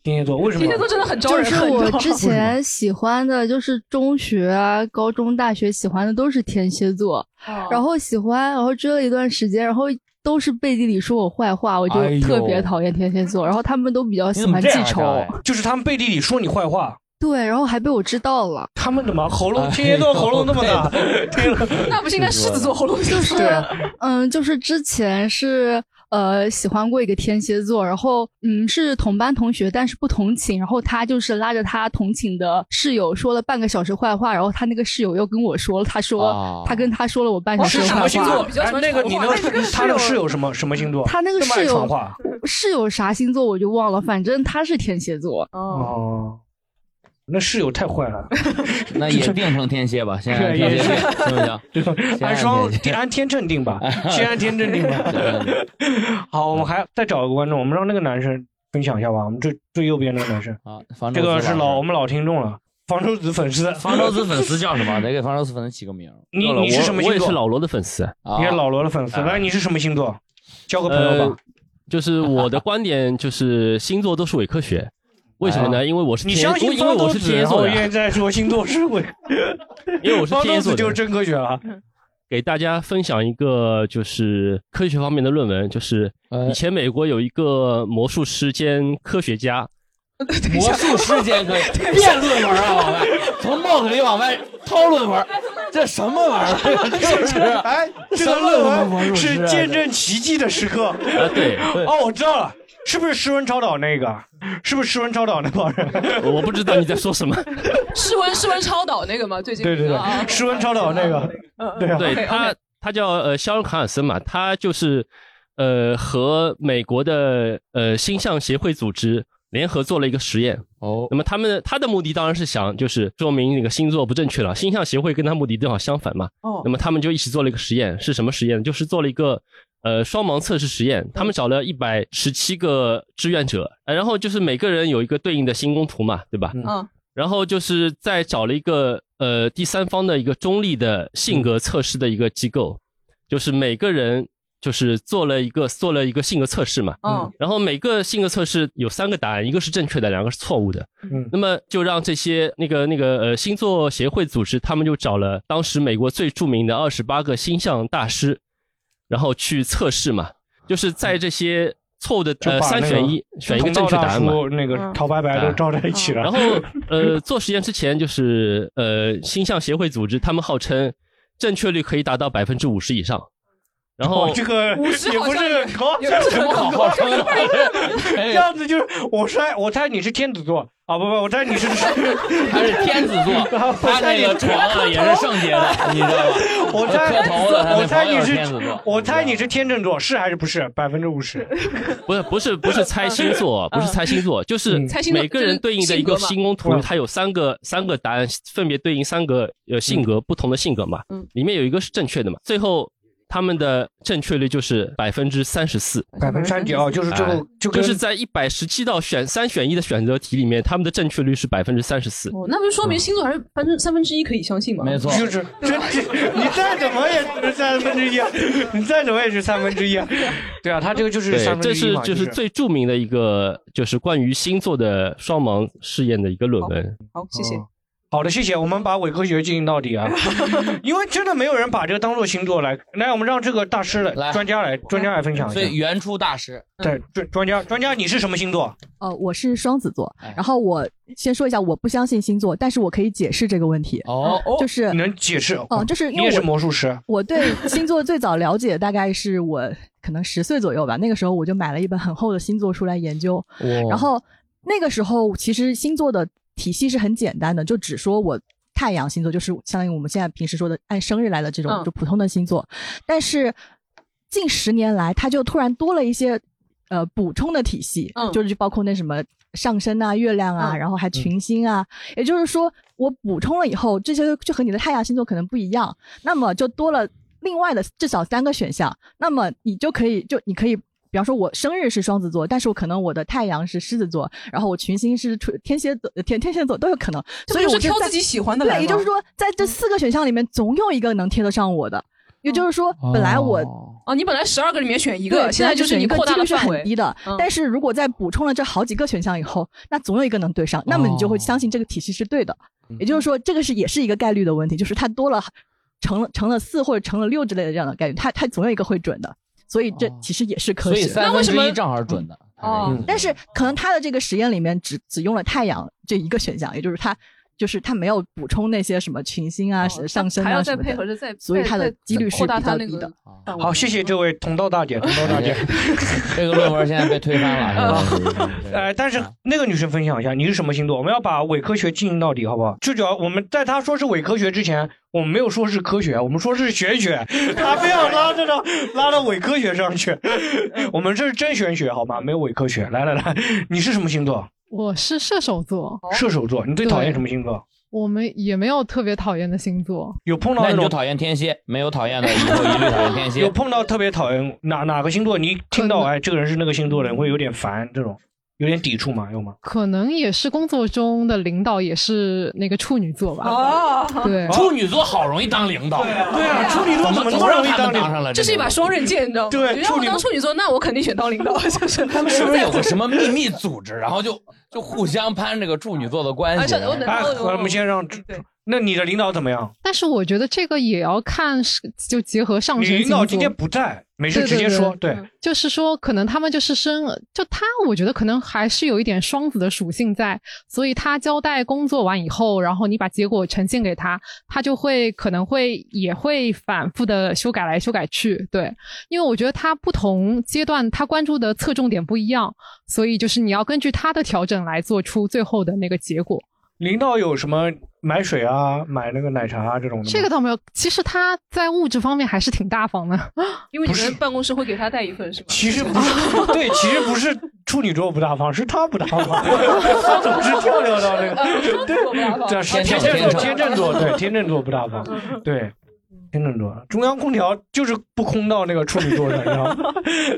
Speaker 2: 天蝎座为什么？
Speaker 16: 就是我之
Speaker 2: 为什么
Speaker 16: 前喜欢的，就是中学啊、高中、大学喜欢的都是天蝎座，
Speaker 2: 哦
Speaker 16: 然后喜欢，然后追了一段时间，然后都是背地里说我坏话，我就
Speaker 2: 哎呦
Speaker 16: 特别讨厌天蝎座。然后他们都比较
Speaker 2: 你
Speaker 16: 喜
Speaker 2: 怎么
Speaker 16: 欢
Speaker 2: 这
Speaker 16: 记
Speaker 2: 样啊
Speaker 16: 仇，
Speaker 2: 大卫就是他们背地里说你坏话。
Speaker 16: 对，然后还被我知道了。哎
Speaker 2: 他们怎么喉
Speaker 16: 啊
Speaker 2: 咙天蝎
Speaker 16: [LAUGHS]
Speaker 2: 座喉咙那么大？天呐
Speaker 16: 那不是应该狮子座喉
Speaker 2: [LAUGHS]
Speaker 16: 咙就是
Speaker 2: 对啊
Speaker 16: 嗯，就是之前是呃喜欢过一个天蝎座，然后嗯是同班同学，但是不同寝，然后他就是拉着他同寝的室友说了半个小时坏话，然后他那个室友又跟我说了，他说、
Speaker 2: 啊
Speaker 16: 他跟他说了我半小时
Speaker 2: 哦是
Speaker 16: 的
Speaker 2: 什
Speaker 16: 坏
Speaker 2: 么星
Speaker 16: 话
Speaker 2: 座。？哎那个你能他那个室友什么什么星座？
Speaker 16: 他那个
Speaker 2: 这么爱
Speaker 16: 室友
Speaker 2: 传话
Speaker 16: 室友啥星座我就忘了，反正他是天蝎座。
Speaker 2: 哦，那室友太坏了。
Speaker 3: [LAUGHS] 那也定成天蝎吧，先按
Speaker 2: [LAUGHS] 对啊
Speaker 3: 天
Speaker 2: 也 [LAUGHS]
Speaker 3: 蝎 [LAUGHS]
Speaker 2: 是
Speaker 3: 定行不行？啊先
Speaker 2: 按
Speaker 3: 按
Speaker 2: 哎双
Speaker 3: 天蝎
Speaker 2: 按天秤
Speaker 3: [LAUGHS]
Speaker 2: 定吧，先按天秤
Speaker 6: [LAUGHS]
Speaker 2: 定吧。好，我们还再找一个观众，我们让那个男生分享一下吧。我们最最右边那个男生
Speaker 3: 啊，房
Speaker 2: 这
Speaker 3: 舟
Speaker 2: 个
Speaker 3: 子
Speaker 2: 是
Speaker 3: 老
Speaker 2: 老
Speaker 3: 师
Speaker 2: 我们老听众了，房舟子粉丝，
Speaker 3: 方舟子粉丝叫什么？
Speaker 2: [LAUGHS]
Speaker 3: 得给方舟子粉丝起个名儿。
Speaker 2: 你
Speaker 3: 够了
Speaker 2: 你是什么星座
Speaker 5: 我
Speaker 2: [LAUGHS]
Speaker 5: 也是老罗的粉丝，
Speaker 2: 你是老罗的粉丝，
Speaker 5: 啊呃
Speaker 2: 来，你是什么星座？交个朋友吧。
Speaker 5: [LAUGHS] 就是我的观点就是星座都是伪科学，为什么呢？
Speaker 2: 哎
Speaker 5: 因为我是
Speaker 2: 你
Speaker 5: 天，
Speaker 2: 相信
Speaker 5: 因为
Speaker 2: 方舟
Speaker 5: 我是
Speaker 2: 子，
Speaker 5: 天蝎
Speaker 2: 然
Speaker 5: 座
Speaker 2: 后
Speaker 5: 的
Speaker 2: 现
Speaker 5: 啊，
Speaker 2: 在说星座是伪，
Speaker 5: [LAUGHS] 因为我是
Speaker 2: 方
Speaker 5: 天
Speaker 2: 舟子
Speaker 5: 蝎座的
Speaker 2: 就是真科学了。
Speaker 5: 给大家分享一个就是科学方面的论文，就是
Speaker 2: 呃
Speaker 5: 以前美国有一个魔术师兼科学家，
Speaker 3: 魔术师间
Speaker 2: [LAUGHS]
Speaker 3: 可以变论文啊， [LAUGHS] 往外从帽子里往外掏论文，这什么玩意儿？这是
Speaker 2: 哎，这个论文
Speaker 6: 啊
Speaker 2: 是
Speaker 9: 啊
Speaker 2: 见证奇迹的时刻。啊
Speaker 5: 对对
Speaker 2: 哦，我知道了，是不是施文超导那个？是不是施文超导那帮人？
Speaker 5: [LAUGHS] 我不知道你在说
Speaker 2: [LAUGHS]
Speaker 5: 什么。
Speaker 4: 室温室温超导那个吗？最近
Speaker 2: 对对对
Speaker 4: 啊，嗯
Speaker 2: 施文超导那个， [LAUGHS] 对啊，
Speaker 5: 对他，他叫呃肖恩卡尔森嘛，他就是呃和美国的呃星象协会组织联合做了一个实验。
Speaker 3: 哦，
Speaker 5: 那么他们他的目的当然是想就是说明那个星座不正确了，星象协会跟他目的正好相反嘛。
Speaker 3: 哦
Speaker 5: 那么他们就一起做了一个实验，是什么实验呢？就是做了一个。呃，双盲测试实验，他们找了一百十七个志愿者，呃然后就是每个人有一个对应的星宫图嘛，对吧？
Speaker 4: 嗯，
Speaker 5: 然后就是再找了一个呃第三方的一个中立的性格测试的一个机构，就是每个人就是做了一个做了一个性格测试嘛，
Speaker 4: 嗯，
Speaker 5: 然后每个性格测试有三个答案，一个是正确的，两个是错误的，
Speaker 2: 嗯
Speaker 5: 那么就让这些那个那个呃星座协会组织，他们就找了当时美国最著名的二十八个星象大师，然后去测试嘛，就是在这些错误的
Speaker 2: 就
Speaker 5: 呃
Speaker 2: 把
Speaker 5: 三
Speaker 2: 那个
Speaker 5: 选一，选一个正
Speaker 2: [LAUGHS]
Speaker 5: 确答案嘛嗯啊
Speaker 2: 大叔，那个陶白白都照在一起了。
Speaker 5: 然后呃，做实验之前就是呃，星象协会组织他们号称正确率可以达到百分之五十以上。
Speaker 2: [LAUGHS]
Speaker 5: 然后、
Speaker 2: 哦这个也不是很高，
Speaker 3: 也不是很高
Speaker 2: 这样子就是我猜，我猜你是天子座啊，不不，我猜你是
Speaker 3: 他是天子座他那个床啊也是圣洁的你知道吧
Speaker 2: 我猜
Speaker 3: 磕头了他那
Speaker 2: 我猜
Speaker 3: 朋友是
Speaker 2: 你是
Speaker 3: 天子座
Speaker 2: 我猜你是天秤座，是还是不是？百分之五十。
Speaker 5: [LAUGHS] 不是不是不是猜星座，
Speaker 2: 嗯
Speaker 5: 不是猜星座，就是
Speaker 2: 猜星座
Speaker 5: 每个人对应的一个星宫
Speaker 2: 嗯
Speaker 5: 图，它有三个三个答案，分别对应三个呃性格不同的性格嘛
Speaker 4: 嗯，
Speaker 5: 里面有一个是正确的嘛，最后。他们的正确率就是百分之三十四，哎
Speaker 2: 34%哦就是最后就跟
Speaker 5: 就是在一百十七道选三选一的选择题里面，他们的正确率是百分之三十四。
Speaker 4: 哦，那不是说明星座还是百分之三分之一可以相信吗？
Speaker 5: 没错就是
Speaker 2: 这这，你再怎么也是三分之一，你再怎么也是三分之一。对啊，他这个就是
Speaker 5: 对
Speaker 2: 三，分
Speaker 5: 这
Speaker 2: 之一
Speaker 5: 是
Speaker 2: 嘛，
Speaker 5: 就是最著名的一个，就是关于星座的双盲试验的一个论文。
Speaker 4: 好，谢谢。
Speaker 2: 嗯好的，谢谢。我们把伪科学进行到
Speaker 7: [LAUGHS]
Speaker 2: 底啊，因为真的没有人把这个当做星座来。来，我们让这个大师来，专家来， [LAUGHS] 专家来分享一
Speaker 3: 所以
Speaker 7: 嗯
Speaker 2: 下。
Speaker 3: 原初大师，
Speaker 2: 对，专专家，专家，你是什么星座？
Speaker 7: 呃，我是双子座，
Speaker 2: 哎
Speaker 7: 然后我先说一下，我不相信星座，但是我可以解释这个问题。
Speaker 2: 哦
Speaker 7: 就是
Speaker 2: 你能解释？
Speaker 7: 哦，就是
Speaker 2: 你
Speaker 7: 因为
Speaker 2: 也是
Speaker 7: 我
Speaker 2: 魔术师。
Speaker 7: 我对星座最早了解大概是我可能十岁左右吧，那个时候我就买了一本很厚的星座书来研究
Speaker 5: 哇，
Speaker 7: 然后那个时候其实星座的体系是很简单的，就只说我。太阳星座就是相当于我们现在平时说的按生日来的这种
Speaker 4: 嗯
Speaker 7: 就普通的星座，但是近十年来它就突然多了一些呃补充的体系，
Speaker 4: 嗯
Speaker 7: 就是包括那什么上升啊、月亮啊，
Speaker 4: 嗯
Speaker 7: 然后还群星啊，也就是说我补充了以后，这些就和你的太阳星座可能不一样，那么就多了另外的至少三个选项，那么你就可以就你可以。比方说，我生日是双子座，但是我可能我的太阳是狮子座，然后我群星是处天蝎座、呃天天蝎座都有可能，
Speaker 4: 这
Speaker 7: 所
Speaker 4: 不
Speaker 7: 以
Speaker 4: 就是
Speaker 7: 我就
Speaker 4: 挑
Speaker 7: 在
Speaker 4: 自己喜欢的来
Speaker 7: 对，也就
Speaker 4: 吗
Speaker 7: 是说，在这四个选项里面，总有一个能贴得上我的。
Speaker 4: 嗯
Speaker 7: 也就是说，本来我
Speaker 4: 哦，你本来十二个里面选一
Speaker 7: 对
Speaker 4: 个，现在就
Speaker 7: 就是
Speaker 4: 你
Speaker 7: 一个
Speaker 4: 扩
Speaker 7: 几
Speaker 4: 大
Speaker 7: 率
Speaker 4: 了
Speaker 7: 是
Speaker 4: 范
Speaker 7: 很
Speaker 4: 围嗯
Speaker 7: 低的。但是如果再补充了这好几个选项以后，那总有一个能对上，那么你
Speaker 4: 哦
Speaker 7: 就会相信这个体系是对的。
Speaker 4: 嗯
Speaker 7: 也就是说，这个是也是一个概率的问题，就是它多了成了成了四或者成了六之类的这样的概率，它它总有一个会准的。所以这
Speaker 4: 哦
Speaker 7: 其实也是科
Speaker 17: 所以
Speaker 7: 学。
Speaker 17: 三分之一正好准的。
Speaker 7: 哦
Speaker 17: 嗯
Speaker 7: 但是可能他的这个实验里面只只用了太阳这一个选项，也就是他就是他没有补充那些什么群星啊、是上升
Speaker 4: 哦还要
Speaker 7: 啊
Speaker 4: 再
Speaker 7: 什么
Speaker 4: 配合着
Speaker 7: 的，
Speaker 4: 再，
Speaker 7: 所以
Speaker 4: 再
Speaker 7: 它的
Speaker 4: 再
Speaker 7: 几率是
Speaker 4: 扩大
Speaker 7: 比
Speaker 4: 它
Speaker 7: 较
Speaker 4: 那
Speaker 7: 低
Speaker 4: 个
Speaker 7: 的。
Speaker 4: 范围
Speaker 2: 好，谢谢这位同道大姐，同道大姐。
Speaker 17: [LAUGHS] 这个论文现在被推翻了。是吧
Speaker 2: 呃，但是那个女生分享一下，你是什么星座？我们要把伪科学进行到底，好不好？最主要，我们在她说是伪科学之前，我们没有说是科学，我们说是玄学，她非要拉这到拉到伪科学上去。我们这是真玄学，好吗？没有伪科学。来来来，你是什么星座？
Speaker 18: 我是射手座，
Speaker 2: 射手座。你最讨厌什么星座？
Speaker 18: 我们也没有特别讨厌的星座。
Speaker 2: 有碰到
Speaker 17: 那
Speaker 2: 那
Speaker 17: 你
Speaker 2: 种
Speaker 17: 就讨厌天蝎，没有讨厌的，以后一律讨厌天蝎
Speaker 2: [LAUGHS] 有。碰到特别讨厌哪哪个星座？你听到哎，这个人是那个星座的，你会有点烦，这种有点抵触吗？有吗？
Speaker 18: 可能也是工作中的领导也是那个处女座吧。
Speaker 4: 哦
Speaker 18: 对，
Speaker 3: 处嗯女座好容易当领导，对
Speaker 2: 啊处女座
Speaker 3: 怎
Speaker 2: 怎么
Speaker 3: 么
Speaker 2: 那
Speaker 3: 都
Speaker 2: 么
Speaker 3: 让
Speaker 2: 容易
Speaker 3: 他们
Speaker 2: 当领
Speaker 3: 当上了？
Speaker 4: 这是一把双刃剑，你知道吗？
Speaker 3: 对
Speaker 4: 你让
Speaker 3: 处
Speaker 4: 我
Speaker 3: 女
Speaker 4: 当处女座，那我肯定选
Speaker 2: [LAUGHS]
Speaker 4: 当领导，就是
Speaker 3: 他们是不是有个
Speaker 4: [LAUGHS]
Speaker 3: 什么秘密组织，然后就就互相攀这个处女座的关系？
Speaker 2: 哎，我们先让，那你的领导怎么样？
Speaker 18: 但是我觉得这个也要看是，就结合上
Speaker 2: 你
Speaker 18: 升
Speaker 2: 领
Speaker 18: 星座。
Speaker 2: 导今天不在，没事
Speaker 18: 对嗯
Speaker 2: 直
Speaker 18: 对
Speaker 2: 接说。
Speaker 18: 对
Speaker 2: 对，
Speaker 18: 就是说，可能他们就是生，就他，我觉得可能还是有一点双子的属性在，所以他交代工作完以后，然后你把结果呈现给他，他就会可能会也会反复的修改来修改去，对，因为我觉得他不同阶段他关注的侧重点不一样，所以就是你要根据他的调整来做出最后的那个结果。
Speaker 2: 领导有什么买水啊、买那个奶茶啊这种的吗？
Speaker 18: 这个倒没有，其实他在物质方面还是挺大方的。 [LAUGHS]
Speaker 4: 因为你们办公室会给他带一份，是吗？
Speaker 2: 其实不
Speaker 4: [LAUGHS]
Speaker 2: 是，对，其实不是处女座不大方，是他不大方，他总是跳跳到
Speaker 4: [LAUGHS] 嗯
Speaker 2: 那个，对，这是天秤座，天秤座，对，天秤座不大方，对。天秤座，中央空调就是不空到那个处女座的，你知
Speaker 4: [LAUGHS]
Speaker 2: 道吗？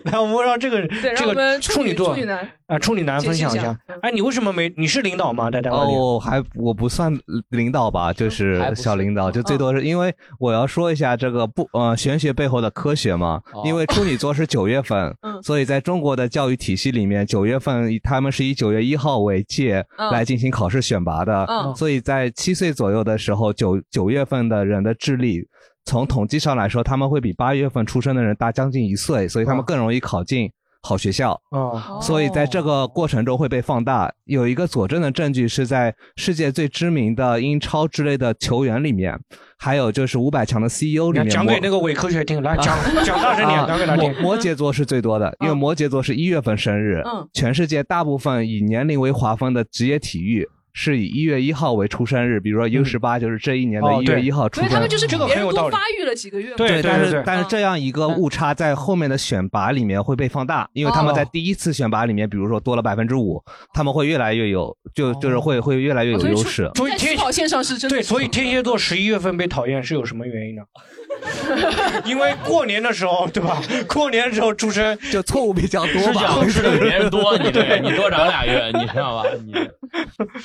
Speaker 2: 来，我们让这个
Speaker 4: 对
Speaker 2: 这
Speaker 4: 让
Speaker 2: 个
Speaker 4: 我们处
Speaker 2: 处
Speaker 4: 女
Speaker 2: 女座
Speaker 4: 处女男
Speaker 2: 啊，处女男分享一
Speaker 4: 解释一
Speaker 2: 下
Speaker 4: 下。嗯
Speaker 2: 哎，你为什么没？你是领导吗？在单位里？
Speaker 10: 哦，还我不算领导
Speaker 2: 啊
Speaker 10: 吧，就是小领导，就最多
Speaker 2: 嗯
Speaker 10: 是因为我要说一下这个不呃玄学背后的科学嘛，
Speaker 2: 哦
Speaker 10: 因为处女座是九月
Speaker 2: [LAUGHS]
Speaker 10: 份，
Speaker 2: 嗯
Speaker 10: 所以在中国的教育体系里面，九月份以他们是以九月一号为界
Speaker 19: 嗯
Speaker 10: 来进行考试选拔的，
Speaker 19: 嗯
Speaker 10: 所以在七岁左右的时候，九九月份的人的智力。从统计上来说，他们会比八月份出生的人大将近一岁，所以他们更容易考进好学校。
Speaker 2: 哦
Speaker 10: 所以在这个过程中会被放大。有一个佐证的证据是在世界最知名的英超之类的球员里面，还有就是五百强的 CEO 里面，
Speaker 2: 讲
Speaker 10: 摩
Speaker 2: 给那个伪科学听，来讲讲大声点，
Speaker 10: 啊
Speaker 2: 讲给他听。
Speaker 10: 摩摩羯座是最多的，因为摩羯座是一月份生日，
Speaker 2: 嗯
Speaker 10: 全世界大部分以年龄为划分的职业体育。是以一月一号为出生日，比如说 U 十八就是这一年的
Speaker 2: 哦
Speaker 10: 一
Speaker 2: 对
Speaker 10: 月一号出
Speaker 4: 所以
Speaker 10: 生。
Speaker 4: 他们就是比别人多发育了几个月嘛。
Speaker 10: 但是但是这样一个
Speaker 2: 嗯
Speaker 10: 误差在后面的选拔里面会被放大，因为他
Speaker 2: 哦
Speaker 10: 们在第一次选拔里面，比如说多了百分之五，他们会越来越有，就就是会会越来越有优势。
Speaker 2: 哦所以
Speaker 4: 在
Speaker 2: 天
Speaker 4: 起跑线上是真的
Speaker 2: 对，所以天蝎座十一月份被讨厌是有什么原因呢？ [LAUGHS] [LAUGHS] 因为过年的时候，对吧？过年的时候出生
Speaker 10: 就错误比较
Speaker 2: 多
Speaker 17: 吧
Speaker 3: 啊
Speaker 17: 吃的比别人
Speaker 2: [LAUGHS]
Speaker 17: 多你这个你多长俩月你知道吧？
Speaker 2: 你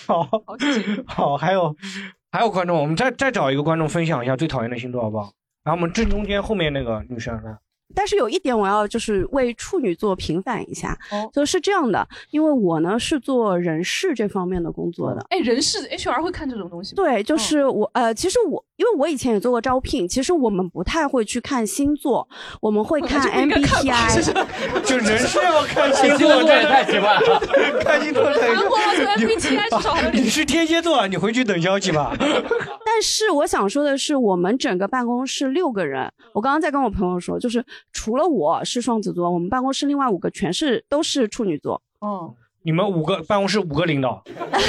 Speaker 2: 好， [LAUGHS] 好，还有还有观众，我们再再找一个观众分享一下最讨厌的星座好不好？然后我们正中间后面那个女生来，
Speaker 20: 但是有一点我要就是为处女座平反一下，
Speaker 2: 哦
Speaker 20: 就是这样的，因为我呢是做人事这方面的工作
Speaker 2: 哦
Speaker 20: 的。
Speaker 4: 哎，人事 HR 会看这种东西吗？哦
Speaker 20: 对，就是我、呃，其实我因为我以前也做过招聘，其实我们不太会去看星座，我
Speaker 2: [LAUGHS]
Speaker 20: 们会看 [LAUGHS] MBTI。
Speaker 2: 就人事要看星
Speaker 20: 星
Speaker 2: 座，
Speaker 20: 座
Speaker 2: 这
Speaker 20: 也太奇怪了，
Speaker 2: [LAUGHS] 看星座太
Speaker 20: 韩国老师 MBTI 至少还有
Speaker 2: [LAUGHS] 你是天蝎座，你回去等消息吧。
Speaker 20: 但是我想说的是，我们整个办公室六个人，我刚刚在跟我朋友说，就是除了我是双子座，我们办公室另外五个全是都是处女座。
Speaker 4: 哦，
Speaker 2: 你们五个办公室五个领导，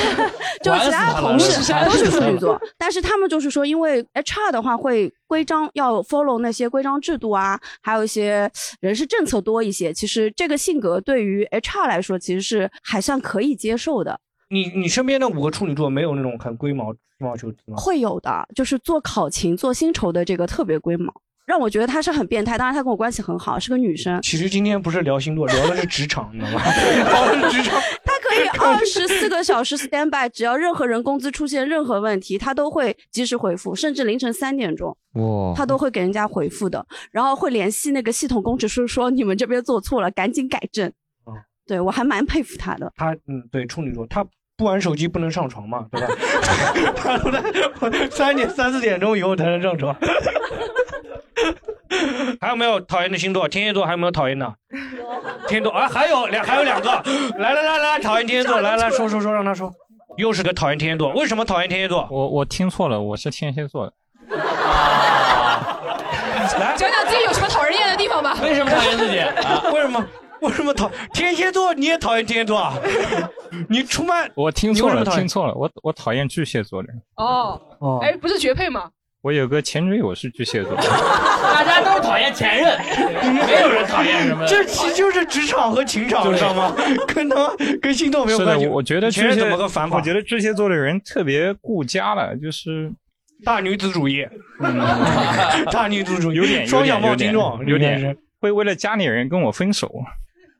Speaker 20: [LAUGHS] 就其他的同事
Speaker 2: [LAUGHS] 管死他了
Speaker 20: 都是处女座，但是他们就是说，因为 HR 的话会规章要 follow 那些规章制度啊，还有一些人事政策多一些。其实这个性格对于 HR 来说，其实是还算可以接受的。
Speaker 2: 你你身边的五个处女座没有那种很龟毛鸡毛球吗？
Speaker 20: 会有的，就是做考勤、做薪酬的这个特别龟毛，让我觉得她是很变态。当然，她跟我关系很好，是个女生。
Speaker 2: 其实今天不是聊星座， [LAUGHS] 聊的是职场，你知道吗？
Speaker 20: 她可以二十四个小时 stand by，只要任何人工资出现任何问题，她都会及时回复，甚至凌晨三点钟。
Speaker 10: 哇
Speaker 20: 他都会给人家回复的，然后会联系那个系统工程师说你们这边做错了，赶紧改正。对我还蛮佩服他的。
Speaker 2: 他嗯，对，处女座，他不玩手机不能上床嘛，
Speaker 19: [LAUGHS]
Speaker 2: 对吧？他都在 [LAUGHS] 三点三四点钟以后才能上床。还有没有讨厌的星座？天蝎座还有没有讨厌的？天蝎座啊，还有两还有两个，来来来来，讨厌天蝎 [LAUGHS] 座，来来说说说，让他说。又是个讨厌天蝎座，为什么讨厌天蝎座？
Speaker 19: 我我听错了，我是天蝎座的。
Speaker 2: 来
Speaker 4: 讲讲自己有什么讨人厌的地方吧。
Speaker 2: 为什么讨厌自己
Speaker 19: 啊
Speaker 2: [LAUGHS] 为什么？为什么讨天蝎座？你也讨厌天蝎座 [LAUGHS] 啊？你出卖
Speaker 19: 我听
Speaker 2: 你为
Speaker 19: 错
Speaker 2: 什
Speaker 19: 了，
Speaker 2: 么讨厌
Speaker 19: 听错了，我我讨厌巨蟹座的人。
Speaker 4: [LAUGHS] 哦
Speaker 19: 哦，
Speaker 4: 哎，不是绝配吗？
Speaker 19: 我有个前女友是巨蟹座，
Speaker 2: [LAUGHS]
Speaker 17: 大家都是讨厌前任，没有人讨厌什么。
Speaker 2: 这其实就是职场和情场，
Speaker 19: 对
Speaker 2: 知道
Speaker 19: [LAUGHS]
Speaker 2: 吗？跟他妈跟星座没有
Speaker 19: 是
Speaker 2: 关
Speaker 19: 的，
Speaker 2: 系。
Speaker 19: 我我觉得
Speaker 2: 前
Speaker 19: 巨
Speaker 2: 任
Speaker 19: 蟹
Speaker 2: 怎么个反法？
Speaker 19: 我觉得巨蟹座的人特别顾家了，就是嗯
Speaker 2: 大女子主义， [LAUGHS] 大女子主义，
Speaker 19: 有点
Speaker 2: 双响炮击中，
Speaker 19: 有
Speaker 2: 应该
Speaker 19: 点
Speaker 2: 是
Speaker 19: 会为了家里人跟我分手。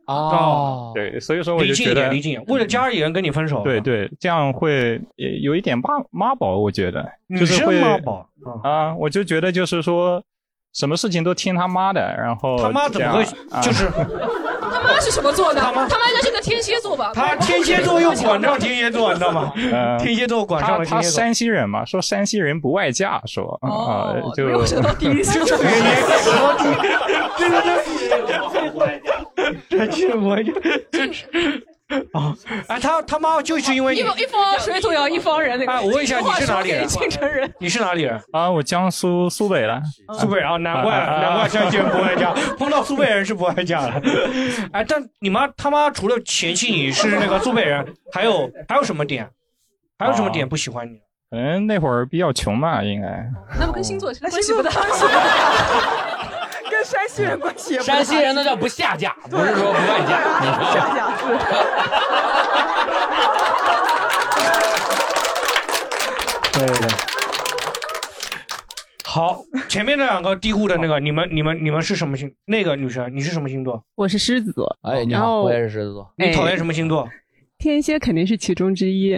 Speaker 2: 哦，
Speaker 19: 对，所以说我
Speaker 2: 离
Speaker 19: 就
Speaker 2: 近一
Speaker 19: 觉得嗯
Speaker 2: 点，离近一点，为了家里人跟你分手。啊
Speaker 19: 对对，这样会呃有一点妈妈宝，我觉得
Speaker 2: 女
Speaker 19: 就是
Speaker 2: 生
Speaker 19: 会
Speaker 2: 妈宝嗯
Speaker 19: 啊，我就觉得就是说什么事情都听他妈的，然后
Speaker 2: 他妈怎么
Speaker 19: 这样
Speaker 2: 会
Speaker 19: 啊
Speaker 2: 就是
Speaker 4: 他妈是什么座的？
Speaker 2: 他
Speaker 4: 他
Speaker 2: 妈
Speaker 4: 妈应该是个天蝎座吧？
Speaker 2: 他啊天蝎座又管上天蝎座，你知道吗？
Speaker 19: [LAUGHS] 呃
Speaker 2: 天蝎座管上了
Speaker 19: 他
Speaker 2: 天
Speaker 19: 他
Speaker 2: 蝎座。
Speaker 19: 山西人嘛，说山西人不外嫁，说啊就
Speaker 2: 哦没有想到第
Speaker 19: [LAUGHS]
Speaker 2: 一次这个原因 [LAUGHS] 这个这这我啊！哎，他他妈就是因为
Speaker 4: 一
Speaker 2: 你，
Speaker 4: 方一方水土养一方人那个。
Speaker 2: 哎我问一下你是哪里人
Speaker 4: 话说给京城人。
Speaker 2: 你是哪里人？
Speaker 19: 啊，我江苏苏北的，
Speaker 2: 苏北啊，难怪难怪山西人不爱嫁，碰到苏北人是不爱嫁的。哎，但你妈他妈除了嫌弃你是那个苏北人，还有还有什么点？还有什么点不喜欢你？
Speaker 19: 啊可能那会儿比较穷吧，应该。
Speaker 4: 那么跟星座是关系不大。 [LAUGHS]
Speaker 6: 跟山西人关系也不大
Speaker 17: 山西人那叫不下嫁，不是说不外嫁。
Speaker 6: 下架是。
Speaker 2: 对对对。好，前面那两个低估的那个，你们你们你们是什么星？那个女生，你是什么星座？
Speaker 21: 我是狮子座，
Speaker 2: 哎
Speaker 21: 你好然后哎我也是
Speaker 2: 狮子
Speaker 21: 座
Speaker 2: 你讨厌什么星座？
Speaker 21: 天蝎肯定是其中之一。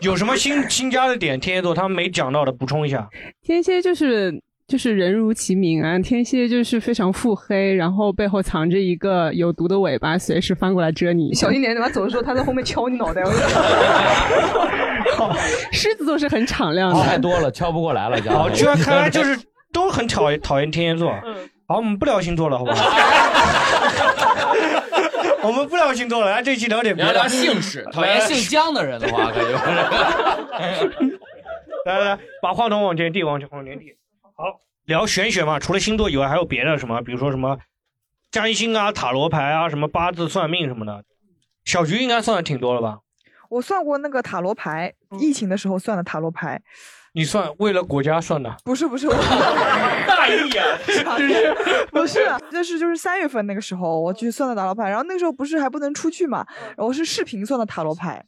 Speaker 2: 有什么新新加的点？天蝎座他们没讲到的，补充一下。
Speaker 21: 天蝎就是就是人如其名啊，天蝎就是非常腹黑，然后背后藏着一个有毒的尾巴，随时翻过来蛰你一
Speaker 4: 你
Speaker 21: 下。
Speaker 4: 小 [LAUGHS] 心点，他妈走的时候他在后面敲你脑袋。我
Speaker 21: 狮子座是很敞亮的，
Speaker 2: 太
Speaker 21: 哦多
Speaker 2: 了，
Speaker 21: 敲不过来
Speaker 2: [LAUGHS]
Speaker 21: 了
Speaker 2: 好，居然看来就是都
Speaker 21: [LAUGHS]
Speaker 2: 很讨厌讨厌天蝎座。
Speaker 21: 嗯
Speaker 2: 好，我们不聊星座了，好吧？我们不聊星座了，来这期聊点别的。
Speaker 3: 聊聊姓氏，讨厌姓姜的人的话，可就是。
Speaker 2: [LAUGHS] 来来来，把话筒往前递，往前往前递。好，聊玄学嘛，除了星座以外，还有别的什么？比如说什么占星啊、塔罗牌啊、什么八字算命什么的。小菊应该算的挺多了吧？
Speaker 6: [LAUGHS] 我算过那个塔罗牌，
Speaker 4: 嗯
Speaker 6: 疫情的时候算的塔罗牌，
Speaker 2: 你算为了国家算的？
Speaker 6: 不是不是，大
Speaker 2: 意呀、
Speaker 4: 哎
Speaker 6: [LAUGHS] 不是，就是就是三月份那个时候我去算的塔罗牌，然后那个时候不是还不能出去嘛，然后是视频算的塔罗牌，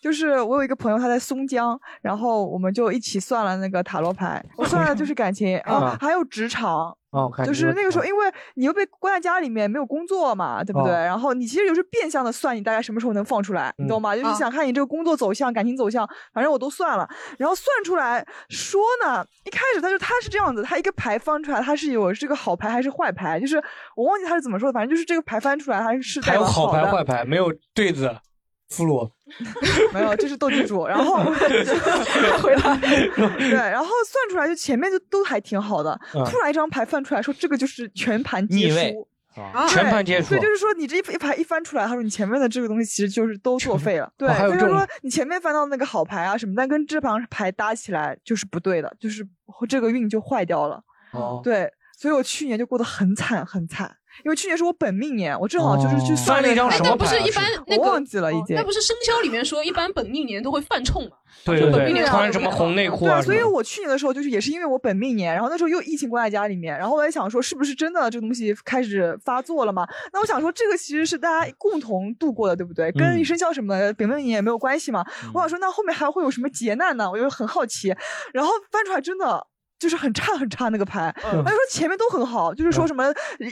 Speaker 6: 就是我有一个朋友他在松江，然后我们就一起算了那个塔罗牌，我算的就是感情啊
Speaker 2: 啊，
Speaker 6: 还有职场。
Speaker 2: 哦我看
Speaker 6: 就
Speaker 2: 你
Speaker 6: 是
Speaker 2: 说
Speaker 6: 那个时候，因为你又被关在家里面，没有工作嘛，对不对？
Speaker 2: 哦
Speaker 6: 然后你其实就是变相的算你大概什么时候能放出来，你懂吗？就是
Speaker 2: 啊
Speaker 6: 想看你这个工作走向、感情走向，反正我都算了。然后算出来说呢，一开始他就他是这样子，他一个牌翻出来，他是有这个好牌还是坏牌，就是我忘记他是怎么说的，反正就是这个牌翻出来还是代
Speaker 2: 还有
Speaker 6: 表
Speaker 2: 好牌
Speaker 6: 的
Speaker 2: 坏牌，没有对子、俘虏。
Speaker 6: 没有，这是斗地主。然
Speaker 4: [LAUGHS]
Speaker 6: 后回来，对，然后算出来就前面就都还挺好的，
Speaker 2: 嗯
Speaker 6: 突然一张牌翻出来说这个就是全盘皆
Speaker 2: 逆位
Speaker 6: 输。
Speaker 2: 啊全盘皆输
Speaker 6: 对，就是说你这一一排一翻出来，他说你前面的这个东西其实就是都作废
Speaker 2: [LAUGHS]
Speaker 6: 了。对，
Speaker 2: 哦还有
Speaker 6: 所以他
Speaker 2: 这种
Speaker 6: 说你前面翻到那个好牌啊什么，但跟这盘牌搭起来就是不对的，就是这个运就坏掉了。
Speaker 2: 哦
Speaker 6: 对，所以我去年就过得很惨很惨，因为去年是我本命年，我正好就是去算
Speaker 2: 哦算了一张
Speaker 6: 个
Speaker 2: 什
Speaker 6: 牌
Speaker 2: 么牌
Speaker 4: 不是
Speaker 2: 啊
Speaker 4: 一般那个哦
Speaker 6: 我忘记了已经。
Speaker 4: 那不是生肖里面说，一般本命年都会犯冲嘛？
Speaker 2: 对
Speaker 4: 就
Speaker 2: 对
Speaker 4: 本
Speaker 2: 对，
Speaker 4: 命
Speaker 2: 你
Speaker 4: 年
Speaker 2: 穿什么红内裤
Speaker 6: 啊对
Speaker 2: 啊？
Speaker 6: 所以我去年的时候就是也是因为我本命年，然后那时候又疫情关在家里面，然后我在想说是不是真的这个东西开始发作了嘛？那我想说这个其实是大家共同度过的，对不对？跟
Speaker 22: 嗯
Speaker 6: 生肖什么的本命年也没有关系嘛。
Speaker 2: 嗯
Speaker 6: 我想说那后面还会有什么劫难呢？我就很好奇，然后翻出来真的。就是很差很差那个牌，他
Speaker 22: 嗯
Speaker 6: 就说前面都很好，就是
Speaker 2: 嗯
Speaker 6: 说什么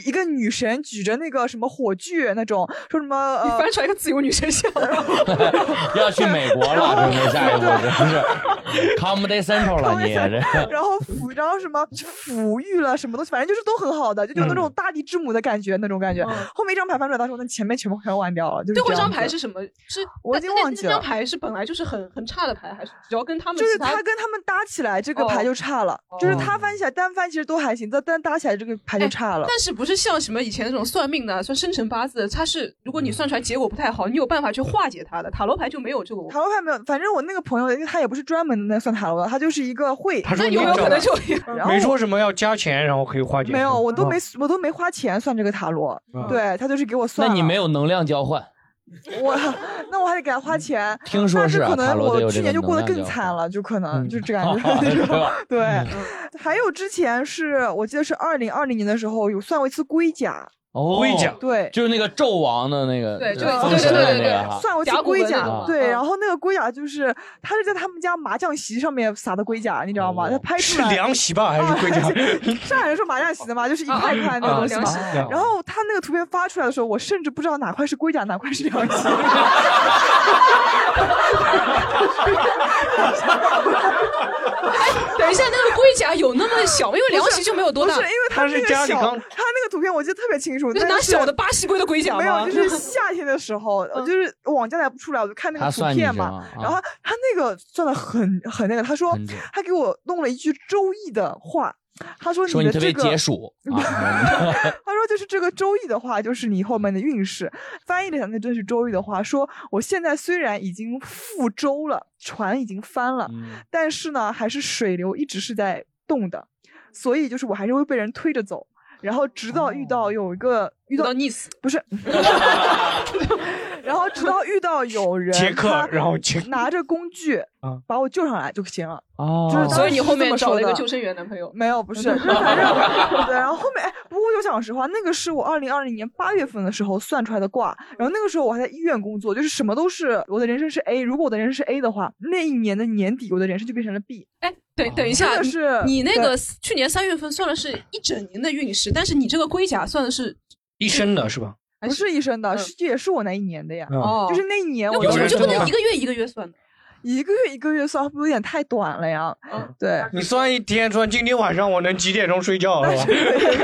Speaker 6: 一个女神举着那个什么火炬那种，说什么呃，
Speaker 4: 翻出来一个自由女神像，
Speaker 6: [LAUGHS]
Speaker 3: 要去美国了，准备下一步真是 Comedy Central 了，你这
Speaker 6: 然后抚，然后什么抚育了什么东西，反正就是都很好的，就
Speaker 3: 嗯
Speaker 6: 有那种大地之母的感觉，那种感觉。后面一张牌翻出来，他说那前面全部全玩掉了，就是
Speaker 4: 嗯最后一
Speaker 6: 这样
Speaker 4: 张牌
Speaker 6: 子
Speaker 4: 是什么？是
Speaker 6: 我已
Speaker 4: 那
Speaker 6: 经
Speaker 4: 那
Speaker 6: 忘记
Speaker 4: 那张
Speaker 6: 了
Speaker 4: 牌是本来就是很很差的牌，还是只要跟他们哦
Speaker 6: 就是
Speaker 4: 其
Speaker 6: 他跟他们搭起来，这个牌就差了。就是
Speaker 3: 嗯
Speaker 6: 他翻起来，单翻其实都还行，但单搭起来这个牌就差了。
Speaker 4: 哎但是不是像什么以前那种算命的，算生辰八字的，它是如果你算出来结果不太好，你有办法去化解它的。塔罗牌就没有这个。
Speaker 6: 塔罗牌没有，反正我那个朋友，因为他也不是专门的那算塔罗的，他就是一个会。
Speaker 2: 他说你有
Speaker 6: 然后
Speaker 2: 没说什么要加钱，然后可以化解。
Speaker 6: 没
Speaker 3: 嗯
Speaker 6: 有，我都没
Speaker 2: 啊
Speaker 6: 我都没花钱算这个塔罗
Speaker 2: 嗯，
Speaker 6: 对他就是给我算
Speaker 3: 那
Speaker 6: 了。
Speaker 3: 你没有能量交换，
Speaker 6: 我那我还得给他花钱。
Speaker 3: 嗯听说
Speaker 6: 但是
Speaker 3: 是啊
Speaker 6: 可
Speaker 3: 塔
Speaker 6: 能
Speaker 3: 罗得有
Speaker 6: 我
Speaker 3: 这
Speaker 6: 去
Speaker 3: 个
Speaker 6: 年就过得
Speaker 3: 能量嗯
Speaker 6: 更
Speaker 3: 交
Speaker 6: 惨了，就可能就这感觉
Speaker 3: [LAUGHS] 是吧
Speaker 6: 对，
Speaker 2: 嗯
Speaker 6: 还有之前是我记得是二零二零年的时候有算过一次龟甲，
Speaker 3: 哦
Speaker 6: 龟甲对
Speaker 3: 就是那个纣王的那个，
Speaker 6: 对
Speaker 3: 封神的那个哈
Speaker 6: 算过一次
Speaker 4: 甲骨
Speaker 6: 龟
Speaker 4: 文那
Speaker 6: 甲
Speaker 4: 种
Speaker 3: 啊
Speaker 4: 嘛，
Speaker 6: 对，
Speaker 4: 嗯
Speaker 6: 然后那个龟甲就是他是在他们家麻将席上面撒的龟甲，你知道吗？他拍出
Speaker 2: 哦是
Speaker 6: 来啊
Speaker 2: 凉席吧，还是龟甲？
Speaker 6: [LAUGHS]
Speaker 2: [LAUGHS]
Speaker 6: 上海人说麻将席的嘛，就是一块一块那个东西嘛
Speaker 2: 啊啊啊啊。
Speaker 6: 然后他那个图片发出来的时候，我甚至不知道哪块是龟甲，哪块是凉席。 [LAUGHS]
Speaker 4: [LAUGHS] 等一下，那个龟甲有那么小吗？因为凉席就没有多大。
Speaker 6: 不是因为它那个小，它那个图片我记得特别清楚，
Speaker 4: 那
Speaker 6: 但
Speaker 4: 拿
Speaker 6: 是
Speaker 4: 小的巴西龟的龟甲吗嗯
Speaker 6: 没有，就是夏天的时候，我就是网站来不出来，我就看那
Speaker 3: 他
Speaker 6: 个图
Speaker 3: 算你
Speaker 6: 片
Speaker 3: 是
Speaker 6: 嘛
Speaker 3: 吗，
Speaker 6: 然后
Speaker 3: 啊
Speaker 6: 他那个算的很很那个，他说
Speaker 3: 很准
Speaker 6: 他给我弄了一句《周易》的话，他说
Speaker 3: 说
Speaker 6: 的
Speaker 3: 你特别
Speaker 6: 这个
Speaker 3: 解暑啊，
Speaker 6: 他说就是这个《周易》的话，就是你后面的运势。翻译了一下，那真是《周易》的话，说我现在虽然已经覆舟了，船已经翻了，
Speaker 2: 嗯
Speaker 6: 但是呢，还是水流一直是在动的，所以就是我还是会被人推着走。然后直到遇
Speaker 2: 哦
Speaker 6: 到有一个、遇到
Speaker 4: 溺死 [LAUGHS]
Speaker 6: 不是，然后直到遇到有人
Speaker 2: 杰克
Speaker 6: 他
Speaker 2: 然后杰克
Speaker 6: 拿着工具
Speaker 2: 啊
Speaker 6: 把我救上来就行了。
Speaker 2: 哦
Speaker 6: 就是当时
Speaker 4: 所以你后
Speaker 6: 是这
Speaker 4: 面
Speaker 6: 么
Speaker 4: 找
Speaker 6: 说
Speaker 4: 了一个
Speaker 6: 的
Speaker 4: 救生员男朋
Speaker 6: [LAUGHS]
Speaker 4: 友？
Speaker 6: 没有，不是，就是反正对，然后后面，哎，不过我想讲实话，那个是我二零二零年八月份的时候算出来的卦，然后那个时候我还在医院工作，就是什么都是我的人生是 A，如果我的人生是 A 的话，那一年的年底我的人生就变成了 B。
Speaker 4: 哎，等等一下，
Speaker 6: 这个是
Speaker 4: 你你那个
Speaker 6: 对
Speaker 4: 去年三月份算的是一整年的运势，但是你这个龟甲算的是
Speaker 2: 一生的是吧？
Speaker 6: 不是一生的，是这也是我那一年的呀，
Speaker 2: 嗯哦
Speaker 6: 就是那一年
Speaker 4: 那
Speaker 6: 我
Speaker 4: 为什么嗯就不能一个
Speaker 6: 月
Speaker 4: 月一个月算呢？
Speaker 6: 一个月一个月算，会不会有点太短了呀？
Speaker 4: 嗯
Speaker 6: 对，
Speaker 2: 你算一天，算今天晚上我能几点钟睡觉是吧？ [LAUGHS]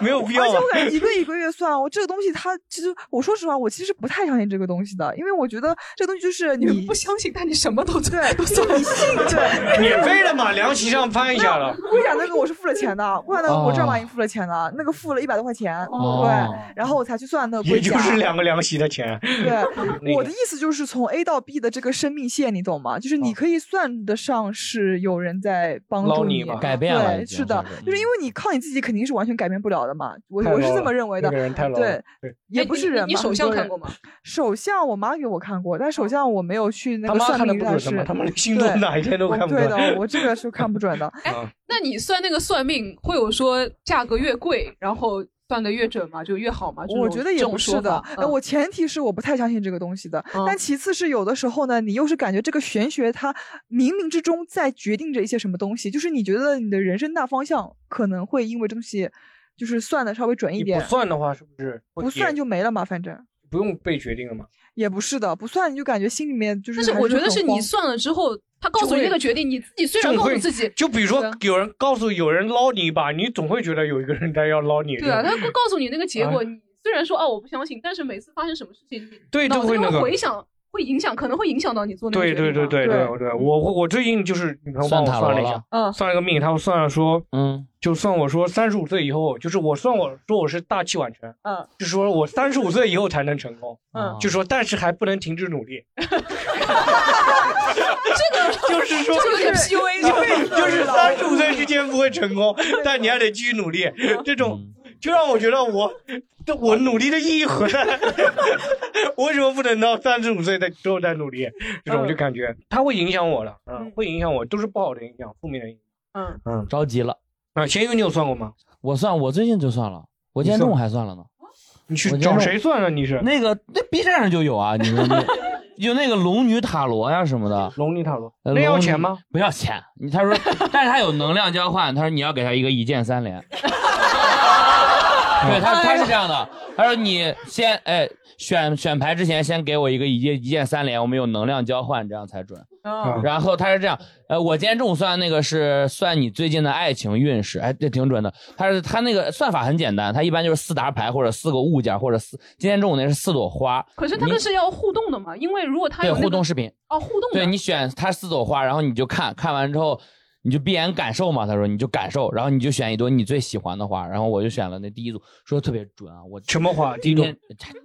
Speaker 2: 没有必要
Speaker 6: 而且
Speaker 2: 吧
Speaker 6: 我感
Speaker 2: [LAUGHS]
Speaker 6: 觉一个一个月算，我这个东西它其实，我说实话，我其实不太相信这个东西的，因为我觉得这个东西就是你不
Speaker 4: 相信，但你什么都
Speaker 6: 对，都算你
Speaker 4: [LAUGHS]
Speaker 6: 信
Speaker 2: [LAUGHS]
Speaker 6: 对，
Speaker 2: 免费的嘛，凉席上翻一下了。
Speaker 6: 龟甲那个我是付了钱的，龟甲那个我正儿八
Speaker 2: 哦
Speaker 6: 经付了钱的，那个付了一百多块钱，
Speaker 2: 哦
Speaker 6: 对，然后我才去算那个龟
Speaker 2: 也
Speaker 6: 甲。
Speaker 2: 就是两个凉席的钱。 [LAUGHS] 那
Speaker 6: [LAUGHS] 对，
Speaker 2: 个
Speaker 6: 我的意思就是从 A 到 B 的这个生命线，你懂吗？就是你可以算得上是有人在帮
Speaker 3: 捞
Speaker 6: 助
Speaker 3: 你吧改变了已
Speaker 6: 对，
Speaker 3: 经
Speaker 6: 是的
Speaker 3: 这，
Speaker 6: 就是因为你靠你自己肯定是完全改变不了的嘛。我
Speaker 3: 太 low
Speaker 6: 我是这么
Speaker 3: 了
Speaker 6: 认为的。
Speaker 3: 那个人太 low 了
Speaker 6: 对
Speaker 3: 对，
Speaker 6: 也
Speaker 4: 哎
Speaker 6: 不
Speaker 4: 你
Speaker 6: 是人嘛。
Speaker 4: 你你手
Speaker 6: 很
Speaker 4: 相
Speaker 6: 多
Speaker 4: 看
Speaker 6: 人
Speaker 4: 过吗？
Speaker 6: 手相我妈给我看过，但手相我没有去那
Speaker 2: 他
Speaker 6: 个
Speaker 2: 妈
Speaker 6: 算
Speaker 2: 看得
Speaker 6: 命
Speaker 2: 不
Speaker 6: 大
Speaker 2: 准的
Speaker 6: 师
Speaker 2: 吗他妈连星座
Speaker 6: 对
Speaker 2: 哪一天都
Speaker 6: 我
Speaker 2: 看不
Speaker 6: 对
Speaker 2: 准
Speaker 6: 的，我这个是看不准的。
Speaker 4: 那你算那个算命会有说价格越贵，然后算的越准吗？就越好吗？这种
Speaker 6: 我觉得
Speaker 4: 这
Speaker 6: 也
Speaker 4: 种
Speaker 6: 不
Speaker 4: 说
Speaker 6: 是的
Speaker 4: 法，嗯
Speaker 6: 那我前提是我不太相信这个东西的。但其次是有的时候呢，你又是感觉这个玄学它冥冥之中在决定着一些什么东西，就是你觉得你的人生大方向可能会因为这东西，就是算的稍微准一
Speaker 2: 你
Speaker 6: 点。
Speaker 2: 不算的话，是不是
Speaker 6: 不算就没了嘛，反正
Speaker 2: 不用被决定了嘛？
Speaker 6: 也不是的，不算你就感觉心里面就是
Speaker 4: 但
Speaker 6: 还
Speaker 4: 是
Speaker 6: 是
Speaker 4: 我觉得是
Speaker 6: 很
Speaker 4: 你
Speaker 6: 慌
Speaker 4: 算了之后，他告诉你那个决定，你自己虽然
Speaker 2: 总
Speaker 4: 告
Speaker 2: 会
Speaker 4: 诉自己，
Speaker 2: 就比如说有人告诉有人捞你一把，你总会觉得有一个人在要捞你。
Speaker 4: 对啊，
Speaker 2: 吧
Speaker 4: 他会告诉你那个结果，
Speaker 2: 啊
Speaker 4: 你虽然说哦我不相信，但是每次发生什么事情，你
Speaker 2: 对
Speaker 4: 脑
Speaker 2: 都
Speaker 4: 子
Speaker 2: 会
Speaker 4: 里
Speaker 2: 那个
Speaker 4: 回想，会影响，可能会影响到你做那个
Speaker 2: 对
Speaker 4: 决定
Speaker 2: 对
Speaker 4: 嘛。
Speaker 2: 对对 [LAUGHS]
Speaker 4: 对
Speaker 2: 对对，我我我最近就是女朋友帮
Speaker 3: 算
Speaker 2: 我
Speaker 3: 塔罗
Speaker 2: 算了一
Speaker 3: 了
Speaker 2: 下，
Speaker 4: 嗯
Speaker 2: 算了个命，她算了说，嗯，就算我说三十五岁以后，就是我算我说我是大器晚成，
Speaker 7: 呃
Speaker 4: 嗯，
Speaker 2: 就说我三十五岁以后才能成功，
Speaker 4: 嗯
Speaker 2: 就说但是还不能停止努力，
Speaker 4: 这个
Speaker 2: 就是说
Speaker 4: 这个有点 PUA，这个
Speaker 2: 就是三十五岁之前不会成功，但你还得继续努力，
Speaker 4: 嗯
Speaker 2: 这
Speaker 3: 嗯
Speaker 2: 种就让我觉得我这我努力的意义何在？ [LAUGHS] 我为什么不能到三十五岁再之后再努力？这
Speaker 4: 嗯
Speaker 2: 种就感觉它会影响我的，嗯，会影响我，都是不好的影响，负面的影响。
Speaker 4: 嗯
Speaker 2: 嗯，
Speaker 3: 着急了。
Speaker 2: 啊，咸鱼你有算过吗？
Speaker 3: 我算，我最近就算了，我今天中午还算了呢。
Speaker 2: 你
Speaker 3: 去
Speaker 2: 找谁算啊？你是
Speaker 3: 那个那 B 站上就有啊，你们有那个龙女塔罗呀什么的。
Speaker 2: 龙女塔罗
Speaker 3: 那
Speaker 2: 那要钱吗？
Speaker 3: 不要钱。你他说， [LAUGHS] 但是他有能量交换，他说你要给他一个一键三
Speaker 2: [LAUGHS]
Speaker 3: 连。 [LAUGHS] 对他他是这样的，啊他说你先哎选选牌之前先给我一个一键一键三连，我们有能量交换，这样才准。
Speaker 2: 啊
Speaker 4: 嗯
Speaker 3: 然后他是这样，呃，我今天中午算那个是算你最近的爱情运势，哎，这挺准的。他是他那个算法很简单，他一般就是四沓牌或者四个物件或者四，今天中午那是四朵花。
Speaker 4: 可是他
Speaker 3: 你
Speaker 4: 们是要互动的嘛，因为如果他有
Speaker 3: 对
Speaker 4: 那个
Speaker 3: 互动视频
Speaker 4: 哦，互动的
Speaker 3: 对你选它四朵花，然后你就看看完之后，你就闭眼感受嘛。他说你就感受，然后你就选一朵你最喜欢的花，然后我就选了那第一组，说的特别准啊。我
Speaker 2: 什么花？
Speaker 3: 今天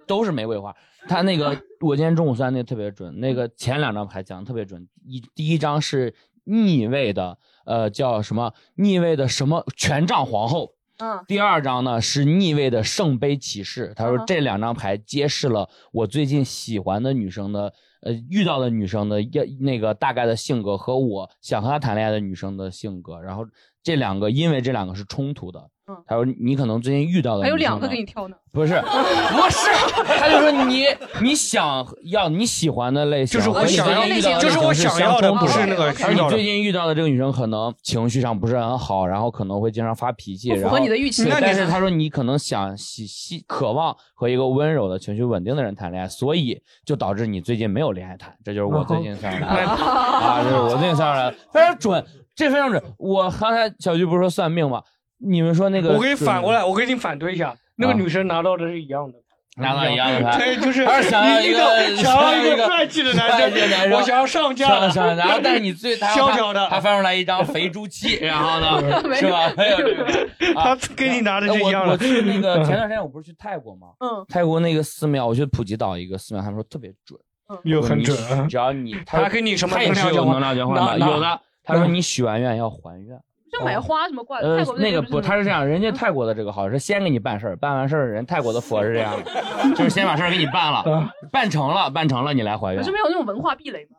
Speaker 3: 都是玫瑰花。他那个我今天中午算那特别准，那个前两张牌讲的特别准，一第一张是逆位的，呃，叫什么逆位的什么权杖皇后。
Speaker 4: 嗯
Speaker 3: 第二张呢是逆位的圣杯骑士，他说
Speaker 4: 嗯哼
Speaker 3: 这两张牌揭示了我最近喜欢的女生的，呃，遇到的女生的要那个大概的性格和我想和她谈恋爱的女生的性格，然后这两个因为这两个是冲突的
Speaker 4: 嗯。
Speaker 3: 他说你可能最近遇到的
Speaker 4: 还有
Speaker 3: 女生
Speaker 4: 两个
Speaker 3: 呢
Speaker 4: 给你挑呢。
Speaker 3: 不是， [LAUGHS] 不是，他就说你 [LAUGHS] 你想要你喜欢的类型，
Speaker 2: 就是我
Speaker 3: 和你
Speaker 2: 想
Speaker 3: 最
Speaker 2: 要
Speaker 3: 近遇
Speaker 2: 的
Speaker 3: 到的
Speaker 2: 就是
Speaker 3: 类型
Speaker 2: 我想要的
Speaker 3: 相冲
Speaker 2: 不是
Speaker 3: 的
Speaker 2: 那个
Speaker 3: 而
Speaker 2: 需要
Speaker 3: 你
Speaker 2: 的
Speaker 3: 最近遇到的这个女生可能情绪上不是很好，然后可能会经常发脾气，
Speaker 4: 不符合
Speaker 3: 然后
Speaker 4: 你的预期
Speaker 3: 对
Speaker 4: 那你
Speaker 3: 但是他说你可能想喜喜渴望和一个温柔的情绪稳定的人谈恋爱，所以就导致你最近没有恋爱谈，这就是我最近想要的
Speaker 2: [LAUGHS]
Speaker 3: 啊，这是我最近想要的，非常准，这非常准。我刚才小菊不是说算命吗？你们说那个啊
Speaker 2: 我给你反过
Speaker 3: 来。
Speaker 2: 来，我给你反推一下，那个女生拿到的是一样的。
Speaker 3: 拿到一样的牌，
Speaker 2: 对，嗯就是
Speaker 3: 而想要一个
Speaker 2: 你遇到想要一个帅气的男
Speaker 3: 帅气的
Speaker 2: 生，我想要上架的
Speaker 3: 上上然后但是你最他
Speaker 2: [LAUGHS] 萧条的，
Speaker 3: 他翻出来一张肥猪七，
Speaker 2: [LAUGHS]
Speaker 3: 然后呢
Speaker 2: 没有
Speaker 3: 是吧？没有这个，
Speaker 2: [LAUGHS]
Speaker 3: 啊
Speaker 2: 他给你拿的是一样
Speaker 3: 我
Speaker 2: 的。
Speaker 3: 我去那
Speaker 2: [LAUGHS]
Speaker 3: 个前段时间我不是去泰国吗？
Speaker 4: 嗯，
Speaker 3: 泰国那个寺庙，我去普吉岛一个寺庙，他们说特别准，
Speaker 2: 又很准啊
Speaker 3: 说你只要你
Speaker 2: 他给你什么
Speaker 3: 他也是有能
Speaker 2: 能
Speaker 3: 量
Speaker 2: 量
Speaker 3: 交
Speaker 2: 交
Speaker 3: 换
Speaker 2: 换
Speaker 3: 的，
Speaker 2: 哪
Speaker 3: 有的
Speaker 2: 哪。
Speaker 3: 他说你许完愿要还愿，
Speaker 4: 就买花什么挂，
Speaker 3: 呃
Speaker 4: 泰国，
Speaker 3: 那
Speaker 4: 边
Speaker 3: 个
Speaker 4: 不是
Speaker 3: 不，
Speaker 4: 那种
Speaker 3: 他是这样，
Speaker 2: 嗯
Speaker 3: 人家泰国的这个好是先给你办事儿，办完事儿人泰国的佛是这样
Speaker 2: [LAUGHS] 嗯
Speaker 3: [LAUGHS] 的，就是先把事儿给你办了，办成了，办成了你来还
Speaker 4: 可
Speaker 3: 愿
Speaker 4: 是。没有那种文化壁垒嘛。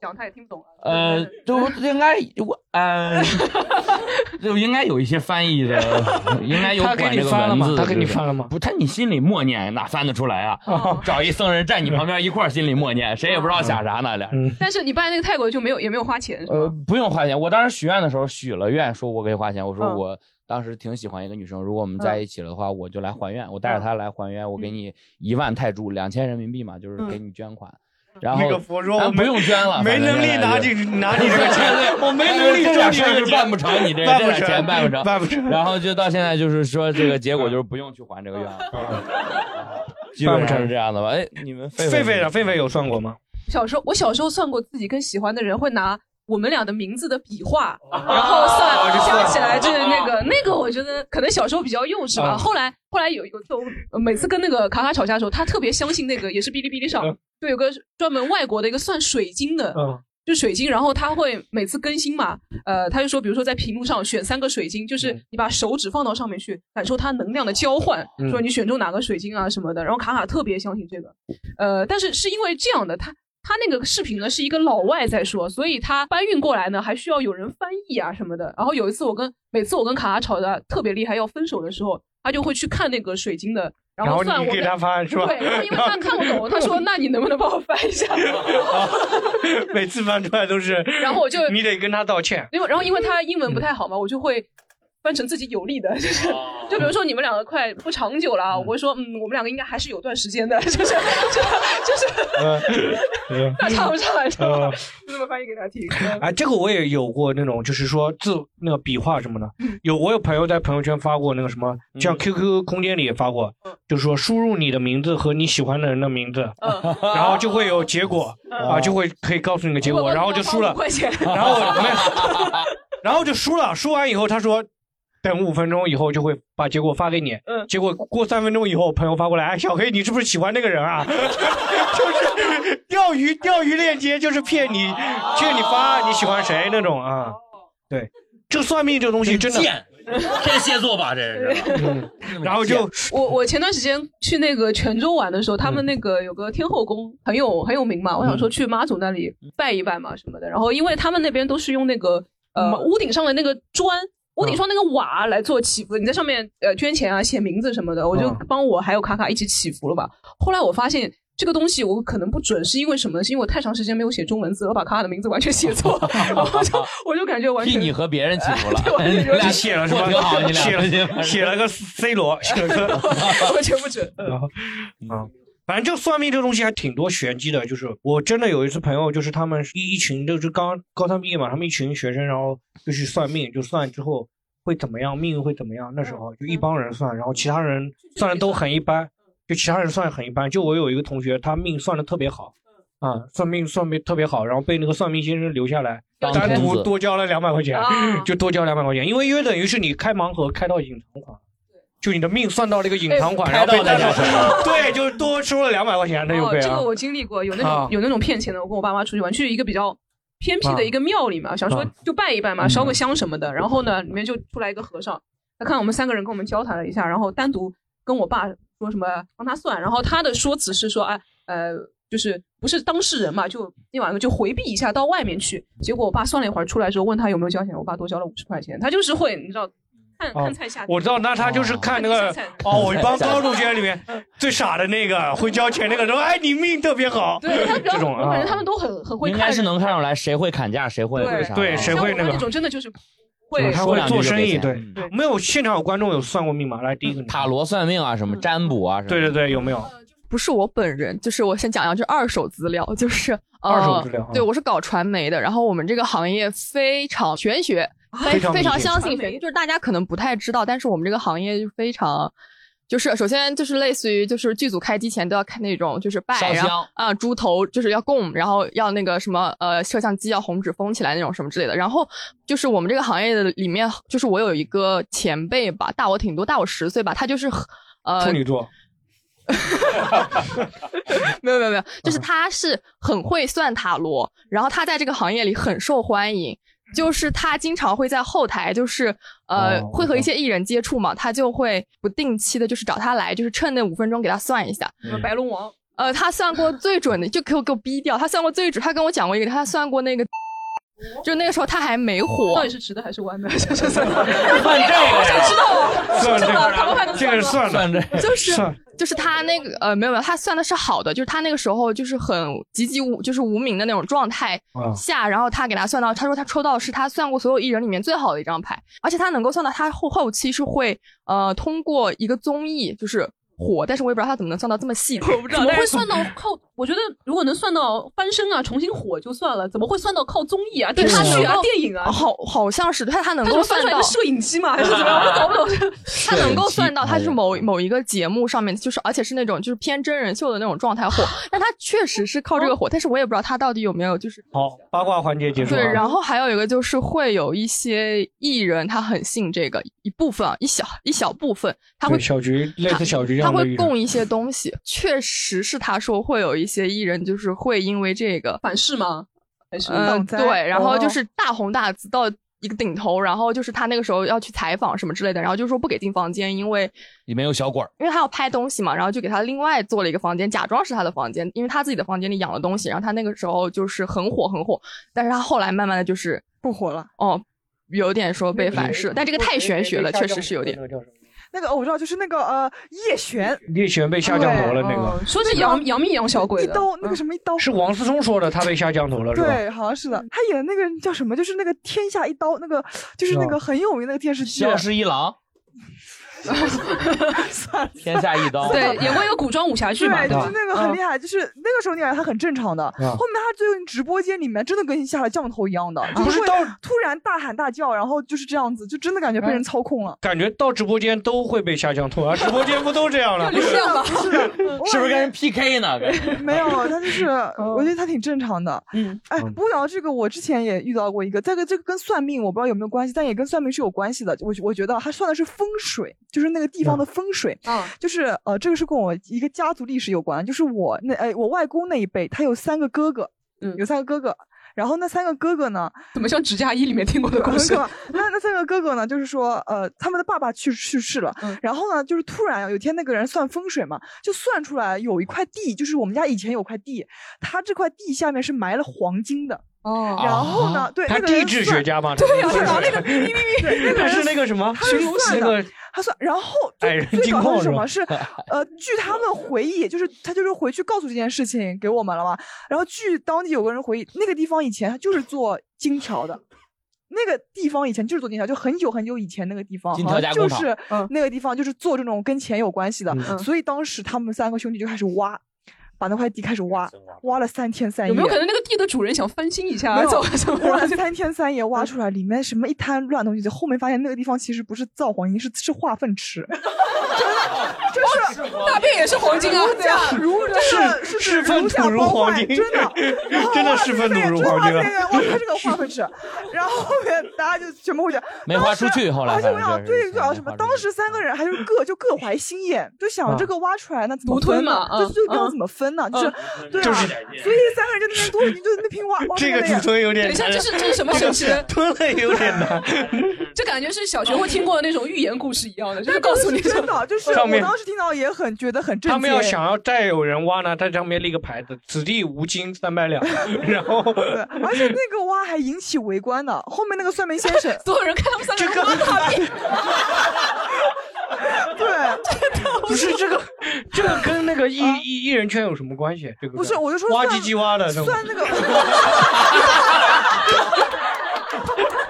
Speaker 4: 讲他也听不懂。
Speaker 3: 呃，都应该我
Speaker 2: [LAUGHS]
Speaker 3: 呃，就应该有一些翻译的，应该有
Speaker 2: 他给
Speaker 3: 管
Speaker 2: 你
Speaker 3: 这个
Speaker 2: 翻了
Speaker 3: 文
Speaker 2: 吗哦
Speaker 3: 字。
Speaker 2: 他给你翻
Speaker 3: 了吗？不，他你心里默念哪翻得出来啊？找一僧人站你旁边一块儿心里默念，谁也不
Speaker 2: 嗯
Speaker 3: 知道想啥呢俩。
Speaker 4: 但是你办那个泰国就没有也没有花钱，是吧
Speaker 3: 呃，不用花钱。我当时许愿的时候许了愿，说我给花钱。我说
Speaker 4: 嗯
Speaker 3: 我当时挺喜欢一个女生，如果我们在一起了的话，我就来还愿，我带着她来还愿，我给你一万泰铢，两千人民币嘛，就是给你捐款。然后
Speaker 2: 那个佛说
Speaker 3: 咱
Speaker 2: 我
Speaker 3: 不
Speaker 2: 没
Speaker 3: 用捐了，
Speaker 2: 没
Speaker 3: 反正
Speaker 2: 能力
Speaker 3: 现在
Speaker 2: 拿
Speaker 3: 就 [LAUGHS]
Speaker 2: 你拿你这个钱我没能力
Speaker 3: 这俩
Speaker 2: 挣你
Speaker 3: 事
Speaker 2: 这
Speaker 3: 儿
Speaker 2: 个
Speaker 3: 是
Speaker 2: 钱
Speaker 3: 办不成，你这
Speaker 2: 办不
Speaker 3: 这俩
Speaker 2: 成
Speaker 3: 钱办不成，
Speaker 2: 办不成嗯
Speaker 3: 然后就到现在就是说这个结果就是不用去还这个愿了， [LAUGHS] 基
Speaker 2: 办不
Speaker 3: 本
Speaker 2: 成
Speaker 3: 上是这样的吧？哎，你们
Speaker 2: 狒狒呢
Speaker 3: 狒狒有算过吗？
Speaker 4: 小时候，我小时候算过自己跟喜欢的人会拿我们俩的名字的笔画，然后算
Speaker 1: 哦啊就算
Speaker 4: 加起来就是那个 [LAUGHS] 那个，我觉得可能小时候比较幼稚吧。
Speaker 1: 啊
Speaker 4: 后来后来有一个就呃每次跟那个卡卡吵架的时候，他特别相信那个，也是哔哩哔哩上就有个专门外国的一个算水晶的，
Speaker 1: 嗯
Speaker 4: 就水晶，然后他会每次更新嘛，呃，他就说，比如说在屏幕上选三个水晶，就是
Speaker 2: 嗯
Speaker 4: 你把手指放到上面去，感受它能量的交换，
Speaker 1: 嗯
Speaker 4: 说你选中哪个水晶啊什么的。然后卡卡特别相信这个，呃，但是是因为这样的，他他那个视频呢是一个老外在说，所以他搬运过来呢还需要有人翻译啊什么的。然后有一次我跟每次我跟卡卡吵得特别厉害，要分手的时候，他就会去看那个水晶的。
Speaker 2: 然后
Speaker 4: 后算
Speaker 2: 你
Speaker 4: 我
Speaker 2: 给
Speaker 4: 们
Speaker 2: 他翻是吧
Speaker 4: 对，
Speaker 2: [LAUGHS]
Speaker 4: 然后因为他看不懂，他说：“那你能不能帮我翻一下？”
Speaker 2: 每次翻出来都是，
Speaker 4: [LAUGHS] 然后我就
Speaker 2: 你得跟他道
Speaker 4: [LAUGHS]
Speaker 2: 歉。
Speaker 4: 因为然后因为他英文不太好嘛，我就会翻成自己有利的，就是 [LAUGHS] 就比如说你们两个快不长久了啊，我会说嗯，我们两个应该还是有段时间的，就是 [LAUGHS] 就是就是，那唱不上
Speaker 2: 嗯
Speaker 4: 来唱不上，就这么翻译给他听。嗯
Speaker 2: 哎，这个我也有过那种，就是说字那个笔画什么的，
Speaker 4: 嗯
Speaker 2: 有我有朋友在朋友圈发过那个什么，像 QQ 空间里也发过，
Speaker 4: 嗯
Speaker 2: 就是说输入你的名字和你喜欢的人的名字，然后就会有结果啊，就会可以告诉你个结果，然后就输了
Speaker 4: 五块钱，
Speaker 2: 然后我没有，然后就输了，输完以后他说。等五分钟以后就会把结果发给你，结果过三分钟以后，朋友发过来，哎，小黑，你是不是喜欢那个人啊？就是钓鱼钓鱼链接，就是骗你骗你发你喜欢谁那种啊。对，这算命这东西真的嗯
Speaker 3: 贱天蝎座吧，这是。嗯
Speaker 2: 然
Speaker 3: [LAUGHS]
Speaker 2: 后就
Speaker 4: [LAUGHS] 我我前段时间去那个泉州玩的时候，
Speaker 3: 嗯
Speaker 4: 他们那个有个天后宫很有很有名嘛，我想说去妈祖那里
Speaker 3: 嗯
Speaker 4: 拜一拜嘛什么的。然后因为他们那边都是用那个呃屋顶上的那个砖。
Speaker 3: 嗯
Speaker 4: 屋顶上那个瓦来做祈福，你在上面呃捐钱啊、写名字什么的，我
Speaker 3: 嗯
Speaker 4: 就帮我还有卡卡一起祈福了吧。后来我发现这个东西我可能不准，是因为什么呢？是因为我太长时间没有写中文字了，我把卡卡的名字完全写错， [LAUGHS] 然后就我就感觉完
Speaker 3: 替
Speaker 4: 全
Speaker 3: 你
Speaker 4: [LAUGHS]
Speaker 3: 和别人祈福了
Speaker 4: 对我，就觉得
Speaker 3: 俩
Speaker 2: 写了什
Speaker 3: 过
Speaker 2: 么
Speaker 3: 挺好，你俩
Speaker 2: 写了写了个 C 罗，写了
Speaker 3: [LAUGHS]
Speaker 2: 个
Speaker 4: 完全不准。
Speaker 2: 然后
Speaker 3: 嗯
Speaker 2: 啊，反正就算命这东西还挺多玄机的。就是我真的有一次朋友，就是他们一一群就是刚高三毕业嘛，他们一群学生，然后就去算命，就算之后会怎么样，命运会怎么样。那时候就一帮人算，然后其他人算的都很一般，就其他人算的很一般。就我有一个同学，他命算的特别好。
Speaker 3: 嗯
Speaker 2: 啊、算命算命特别好，然后被那个算命先生留下来，
Speaker 3: 当
Speaker 2: 单
Speaker 3: 天
Speaker 2: 独
Speaker 3: 子
Speaker 2: 多交了两百块钱，
Speaker 4: 啊
Speaker 2: 就多交两百块钱，因为约等于是你开盲盒开到隐藏款，就你的命算到了一个隐藏款，然后
Speaker 3: 开
Speaker 2: 被
Speaker 3: 到
Speaker 2: 单
Speaker 3: 那个
Speaker 2: 独对，就是多收了两百块钱，那就
Speaker 4: 哦
Speaker 2: 可，以
Speaker 4: 这
Speaker 2: 了。
Speaker 4: 个我经历过，有那种、
Speaker 2: 啊
Speaker 4: 有那种骗钱的。我跟我爸妈出去玩，去一个比较偏僻的一个庙里嘛，想说
Speaker 2: 啊
Speaker 4: 就拜一拜嘛，
Speaker 2: 嗯
Speaker 4: 烧个香什么的。然后呢，里面就出来一个和尚，他看我们三个人跟我们交谈了一下，然后单独跟我爸说什么帮他算。然后他的说辞是说，哎，呃，就是不是当事人嘛，就那晚上就回避一下，到外面去。结果我爸算了一会儿出来之后，问他有没有交钱，我爸多交了五十块钱。他就是会，你知道，看、
Speaker 2: 哦
Speaker 4: 看菜下地。
Speaker 2: 我知道，那他就是看那个
Speaker 4: 看菜下地
Speaker 2: 哦，我一帮高中生里面最傻的那个会交钱那个说，哎，你命特别好，
Speaker 4: 对他
Speaker 2: 这种
Speaker 4: 我感
Speaker 2: 啊
Speaker 4: 觉，他们都很很会
Speaker 3: 应
Speaker 4: 看
Speaker 3: 该
Speaker 4: 人。
Speaker 3: 是能看出来谁会砍价，谁会
Speaker 4: 对
Speaker 3: 啥，啊
Speaker 2: 谁会那个
Speaker 4: 像我妈那种真的就是会
Speaker 2: 嗯他会做生意，
Speaker 3: 说两句就给
Speaker 2: 对
Speaker 3: 钱，
Speaker 2: 没有现场有观众有算过命吗？来第一个，塔
Speaker 3: 罗算命啊，什么占卜啊，
Speaker 2: 对对对，有没有？
Speaker 22: 不是我本人，就是我先讲一下，就是二手资料，就是、呃、
Speaker 2: 二手资料啊
Speaker 22: 对，我是搞传媒的，然后我们这个行业非常玄学，非
Speaker 2: 啊
Speaker 22: 非
Speaker 2: 非常迷信
Speaker 22: 常相信玄学，就是大家可能不太知道，但是我们这个行业就非常。就是首先就是类似于就是剧组开机前都要看那种就是拜，
Speaker 1: 烧香
Speaker 22: 然后啊猪头就是要供，然后要那个什么呃摄像机要红纸封起来那种什么之类的。然后就是我们这个行业的里面，就是我有一个前辈吧，大我挺多，大我十岁吧，他就是很呃
Speaker 2: 处女座，
Speaker 22: [LAUGHS] 没有没有没有，就是他是很会算塔罗，然后他在这个行业里很受欢迎。就是他经常会在后台，就是呃，会和一些艺人接触嘛，他就会不定期的，就是找他来，就是趁那五分钟给他算一下。
Speaker 4: 什么白龙王，
Speaker 22: 呃，他算过最准的，就给我给我逼掉。他算过最准，他跟我讲过一个，他算过那个，就那个时候他还没火。
Speaker 4: 到底是直的还是弯的？这
Speaker 22: [LAUGHS] 这算
Speaker 4: 了，
Speaker 22: 算这个呀
Speaker 4: 我想知道啊，
Speaker 22: 算这个
Speaker 4: 真的唐老板能
Speaker 22: 这个
Speaker 4: 吗
Speaker 22: 算
Speaker 9: 算这
Speaker 22: 就是
Speaker 9: 算
Speaker 22: 就是他那个呃，没有没有，他算的是好的，就是他那个时候就是很籍籍无就是无名的那种状态
Speaker 9: 啊
Speaker 22: 下，然后他给他算到，他说他抽到是他算过所有艺人里面最好的一张牌，而且他能够算到他后后期是会呃通过一个综艺就是。火，但是我也不知道他怎么能算到这么细，我不
Speaker 4: 怎么会算到靠？我觉得如果能算到翻身啊、重新火就算了，怎么会算到靠综艺啊、
Speaker 22: 对
Speaker 4: 电视剧
Speaker 22: 他能
Speaker 4: 啊
Speaker 22: 够、
Speaker 4: 电影啊？
Speaker 22: 好，好像是他他能
Speaker 4: 他怎
Speaker 22: 够
Speaker 4: 么算出来
Speaker 22: 到
Speaker 4: 一个摄影机嘛，还是怎么样？我搞不懂。
Speaker 22: 他能够算到他是某某一个节目上面，就是而且是那种就是偏真人秀的那种状
Speaker 2: [LAUGHS]
Speaker 22: 态火，但他确实是靠这个
Speaker 2: 哦
Speaker 22: 火，但是我也不知道他到底有没有就是
Speaker 2: 好，八卦环节结束啊。
Speaker 22: 对，然后还有一个就是会有一些艺人他很信这个一部分啊，一小一小部分他会
Speaker 2: 对小菊类似小菊
Speaker 22: 他
Speaker 2: 这样的
Speaker 22: 会
Speaker 2: 艺
Speaker 22: 供
Speaker 2: 人，
Speaker 22: 一些东西，确实是他说会有一些艺人就是会因为这个
Speaker 4: 反噬吗？还是
Speaker 22: 嗯，
Speaker 4: 浪灾
Speaker 22: 对，然后就
Speaker 4: 哦
Speaker 22: 是大红大紫到一个顶头，然后就是他那个时候要去采访什么之类的，然后就说不给进房间，因为
Speaker 9: 里面有小鬼儿。
Speaker 22: 因为他要拍东西嘛，然后就给他另外做了一个房间，假装是他的房间，因为他自己的房间里养了东西。然后他那个时候就是很火很火，但是他后来慢慢的就是
Speaker 6: 不火了。
Speaker 22: 哦，有点说被反噬，但这个太玄学了，
Speaker 6: 那个
Speaker 22: 确实是有点。
Speaker 6: 那个哦我知道，就是那个呃叶璇，嗯
Speaker 2: 叶璇被下降头了那个，
Speaker 4: 说是杨杨幂养小鬼
Speaker 6: 一刀那个什么一刀，
Speaker 2: 是王思聪说的，他被下降头了是吧？
Speaker 6: 对，好像是的。他演的那个人叫什么？就是那个《天下一刀》，那个就是那个很有名的那个电视剧。
Speaker 9: 消
Speaker 6: [LAUGHS]
Speaker 9: 失一郎，天下
Speaker 6: [LAUGHS]
Speaker 9: 一刀，嗯
Speaker 4: [LAUGHS] 对，演过一个古装武侠剧嘛，
Speaker 6: 对，就
Speaker 4: 吧
Speaker 6: 是那个很厉害，就是那个时候你感觉他很正常的，后
Speaker 4: 嗯
Speaker 6: 面他最近直播间里面真的跟下了降头一样
Speaker 9: 啊
Speaker 6: 的，就会突然大喊大叫，然后就是这样子，就真的感觉
Speaker 9: 哎
Speaker 6: 被人操控了。
Speaker 2: 感觉到直播间都会被下降
Speaker 9: [LAUGHS]
Speaker 2: 头啊，直播间不都这样了？哦
Speaker 6: 是的，是的，
Speaker 9: 是不是跟人 PK
Speaker 2: [LAUGHS]
Speaker 9: 呢？
Speaker 6: [LAUGHS] 没有，他就是，我觉得他挺正常的。
Speaker 4: 哦嗯，
Speaker 6: 哎，
Speaker 9: 嗯
Speaker 6: 不过讲到这个，我之前也遇到过一个，这个这个跟算命我不知道有没有关系，但也跟算命是有关系的。我我觉得他算的是风水，就是那个地方的风水。
Speaker 4: 嗯
Speaker 6: 就是呃，这个是跟我一个家族历史有关，就是我那哎，我外公那一辈，他有三个哥哥，
Speaker 4: 嗯，
Speaker 6: 有三个哥哥。然后那三个哥哥呢？
Speaker 4: 怎么像《指甲衣》里面听过的故事
Speaker 6: 对？ [LAUGHS] 那那三个哥哥呢？就是说，呃，他们的爸爸去去世了，然后呢，就是突然有一天那个人算风水嘛，就算出来有一块地，就是我们家以前有块地，他这块地下面是埋了黄金的。
Speaker 4: 哦
Speaker 6: 然后呢？
Speaker 2: 啊
Speaker 6: 对，
Speaker 2: 他
Speaker 6: 那个人
Speaker 2: 地质
Speaker 6: 算
Speaker 2: 学家嘛
Speaker 6: 对呀、
Speaker 2: 他是
Speaker 6: 对啊，那
Speaker 2: [LAUGHS]
Speaker 6: 个咪咪咪，对那个人
Speaker 2: 他是那个什么
Speaker 6: 他是
Speaker 2: 寻龙
Speaker 6: 算
Speaker 2: 那
Speaker 6: 的
Speaker 2: 个，
Speaker 6: 他算，然后
Speaker 2: 矮人
Speaker 6: 最最
Speaker 2: 金
Speaker 6: 搞笑
Speaker 2: 矿
Speaker 6: 是什
Speaker 2: 是吧
Speaker 6: 么？是呃，据他们回忆，就是他就是回去告诉这件事情给我们了嘛。然后据当地有个人回忆，那个地方以前他就是做金条的。那个地方以前就是做金条，就很久很久以前那个地方，
Speaker 9: 金
Speaker 6: 好
Speaker 9: 条
Speaker 6: 像
Speaker 9: 加
Speaker 6: 就
Speaker 9: 工厂
Speaker 6: 是那个地方就是做这种跟钱有关系的，
Speaker 9: 嗯
Speaker 6: 所以当时他们三个兄弟就开始挖，把那块地开始挖，挖了三天三夜。
Speaker 4: 有没有可能那个地的主人想翻新一下，啊走走
Speaker 6: 挖
Speaker 4: [LAUGHS]
Speaker 6: 了三天三夜挖出来，里面什么一滩乱东西，就后面发现那个地方其实不是造黄金，是是化粪池。
Speaker 4: 就是大便也是黄金啊，
Speaker 6: 如假如真的
Speaker 2: 是
Speaker 6: 是
Speaker 2: 是粪
Speaker 6: 如假
Speaker 2: 土如
Speaker 6: 包
Speaker 2: 黄
Speaker 6: 换
Speaker 2: 金，
Speaker 6: 真
Speaker 2: [LAUGHS]
Speaker 6: 的
Speaker 2: 真的是
Speaker 6: [LAUGHS]
Speaker 2: 粪土如黄金
Speaker 6: 哇，
Speaker 2: 啊
Speaker 6: 那个哇，他这个化粪池，然后后面大家就全部会
Speaker 2: [LAUGHS]
Speaker 6: 觉得
Speaker 9: 没花出去后来
Speaker 6: 而且我
Speaker 9: 反正
Speaker 6: 想
Speaker 9: 就是
Speaker 6: 对，就想什么，当时三个人还是各就各怀心眼，就
Speaker 2: 嗯
Speaker 6: 想这个挖出来那怎么
Speaker 4: 独吞
Speaker 6: 分呢
Speaker 4: 嘛？嗯
Speaker 6: 就就要怎么分呢？就是
Speaker 4: 嗯
Speaker 6: 对啊，
Speaker 4: 就
Speaker 6: 所
Speaker 4: 是
Speaker 6: 以三个人就那边多，你就那拼
Speaker 2: [LAUGHS]
Speaker 6: 挖，挖
Speaker 2: 这
Speaker 6: 那
Speaker 2: 个
Speaker 6: 呀
Speaker 2: 主推有点
Speaker 4: 等一
Speaker 2: 难，
Speaker 4: 下这是这是什么神奇的
Speaker 2: 吞了有点难。
Speaker 4: 这感觉是小学会听过的那种寓言故事一样的，就是告诉你
Speaker 6: 真的，就是
Speaker 2: 上
Speaker 6: 我
Speaker 2: 面
Speaker 6: 当时听到也很觉得很震惊。
Speaker 2: 他们要想要再有人挖呢，在上面立个牌子“此地无金三百两”，
Speaker 6: [LAUGHS]
Speaker 2: 然后
Speaker 6: 而且那个蛙还引起围观呢。后面那个算命先生，
Speaker 4: 所有人看他们三个人挖大便，
Speaker 6: 对，
Speaker 2: [LAUGHS] 不是这个，这个跟那个艺艺艺人圈有什么关系？这个
Speaker 6: 啊不是我就说
Speaker 2: 挖
Speaker 6: 算
Speaker 2: 唧唧挖的，
Speaker 6: 算那个。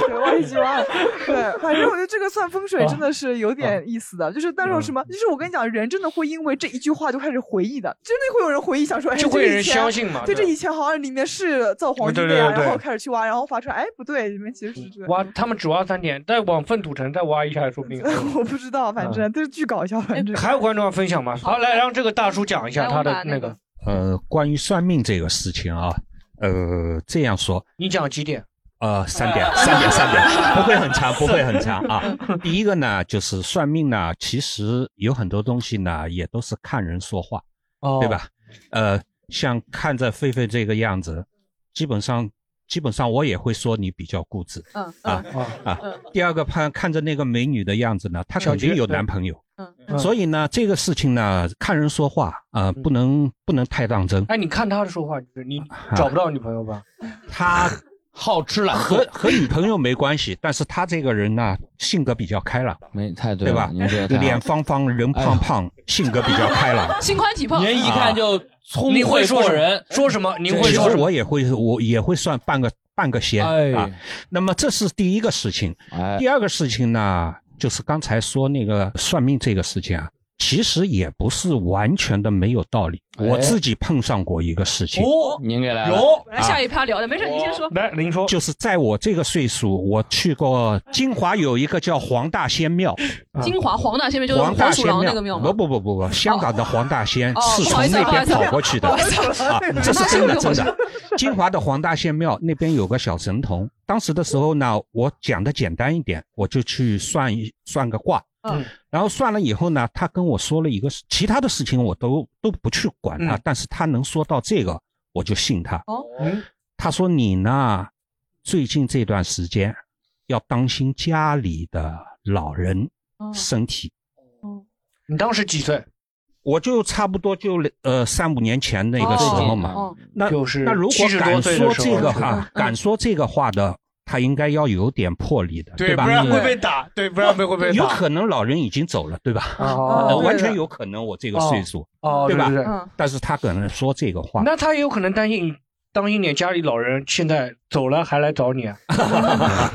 Speaker 6: 对，挖唧唧挖。对，反正我觉得这个算风水真的是有点意思的，就是但是有什么，
Speaker 2: 嗯
Speaker 6: 就是我跟你讲，人真的会因为这一句话就开始回忆的，真的会有人回忆想说，哎，
Speaker 2: 就会
Speaker 6: 这以
Speaker 2: 有人
Speaker 6: 前
Speaker 2: 相信嘛
Speaker 6: 对，这
Speaker 2: 对
Speaker 6: 以前好像里面是造黄金的
Speaker 2: 对
Speaker 6: 呀，
Speaker 2: 对对
Speaker 6: 然后开始去挖，然后发出来，哎，不对，里面其实是这个。
Speaker 2: 挖，他们只挖三点，再往粪土城再挖一下，说不定。
Speaker 6: [LAUGHS] 我不知道，
Speaker 2: 嗯
Speaker 6: 反正就是巨搞笑，反正。
Speaker 2: [LAUGHS] 还有观众要分享吗？好，来让这个大叔讲一下他的那个，
Speaker 1: 呃，关于算命这个事情啊，呃，这样说，
Speaker 2: 你讲几点？
Speaker 1: 呃，三点， [LAUGHS] 三点，三点，不会很
Speaker 2: [LAUGHS]
Speaker 1: 长，不会很长啊。第一个呢，就是算命呢，其实有很多东西呢，也都是看人说话，
Speaker 2: 哦
Speaker 1: 对吧？呃，像看着狒狒这个样子，基本上，基本上我也会说你比较固执，
Speaker 4: 嗯
Speaker 1: 啊
Speaker 4: 嗯
Speaker 1: 啊。第二个看看着那个美女的样子呢，她
Speaker 2: 小
Speaker 1: 肯定
Speaker 2: 菊
Speaker 1: 有
Speaker 2: 对
Speaker 1: 男朋友，
Speaker 4: 嗯
Speaker 1: 所以呢，这个事情呢，看人说话啊、
Speaker 3: 嗯
Speaker 1: 呃不能不能太当真。
Speaker 2: 哎，你看他的说话，就是你
Speaker 1: 啊
Speaker 2: 找不到女朋友吧？
Speaker 1: 他
Speaker 3: 好吃 [LAUGHS] 懒
Speaker 1: 和和女朋友没关系，但是他这个人呢，性格比较开朗，
Speaker 12: 没太
Speaker 1: 对
Speaker 3: 了
Speaker 1: 吧？
Speaker 3: 您这个太好哎
Speaker 1: 脸方方，人胖胖，性格比较开朗。
Speaker 4: [LAUGHS]
Speaker 1: 啊
Speaker 4: 心宽体胖。
Speaker 3: 您一看就聪
Speaker 2: 你
Speaker 3: 慧
Speaker 2: 会说
Speaker 3: 过
Speaker 2: 什么
Speaker 3: 人，
Speaker 2: 说什么啊您会
Speaker 1: 其
Speaker 2: 说
Speaker 1: 实
Speaker 2: 什么哎
Speaker 1: 我也会，我也会算半个半个仙、啊。那么这是第一个事情，第二个事情呢，就是刚才说那个算命这个事情啊，其实也不是完全的没有道理。
Speaker 3: 哎
Speaker 1: 我自己碰上过一个事情，
Speaker 2: 哦
Speaker 1: 您给来
Speaker 4: 来下一趴聊的，没事，你
Speaker 1: 哦
Speaker 4: 先说。
Speaker 2: 来，您说，
Speaker 1: 就是在我这个岁数，我去过金华有一个叫黄大仙庙，
Speaker 4: 金华黄大仙庙就是
Speaker 1: 啊黄
Speaker 4: 黄
Speaker 1: 大
Speaker 4: 鼠
Speaker 1: 仙
Speaker 4: 狼
Speaker 1: 庙
Speaker 4: 那个庙吗
Speaker 1: 不？不不不不，香港的黄大仙
Speaker 4: 哦
Speaker 1: 是
Speaker 4: 不好
Speaker 1: 从
Speaker 4: 意思
Speaker 1: 那边
Speaker 4: 不好
Speaker 1: 跑
Speaker 4: 意思
Speaker 1: 过
Speaker 4: [LAUGHS]
Speaker 1: 去的
Speaker 4: 不好意思。
Speaker 1: 啊，这是真的真的金华的黄大仙庙那边有个小神童，当时的时候呢，我讲的简单一点，我就去算一算个卦。
Speaker 2: 嗯，
Speaker 1: 然后算了以后呢，他跟我说了一个事其他的事情，我都都不去管他，但是他能说到这个，我就信他。
Speaker 4: 嗯哦，
Speaker 2: 嗯
Speaker 1: 他说你呢，最近这段时间要当心家里的老人
Speaker 2: 哦
Speaker 1: 身体。
Speaker 2: 你当时几岁？
Speaker 1: 我就差不多就呃三五年前那个时候嘛。
Speaker 2: 哦嗯哦
Speaker 1: 那
Speaker 2: 就是
Speaker 1: 那如果
Speaker 2: 70多
Speaker 1: 敢
Speaker 2: 岁的
Speaker 1: 说
Speaker 2: 时候
Speaker 1: 这个
Speaker 2: 是吧
Speaker 1: 哈，敢说这个话的，他应该要有点魄力的，吧？
Speaker 2: 打，对，不然会被
Speaker 1: 有可能老人已经走了，对吧？
Speaker 2: 哦
Speaker 1: 呃
Speaker 2: 对的
Speaker 1: 完全有可能，我这个岁数，
Speaker 2: 哦哦
Speaker 1: 对吧
Speaker 2: 对对对嗯？
Speaker 1: 但是他可能说这个话，
Speaker 2: 那他也有可能担心你，当心你家里老人现在走了还来找你啊，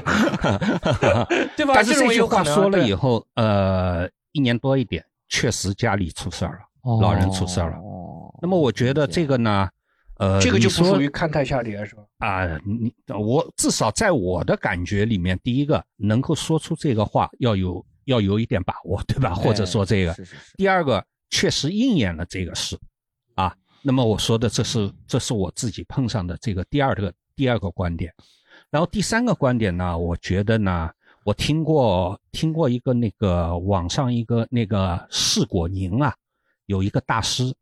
Speaker 2: [LAUGHS] 对吧？
Speaker 1: 但是
Speaker 2: 这
Speaker 1: 这
Speaker 2: 种也
Speaker 1: 句
Speaker 2: 有可
Speaker 1: 话
Speaker 2: 能啊
Speaker 1: 说了
Speaker 2: 对
Speaker 1: 以后，呃，一年多一点，确实家里出事儿了，老人出事儿了。那么我觉得这个呢，呃，
Speaker 2: 哦这个就
Speaker 1: 你
Speaker 2: 不
Speaker 1: 说
Speaker 2: 属于看太下碟是吧？
Speaker 1: 啊，你我至少在我的感觉里面，第一个能够说出这个话，要有要有一点把握，对吧？或
Speaker 12: 哎
Speaker 1: 者说这个，第二个确实应验了这个事啊。那么我说的这是这是我自己碰上的这个第二个第二个观点，然后第三个观点呢，我觉得呢，我听过听过一个那个网上一个那个释果宁啊，有一个大师，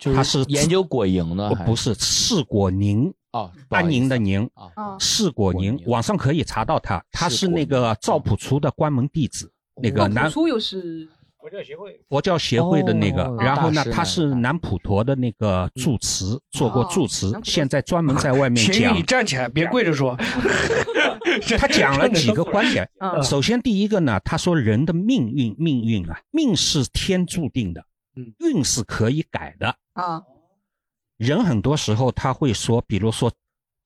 Speaker 12: 就是
Speaker 1: 他是
Speaker 12: 研
Speaker 1: 自
Speaker 12: 究果蝇的
Speaker 1: 不
Speaker 12: 还
Speaker 1: 呃不是释果宁
Speaker 12: 哦不好意思
Speaker 1: 安宁的宁
Speaker 4: 啊
Speaker 1: 释果宁，网上可以查到他，他是那个赵朴初的关门弟子，那个
Speaker 4: 朴
Speaker 1: 南
Speaker 4: 初又是
Speaker 19: 国教协会
Speaker 1: 佛教协会的那个
Speaker 4: 哦，
Speaker 1: 然后
Speaker 4: 大
Speaker 1: 呢，
Speaker 4: 师
Speaker 1: 他是南普陀的那个住持，做过住持，现在专门在外
Speaker 2: [LAUGHS]
Speaker 1: 面
Speaker 2: 咸鱼，
Speaker 1: 讲
Speaker 2: 你。站起来，别跪着
Speaker 1: [LAUGHS]
Speaker 2: 说。。
Speaker 1: 他讲了几个观点
Speaker 2: [LAUGHS] 嗯
Speaker 1: 首先，第一个呢，他说人的命运，命运啊，命是天注定的，运是可以改的。
Speaker 4: 啊，
Speaker 1: 人很多时候他会说，比如说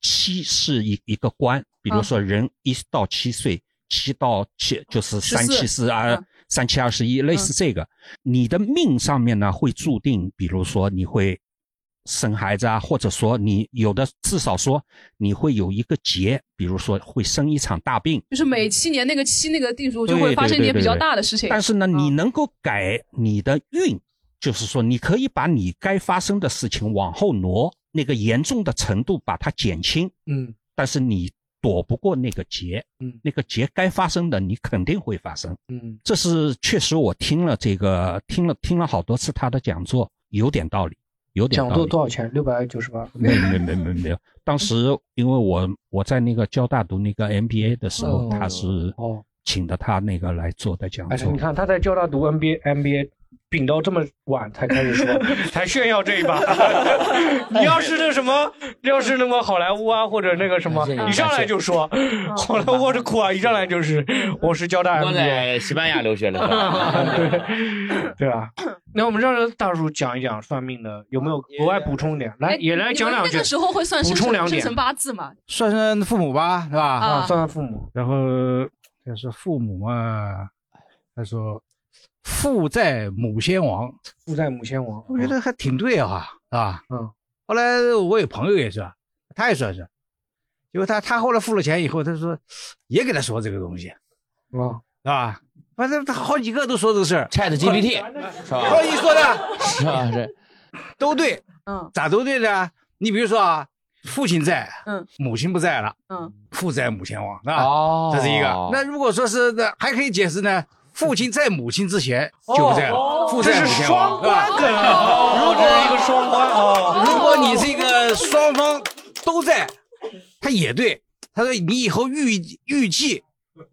Speaker 1: 七是一一个关，比如说人一到七岁，七到七就是
Speaker 3: 14
Speaker 1: 三七四二
Speaker 3: 嗯
Speaker 1: 三七二十一，类似这个，你的命上面呢会注定，比如说你会生孩子啊，或者说你有的至少说你会有一个劫，比如说会生一场大病，
Speaker 4: 就是每七年那个七那个地主就
Speaker 1: 对
Speaker 4: 会发
Speaker 1: 对
Speaker 4: 生一
Speaker 1: 对
Speaker 4: 些比
Speaker 1: 对
Speaker 4: 较
Speaker 1: 对
Speaker 4: 大的事情。
Speaker 1: 但是呢，你能够改你的运，就是说你可以把你该发生的事情往后挪，那个严重的程度把它减轻。
Speaker 2: 嗯，
Speaker 1: 但是你躲不过那个劫，
Speaker 2: 嗯，
Speaker 1: 那个劫该发生的你肯定会发生。
Speaker 2: 嗯，
Speaker 1: 这是确实我听了这个听了听了好多次他的讲座，有点道理，有点道
Speaker 2: 讲
Speaker 1: 理。
Speaker 2: 座多少钱？六百九十八。
Speaker 1: 没没没没没有，当时因为我我在那个交大读那个 MBA 的时候，
Speaker 2: 哦
Speaker 1: 他是请的他那个来做的讲
Speaker 2: 哎，
Speaker 1: 座
Speaker 2: 你。看他在交大读 MBA MBA。秉到这么晚才开始说， [LAUGHS] 才炫耀这
Speaker 9: [LAUGHS]
Speaker 2: 一把。你要是那什么，要是那么好莱坞啊，或者那个什么，一上来就说， [LAUGHS] 好莱坞我的苦啊，一上来就是我是交大
Speaker 3: 我
Speaker 2: MBA，
Speaker 3: 在西班牙留学了是
Speaker 4: [LAUGHS]
Speaker 3: 吧，
Speaker 9: [LAUGHS]
Speaker 2: 对吧？那我们让大叔讲一讲算命的，有没有额外补充点？来，
Speaker 4: 哦哎
Speaker 2: 也来
Speaker 4: 你
Speaker 2: 讲
Speaker 4: 们
Speaker 2: 两句。
Speaker 4: 那个时候会算
Speaker 2: 补
Speaker 4: 生
Speaker 2: 充
Speaker 4: 辰
Speaker 2: 两
Speaker 4: 生
Speaker 2: 点
Speaker 4: 辰八字嘛？
Speaker 9: 算算父母吧，是吧？
Speaker 4: 啊
Speaker 9: 算
Speaker 4: 算
Speaker 9: 算
Speaker 4: 算
Speaker 2: 父母。
Speaker 9: 然后就是父母嘛，他说“父在母先亡”，
Speaker 2: 父在母先亡，
Speaker 9: 我觉得还挺对啊，是吧？
Speaker 2: 嗯。
Speaker 9: 后来我有朋友也是，他也算是，结果他他后来付了钱以后，他说也给他说这个东西，是
Speaker 2: 啊，
Speaker 9: 吧？反正他好几个都说这个事儿，Chat
Speaker 3: GPT 是吧
Speaker 9: 一说的，
Speaker 3: 是吧？是
Speaker 9: 都对，
Speaker 4: 嗯，
Speaker 9: 咋都对呢？你比如说啊，父亲在，
Speaker 4: 嗯，
Speaker 9: 母亲不在了，
Speaker 4: 嗯，
Speaker 9: 父在母先亡，是吧？
Speaker 3: 哦
Speaker 9: 这是一个。那如果说是那还可以解释呢，父亲在母亲之前就不在了，
Speaker 2: 哦
Speaker 9: 父在
Speaker 2: 这
Speaker 9: 母
Speaker 2: 是
Speaker 9: 先
Speaker 2: 双
Speaker 9: 亡，
Speaker 2: 关
Speaker 9: 是
Speaker 2: 梗
Speaker 9: 吧
Speaker 2: 啊哦
Speaker 9: 如果
Speaker 2: 这是一个双关哦
Speaker 9: 如果你这个双方都在，他也对。他说你以后预预计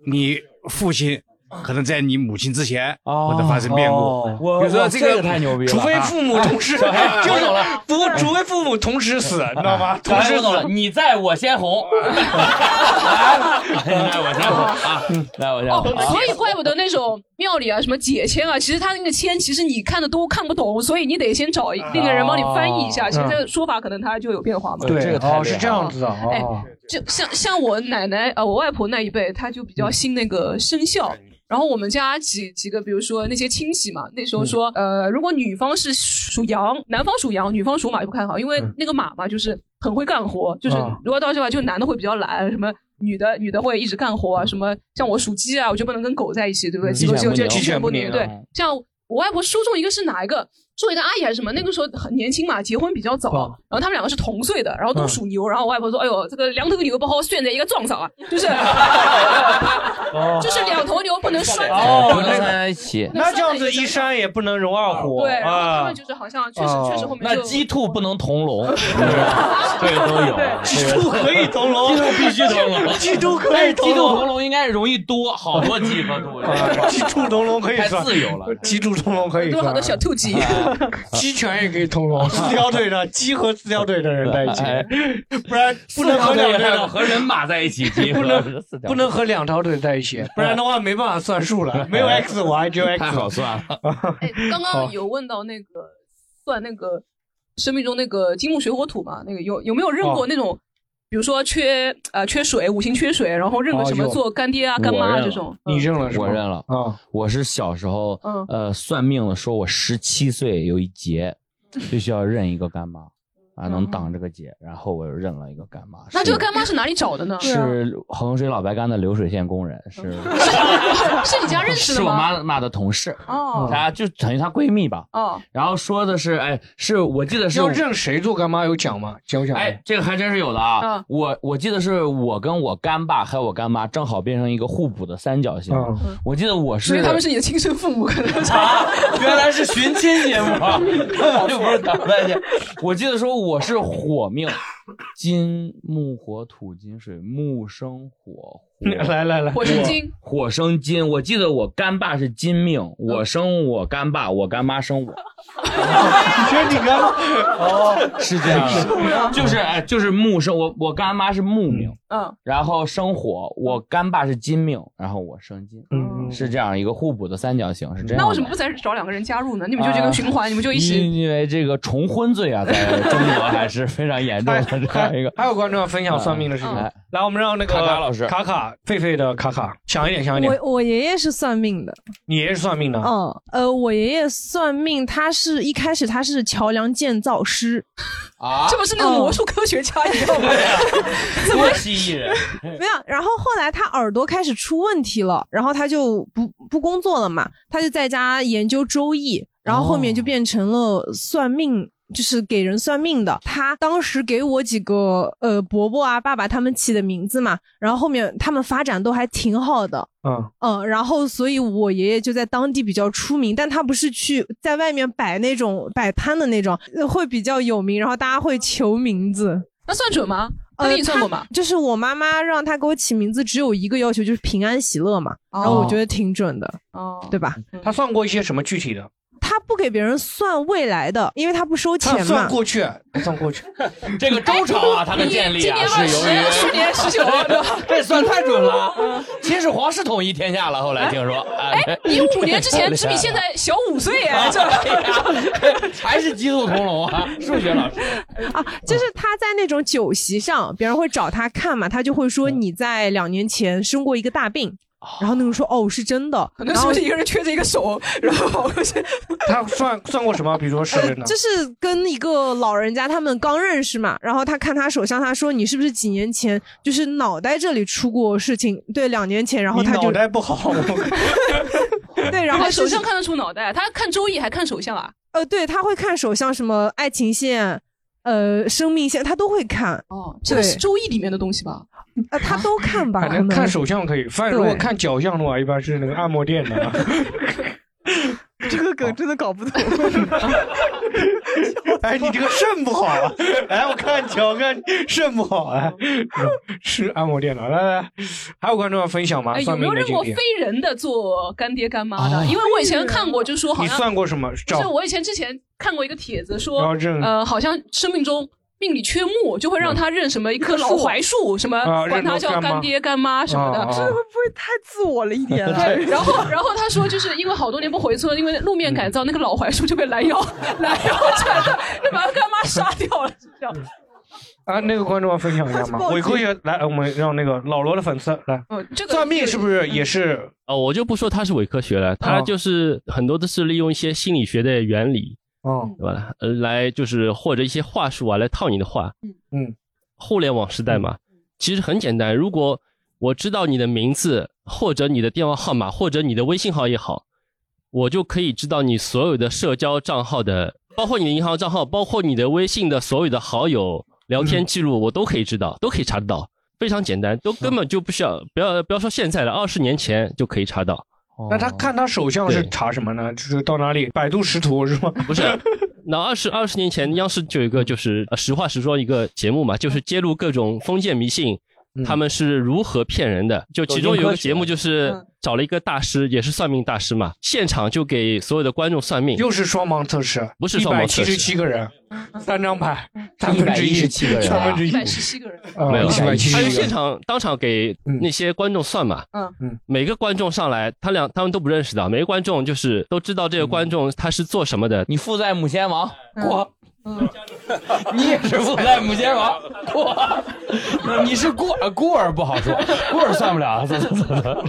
Speaker 9: 你父亲可能在你母亲之前或者发生变故
Speaker 3: 哦。
Speaker 9: 比如说
Speaker 3: 哇这
Speaker 9: 个
Speaker 3: 个太牛逼了
Speaker 9: 除非父母
Speaker 3: [LAUGHS]
Speaker 9: 同时，
Speaker 3: 啊啊
Speaker 9: 听
Speaker 3: 我懂了，
Speaker 9: 不，除非父母同时
Speaker 4: [LAUGHS]
Speaker 9: 死，你知道吗？啊同
Speaker 3: 来
Speaker 9: 时
Speaker 3: 我懂
Speaker 9: 死
Speaker 3: 了，你在我先
Speaker 9: [LAUGHS]
Speaker 3: 红，哎来我先红啊，来我先
Speaker 4: 哦
Speaker 3: 红，啊，
Speaker 4: 所以怪不得那种庙里啊，什么解签啊，其实他那个签，其实你看的都看不懂，所以你得先找一那个人帮你翻译一下。
Speaker 3: 哦
Speaker 4: 其实这个说法可能他就有变化嘛。
Speaker 3: 对这个太厉害了哦是这样
Speaker 9: 子的
Speaker 4: 哎，就像像我奶奶呃，我外婆那一辈，她就比
Speaker 8: 嗯
Speaker 4: 较信那个生肖。然后我们家几几个，比如说那些亲戚嘛，那时
Speaker 8: 嗯
Speaker 4: 候说，呃，如果女方是属羊，男方属羊，女方属马就不看好，因为那个马嘛，就是很会干活，就是
Speaker 8: 嗯啊
Speaker 4: 如果到这吧，就男的会比较懒，什么女的女的会一直干活啊，什么像我属鸡啊，我就不能跟狗在一起，对不对？
Speaker 8: 嗯
Speaker 4: 只有只有这
Speaker 8: 鸡
Speaker 4: 鸡
Speaker 8: 犬
Speaker 4: 犬
Speaker 8: 不
Speaker 4: 不
Speaker 8: 宁
Speaker 4: 宁，对
Speaker 8: 嗯。
Speaker 4: 像我外婆说中一个是哪一个，做一个阿姨还是什么，那个时候很年轻嘛，结婚比较早，
Speaker 8: 哦
Speaker 4: 然后他们两个是同岁的，然后都
Speaker 3: 嗯
Speaker 4: 属牛，然后我外婆说，哎呦，这个两头牛不好选在一个撞上啊，就是
Speaker 3: 哦
Speaker 4: [LAUGHS] 就是两头牛不能拴在一起
Speaker 2: 哦，
Speaker 3: 一起
Speaker 2: 那这样子一山也不能容二虎
Speaker 4: 对，然后他
Speaker 2: 啊
Speaker 4: 们。就是好像确实确实后面
Speaker 3: 那
Speaker 4: 就
Speaker 3: 鸡兔不能同
Speaker 4: [LAUGHS]
Speaker 3: 笼，这个都有，啊
Speaker 2: 鸡兔可以同笼，
Speaker 3: 鸡兔必须同笼，
Speaker 2: 鸡兔可
Speaker 3: 但
Speaker 2: 以
Speaker 3: 是
Speaker 2: 同
Speaker 3: 鸡兔同
Speaker 2: 笼，
Speaker 3: 笼应该是容易多，好多鸡和兔，
Speaker 2: [LAUGHS] 鸡兔同笼可以
Speaker 3: 太
Speaker 2: 算
Speaker 3: 自由了，
Speaker 2: 鸡兔同笼可以
Speaker 4: 多
Speaker 2: 算，啊
Speaker 4: 好多小兔鸡。
Speaker 2: 鸡全也可以同
Speaker 3: [LAUGHS] 哦
Speaker 2: 笼， [LAUGHS] 四条腿的鸡和四条腿的人在一
Speaker 3: 哎
Speaker 2: 起，不然不能和两条
Speaker 3: 和人马在一起，鸡和
Speaker 2: 不能
Speaker 3: 四条
Speaker 2: 不能和两条腿在
Speaker 3: [LAUGHS]
Speaker 2: 一起，不然的话没办法算
Speaker 9: [LAUGHS]
Speaker 2: 数了，没有 x y 只有 x，
Speaker 3: 哎太好算了。
Speaker 4: 哎刚刚有问到那个算那个生命中那个金木水火土嘛，那个有有没有认过
Speaker 8: 哦
Speaker 4: 那种，比如说缺呃缺水，五行缺水，然后认个
Speaker 3: 哦
Speaker 4: 什么
Speaker 3: 有
Speaker 4: 做干爹啊、干
Speaker 3: 我
Speaker 4: 妈啊
Speaker 3: 认
Speaker 4: 这
Speaker 3: 了
Speaker 4: 种？
Speaker 2: 你认了是吗
Speaker 3: 我认了
Speaker 2: 啊！
Speaker 3: 我是小时候
Speaker 4: 嗯
Speaker 3: 呃算命的，说我十七岁有一
Speaker 4: [LAUGHS]
Speaker 3: 劫，必须要认一个干妈啊，能
Speaker 4: 嗯
Speaker 3: 挡这个劫。然后我又认了一个干妈，
Speaker 4: 那
Speaker 3: 是
Speaker 4: 这个干妈是哪里找的呢？
Speaker 3: 是衡水老白干的流水线工人，是
Speaker 4: [LAUGHS] [LAUGHS] 是你家认识的
Speaker 3: 是我
Speaker 4: 吗？
Speaker 3: 妈妈的同事
Speaker 4: 哦
Speaker 3: 她就等于她闺蜜 [LAUGHS] 吧。
Speaker 4: 哦，
Speaker 3: 然后说的是，哎，是我记得是
Speaker 2: 要认谁做干妈有讲吗？讲讲。
Speaker 3: 哎，这个还真是有的啊！
Speaker 4: 嗯
Speaker 3: 我我记得是我跟我干爸还有我干妈正好变成一个互补的三角形。
Speaker 2: 嗯
Speaker 3: 我记得我是，
Speaker 4: 所以他们是你的亲生父母，可能嗯是
Speaker 3: 啊原来是寻亲节
Speaker 4: [LAUGHS]
Speaker 3: 目啊，又不是打扮去。我记得说我是火命，金木火土金水，木生火。火
Speaker 2: 来来来火生金，
Speaker 3: 火生金。我记得我干爸是金命，我生我干爸，我干妈生我。
Speaker 2: 你你干妈哦，
Speaker 3: 是这样的，就是
Speaker 9: 呃
Speaker 3: 哎，就是木生我，我干妈是木命，
Speaker 4: 嗯，
Speaker 3: 然后生火，我干爸是金命，然后我生金，嗯，是这样一个互补的三角形，是这样的。
Speaker 4: 那为什么不再找两个人加入呢？你们就这个循环，
Speaker 3: 啊
Speaker 4: 你们就一 [LAUGHS] 起。
Speaker 3: 因为这个重婚罪啊，在中国还是非常严重的这样一个。
Speaker 2: [LAUGHS] 还有观众要分享算命的事情，
Speaker 3: 嗯
Speaker 2: 来，我们让那个
Speaker 3: 卡卡老师
Speaker 2: 卡卡狒狒的卡卡想一点，想一点。
Speaker 11: 我我爷爷是算命的，
Speaker 2: 你也是算命
Speaker 4: 哦
Speaker 2: 的？
Speaker 11: 嗯，呃，我爷爷算命，他是一开始他是桥梁建造师，嗯
Speaker 3: 啊
Speaker 4: 这不是那个魔术科学家一样吗？ [LAUGHS]
Speaker 11: 怎么
Speaker 3: 多蜥蜴人？
Speaker 11: 没有。然后后来他耳朵开始出问题了，然后他就不不工作了嘛，他就在家研究周易，然后后面就变成了算命。就是给人算命的，他当时给我几个呃伯伯啊、爸爸他们起的名字嘛，然后后面他们发展都还挺好的，
Speaker 2: 嗯，
Speaker 11: 嗯，然后所以我爷爷就在当地比较出名，但他不是去在外面摆那种摆摊的那种，呃会比较有名，然后大家会求名字。
Speaker 4: 那算准吗？他
Speaker 11: 呃，
Speaker 4: 给你算过吗？
Speaker 11: 他就是我妈妈让他给我起名字，只有一个要求，就是平安喜乐嘛。然后
Speaker 2: 哦
Speaker 11: 我觉得挺准的，
Speaker 4: 哦，
Speaker 11: 对吧？
Speaker 2: 他算过一些什么具体的？
Speaker 11: 他不给别人算未来的，因为他不收钱
Speaker 2: 他
Speaker 11: 嘛。
Speaker 2: 算过去，他算过去。
Speaker 3: [LAUGHS] 这个周朝啊，它的建立啊，
Speaker 4: 哎
Speaker 3: 是由于 [LAUGHS]
Speaker 2: [LAUGHS]
Speaker 3: 这算太准了。秦始皇是统一天下了，后来听说，哎
Speaker 4: 嗯你五年
Speaker 3: [LAUGHS]
Speaker 4: 之前只比现在小五岁
Speaker 3: 啊
Speaker 4: 哎，这
Speaker 3: 还是鸡兔同笼啊，数学老师。
Speaker 11: 啊，就是他在那种酒席上，别人会找他看嘛，他就会说
Speaker 4: 嗯
Speaker 11: 你在两年前生过一个大病，然后那个人说哦是真的，
Speaker 4: 可
Speaker 11: 然
Speaker 4: 能是
Speaker 11: 后
Speaker 4: 不是一个人缺着一个手，然后
Speaker 2: 他算算过什么？比如说是真的，
Speaker 11: 就是跟一个老人家他们刚认识嘛，然后他看他手相，他说你是不是几年前就是脑袋这里出过事情？对，两年前，然后
Speaker 2: 你
Speaker 11: 他就
Speaker 2: 脑袋不好。 [LAUGHS]
Speaker 11: 对，然后
Speaker 4: 手
Speaker 11: 就是
Speaker 4: 相看得出脑袋，他看周易还看手相啊？
Speaker 11: 呃，对，他会看手相，什么爱情线、呃生命线，他都会看。
Speaker 4: 哦，这个是周易里面的东西吧？
Speaker 11: 呃，他都看
Speaker 4: 啊
Speaker 11: 吧，
Speaker 2: 反
Speaker 11: 可
Speaker 2: 正
Speaker 11: 能
Speaker 2: 看手相可以，反正如果
Speaker 11: 对
Speaker 2: 看脚相的话，一般啊是那个按摩店的。
Speaker 4: 哎
Speaker 6: 这个梗真的搞不懂。
Speaker 2: [LAUGHS] 哎，你这个肾不好啊！哎，我看瞧，我看肾不好啊，是按摩电脑。来来，还有观众要分享吗？
Speaker 4: 哎，有
Speaker 2: 算
Speaker 4: 没
Speaker 2: 命
Speaker 4: 有
Speaker 2: 的
Speaker 4: 认
Speaker 2: 经
Speaker 4: 过
Speaker 2: 历啊
Speaker 4: 非。人的做干爹干妈的？
Speaker 2: 哦
Speaker 4: 因为我以前看过，就说好
Speaker 2: 你
Speaker 4: 像
Speaker 2: 算过什么？
Speaker 4: 就
Speaker 2: 找
Speaker 4: 是我以前之前看过一个帖子说
Speaker 2: 然后这，嗯
Speaker 4: 呃，好像生命中命里缺木，就会让他认什么一棵老槐树，什么
Speaker 2: 啊
Speaker 4: 管他叫
Speaker 2: 认干妈
Speaker 4: 干爹干妈什么的，
Speaker 2: 啊啊啊这会
Speaker 4: 不会太自我了一
Speaker 2: 点啊 [LAUGHS] 对
Speaker 4: 然后，然后他说，就是因为好多年不回村，因为路面改造，那个老槐树就被拦腰 [LAUGHS] 拦腰砍的，就把他干妈杀掉了，就这样。
Speaker 2: 啊，那个观众要分
Speaker 4: [LAUGHS]
Speaker 2: 享一下吗？
Speaker 4: 报
Speaker 2: 回
Speaker 4: 警
Speaker 2: 馈一下来，我们让那个老罗的粉丝来。
Speaker 4: 嗯，这个
Speaker 2: 算命是不是也是哦
Speaker 5: 哦，我就不说它是伪科学了，它就是很多都是利用一些心理学的原理，
Speaker 4: 嗯
Speaker 2: 哦，
Speaker 5: 对吧？呃，来就是或者一些话术啊，来套你的话。
Speaker 2: 嗯，
Speaker 5: 互联网时代嘛，其实很简单。如果我知道你的名字，或者你的电话号码，或者你的微信号也好，我就可以知道你所有的社交账号的，包括你的银行账号，包括你的微信的所有的好友聊天记录，我都可以知道，都可以查得到，非常简单，都根本就不需要，不要不要说现在了，二十年前就可以查到。
Speaker 2: 那
Speaker 5: 哦
Speaker 2: 他看他手相是查什么呢？就是到哪里？百度识图是吗？ [LAUGHS]
Speaker 5: 不是，那二十二十年
Speaker 3: 嗯
Speaker 5: 前，央视就有一个就是呃实话实说一个节目嘛，就是揭露各种封建迷信，
Speaker 3: 嗯
Speaker 5: 他们是如何骗人的。就其中有一个节目就是
Speaker 3: 嗯
Speaker 5: 找了一个大师，也是算命大师嘛，现场就给所有的观众算命，
Speaker 2: 又是双盲测试，
Speaker 5: 不是
Speaker 2: 一
Speaker 5: 双盲
Speaker 2: 百
Speaker 5: 测
Speaker 2: 七
Speaker 5: 试
Speaker 2: 十七个人，三张牌，三分之一，
Speaker 5: 117个人啊
Speaker 2: 三分之一，
Speaker 4: 七个人，
Speaker 3: 哦
Speaker 2: 啊
Speaker 5: 没有，
Speaker 2: 177
Speaker 5: 他是
Speaker 2: 个
Speaker 5: 现场当场给
Speaker 3: 嗯
Speaker 5: 那些观众算嘛，
Speaker 4: 嗯
Speaker 2: 嗯，
Speaker 5: 每个观众上来，他俩他们都不认识的，每个观众就是都知道这个观众他是做什么的，
Speaker 3: 嗯你父在母先亡，过。你也是父在母先亡，过。你是孤儿，孤儿不好说，孤儿
Speaker 4: [LAUGHS]
Speaker 3: 算不了。走走走走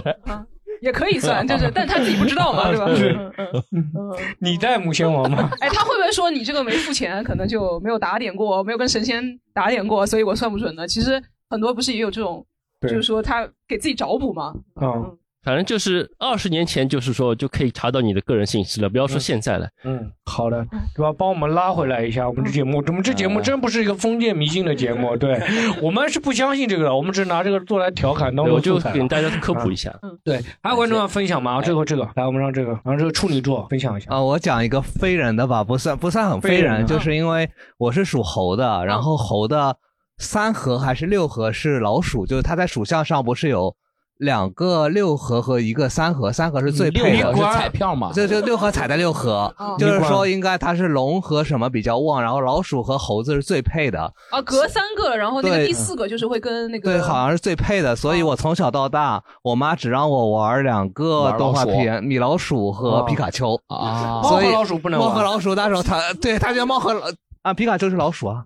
Speaker 4: 也可以
Speaker 2: [LAUGHS]
Speaker 4: 算，就是，但他自己不知道嘛，对吧？
Speaker 2: 是
Speaker 4: 嗯嗯嗯。
Speaker 2: 你带母亲王吗？
Speaker 4: 哎，他会不会说你这个没付钱，可能就没有打点过，没有跟神仙打点过，所以我算不准呢？其实很多不是也有这种，就
Speaker 5: 对
Speaker 4: 是说他给自己找补嘛。
Speaker 2: 嗯，
Speaker 5: 哦反正就是二十年前，就是说就可以查到你的个人信息了，不要说现在了。
Speaker 2: 嗯，好的，对吧？帮我们拉回来一下我们这节目，我们这节
Speaker 5: 哎
Speaker 2: 目真不是一个封建迷信的节
Speaker 5: [LAUGHS]
Speaker 2: 目，对我们是不相信这个的，我们只是拿这个做来调侃当
Speaker 5: 对
Speaker 2: 做
Speaker 5: 我就
Speaker 2: 素材
Speaker 5: 给大家科普一下。哎
Speaker 2: 嗯对，还有观众要分享吗？这个这个，来，我们让这个，然后这个处女座分享一下。
Speaker 10: 啊，我讲一个非人的吧，不算不算很
Speaker 2: 非
Speaker 10: 非
Speaker 2: 人
Speaker 10: 人，
Speaker 2: 的
Speaker 10: 就是因为我是属猴的，然后猴的三合还是六合是老鼠，就是它在属相上不是有两个六合和一个三合，三合是最
Speaker 3: 嗯六
Speaker 10: 配的
Speaker 3: 合是彩票嘛
Speaker 10: 这就六合彩的六合
Speaker 4: 哦，
Speaker 10: 就是
Speaker 4: 蜜瓜
Speaker 10: 说应该它是龙和什么比较旺，然后老鼠和猴子是最配的，
Speaker 4: 啊，隔三个，然后那个
Speaker 10: 对
Speaker 4: 第四个就是会跟那个
Speaker 10: 对，好像是最配的，所以我从小到大，我妈只让我玩两个
Speaker 2: 玩老
Speaker 10: 动画
Speaker 2: 鼠
Speaker 10: 片，米老鼠和
Speaker 2: 哦
Speaker 10: 皮卡丘
Speaker 3: 啊
Speaker 10: 所以
Speaker 2: 猫和老鼠不能
Speaker 10: 猫
Speaker 2: 玩
Speaker 10: 和老鼠那时候他对他觉得猫和老啊皮卡丘是老鼠啊，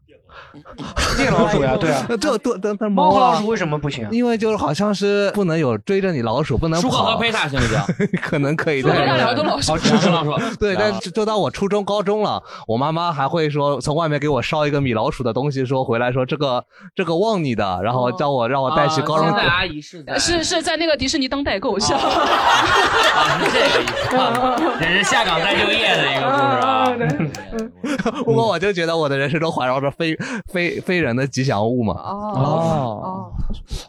Speaker 2: 电老鼠呀，对啊，
Speaker 10: 这多等等
Speaker 2: 猫和
Speaker 10: 啊
Speaker 2: 老鼠为什么不行？
Speaker 10: 因为就是好像是不能有追着你老鼠，不能
Speaker 2: 舒克和
Speaker 10: 跑。
Speaker 2: 佩
Speaker 3: 塔行不行？
Speaker 10: [LAUGHS] 可能可以。
Speaker 3: 舒克
Speaker 10: 对
Speaker 3: 和两个老鼠哦两个老鼠
Speaker 10: 对，但
Speaker 3: 啊
Speaker 10: 就就到我初中、高中了，我妈妈还会说从外面给我捎一个米老鼠的东西，说回来说这个这个旺你的，然
Speaker 2: 哦
Speaker 10: 后叫我让我带去高中。
Speaker 3: 姨是
Speaker 4: 是是在那个迪士尼当代购是吧？
Speaker 3: 这是下岗再就业的一个故事啊。
Speaker 10: 不过我就觉得我的人生都环绕着非非非人的吉祥物嘛。
Speaker 3: 哦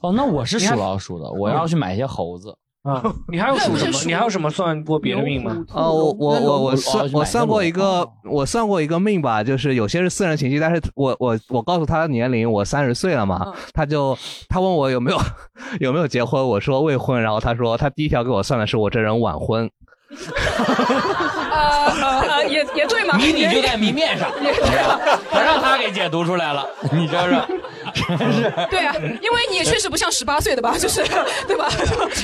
Speaker 3: 哦，那我是属老鼠的，我要去买一些猴子。
Speaker 2: 啊，你还有属什么？你还有什么算过别的命吗？
Speaker 10: 啊，我我我我算我算过一
Speaker 2: 个。
Speaker 10: 个，我算过一个命吧，就是有些是私人情绪，但是我我我告诉他的年龄，我三十岁了嘛，他就他问我有没有有没有结婚，我说未婚，然后他说他第一条给我算的是我这人晚婚，
Speaker 4: 啊啊，也也对嘛，
Speaker 3: 谜底
Speaker 4: 也
Speaker 3: 就在谜面上，
Speaker 4: 也对啊
Speaker 3: 他让他给解读出来了，你这 [LAUGHS] 是
Speaker 4: [LAUGHS] 对啊，因为你也确实不像十八岁的吧，就是对吧？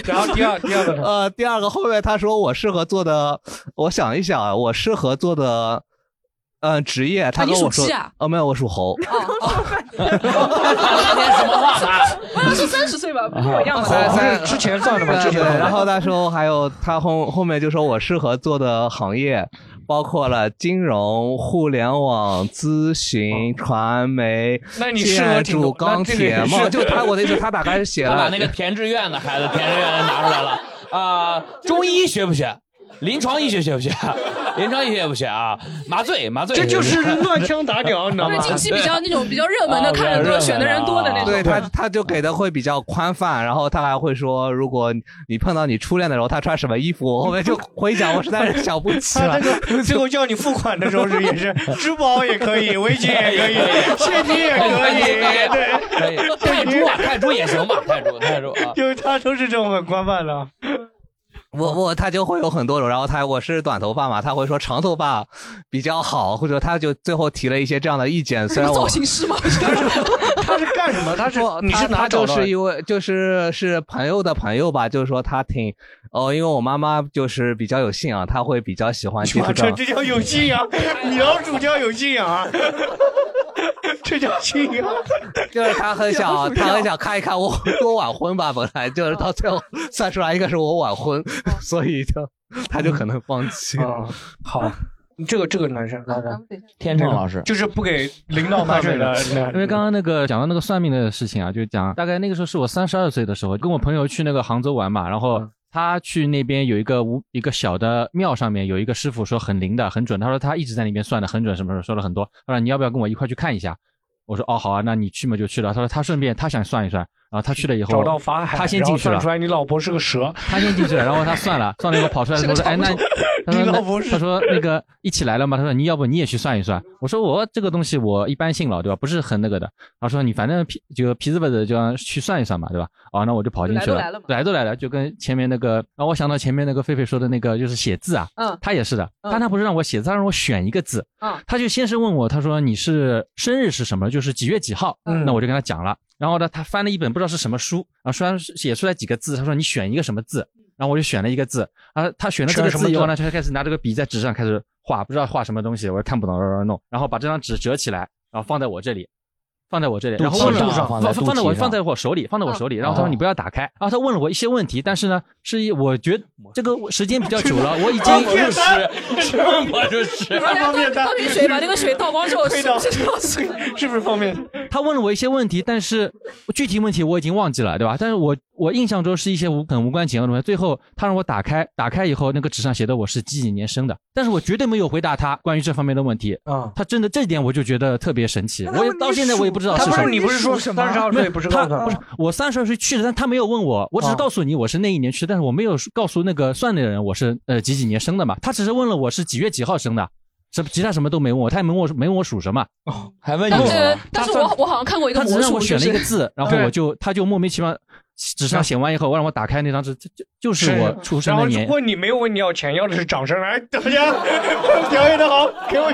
Speaker 10: 然后第二第二个 [LAUGHS] 呃第二个后面他说我适合做的，我想一想啊，我适合做的。嗯，职业，他
Speaker 4: 你
Speaker 10: 跟
Speaker 4: 属
Speaker 10: 我说
Speaker 4: 鸡啊，
Speaker 10: 哦，没有，我属猴。
Speaker 4: 什么话呢？我要是三十岁吧，不跟我一样
Speaker 10: 三
Speaker 4: 吧？
Speaker 10: 三
Speaker 2: 啊之前算的吧之前
Speaker 10: 对
Speaker 2: 算的
Speaker 10: 然后那时候还有他后后面就说我适合做的行业包括了金融、互联网、咨
Speaker 2: 哦
Speaker 10: 询、传媒、
Speaker 2: 那你适合
Speaker 10: 建
Speaker 2: 挺多
Speaker 10: 筑、哎钢铁
Speaker 2: 那这个
Speaker 10: 嘛？
Speaker 2: 是
Speaker 10: 就他我的意思，他大概是写
Speaker 3: 他把
Speaker 10: 了
Speaker 3: 那个填志愿的孩子填志愿的拿出来了啊，中医学不学？临床医学学不学？临床医学也不学啊，麻醉麻醉，
Speaker 2: 这就是乱枪
Speaker 3: [LAUGHS]
Speaker 2: 打鸟，你知道吗？
Speaker 4: 对，近期比较那种比较热门
Speaker 3: 啊
Speaker 4: 的，看的多，选的人多的那种。
Speaker 10: 对他，他就给的会比较宽泛，然后他还会说，如果你碰到你初恋的时候，他穿什么衣服，我后面就回想，我实在是想不起
Speaker 2: 他
Speaker 10: 了
Speaker 2: 这。个最后叫你付款的时候是也是支付宝也可以，微信也可以，现金也可以，对，
Speaker 3: 可以泰铢啊，泰铢也行吧，泰铢泰铢啊。
Speaker 2: 就是他都是这种很宽泛的。
Speaker 10: 我我他就会有很多种，然后他我是短头发嘛，他会说长头发比较好，或者他就最后提了一些这样的意见。虽然我
Speaker 4: 造型师吗？
Speaker 2: 他是干什么？他是 [LAUGHS] 你是哪
Speaker 10: 他
Speaker 2: 找
Speaker 10: 就
Speaker 2: 到
Speaker 10: 是
Speaker 2: 的？
Speaker 10: 因为就是是朋友的朋友吧，就是说他挺哦，因为我妈妈就是比较有信仰，她会比较喜欢接触这
Speaker 2: 哇，啊这
Speaker 10: 种
Speaker 2: 这叫有
Speaker 10: [LAUGHS]
Speaker 2: 信仰，你老鼠叫有信仰啊， [LAUGHS] 这叫信仰。
Speaker 10: 就是他很想，他很想看一看我 [LAUGHS] 我晚婚吧，本来就是到最后算出来应该是我晚婚， [LAUGHS] 所以就他就可能放弃。
Speaker 2: 哦好，这个这个男生，男生
Speaker 12: 天成老师，
Speaker 2: 就是不给领导买水 [LAUGHS] 的
Speaker 12: [LAUGHS] 因为刚刚那个讲到那个算命的事情啊，就讲大概那个时候是我三十二岁的时候，跟我朋友去那个杭州玩嘛，然后
Speaker 2: 嗯
Speaker 12: 他去那边有一个无一个小的庙上面有一个师傅说很灵的很准，他说他一直在那边算的很准，什么什么说了很多，他说你要不要跟我一块去看一下？我说哦好啊，那你去嘛就去了。他说他顺便他想算一算，然后他去了以后
Speaker 2: 找到法海，
Speaker 12: 他先进去
Speaker 2: 然后算
Speaker 12: 了
Speaker 2: 出，来你老婆是个蛇，
Speaker 12: 他先进去了，然后他算了，算了以后跑出来说
Speaker 2: 是
Speaker 12: 说，
Speaker 2: 个
Speaker 12: 哎，那
Speaker 2: 长
Speaker 12: [LAUGHS] 他说那
Speaker 2: 头你老婆是
Speaker 12: 他说那个一起来了嘛，他说你要不你也去算一算，我说我这个东西我一般性老对吧，不是很那个的，然后说你反正皮就皮子不子就让去算一算嘛，对吧？啊，那我就跑进去了，
Speaker 4: 来都来了嘛
Speaker 12: 来都来了，就跟前面那个，然后我想到前面那个狒狒说的那个就是写字啊，
Speaker 4: 嗯
Speaker 12: 他也是的，
Speaker 4: 嗯
Speaker 12: 但他不是让我写字，他让我选一个字，
Speaker 4: 嗯
Speaker 12: 他就先是问我，他说你是生日是什么，就是几月几号，
Speaker 2: 嗯
Speaker 12: 那我就跟他讲了。然后呢，他翻了一本不知道是什么书，然后虽然写出来几个字，他说你选一个什么字，然后我就选了一个字，啊，他选了这个
Speaker 2: 选了什么嗯
Speaker 12: 字以后呢，
Speaker 2: 字
Speaker 12: 他就开始拿这个笔在纸上开始画，不知道画什么东西，我也看不懂，弄，然后把这张纸折起来，然后放在我这里。放在我这里，
Speaker 2: 肚
Speaker 12: 然后
Speaker 2: 脐
Speaker 12: 问了
Speaker 2: 上
Speaker 12: 我
Speaker 2: 放
Speaker 12: 放
Speaker 2: 在
Speaker 12: 放
Speaker 2: 肚
Speaker 12: 放在我
Speaker 2: 脐上
Speaker 12: 放在我手里，放在我手里，
Speaker 2: 啊
Speaker 12: 然后他说你不要打开，然后他问了我一些问题，但是呢，是一我觉得这个时间比较久
Speaker 2: [LAUGHS]
Speaker 12: 了，我已经
Speaker 3: 魔
Speaker 12: [LAUGHS]
Speaker 3: 术师，什 [LAUGHS] 么魔术师？
Speaker 4: 大家倒倒瓶水，把那个水倒光之后，
Speaker 2: 推
Speaker 4: 是
Speaker 2: 倒
Speaker 4: 不
Speaker 2: [LAUGHS]
Speaker 4: 是倒水？
Speaker 2: 是不是方便？
Speaker 12: 他问了我一些问题，但是具体问题我已经忘记了，对吧？但是我我印象中是一些无很无关紧要的东西。最后他让我打开，打开以后那个纸上写的我是几几年生的，但是我绝对没有回答他关于这方面的问题。
Speaker 2: 啊，
Speaker 12: 他真的这一点我就觉得特别神奇，我也到现在我也不知道
Speaker 2: 他
Speaker 12: 是
Speaker 2: 不
Speaker 12: 什
Speaker 2: 是
Speaker 12: 么。
Speaker 2: 你不是说32岁不是
Speaker 12: 他
Speaker 2: 告诉他
Speaker 12: 不是我三十二岁去的，但他没有问我，
Speaker 2: 哦
Speaker 12: 我只是告诉你我是那一年去的，但是我没有告诉那个算的人我是呃几几年生的嘛，他只是问了我是几月几号生的。什么其他什么都没问我，他也没问我没问我属什么，
Speaker 2: 哦
Speaker 12: 还问
Speaker 4: 但是但是我我好像看过一个
Speaker 12: 哦他只
Speaker 4: 魔
Speaker 12: 让
Speaker 4: 术，
Speaker 12: 我选了一个
Speaker 4: 就是
Speaker 12: 字，然后我就他就莫名其妙纸上写完以后，我让我打开那张纸，就就就是我出生的
Speaker 2: 啊然
Speaker 12: 年
Speaker 2: 后。问你没有问你要钱，要的是掌声。来， [LAUGHS] 大家表演的好，给我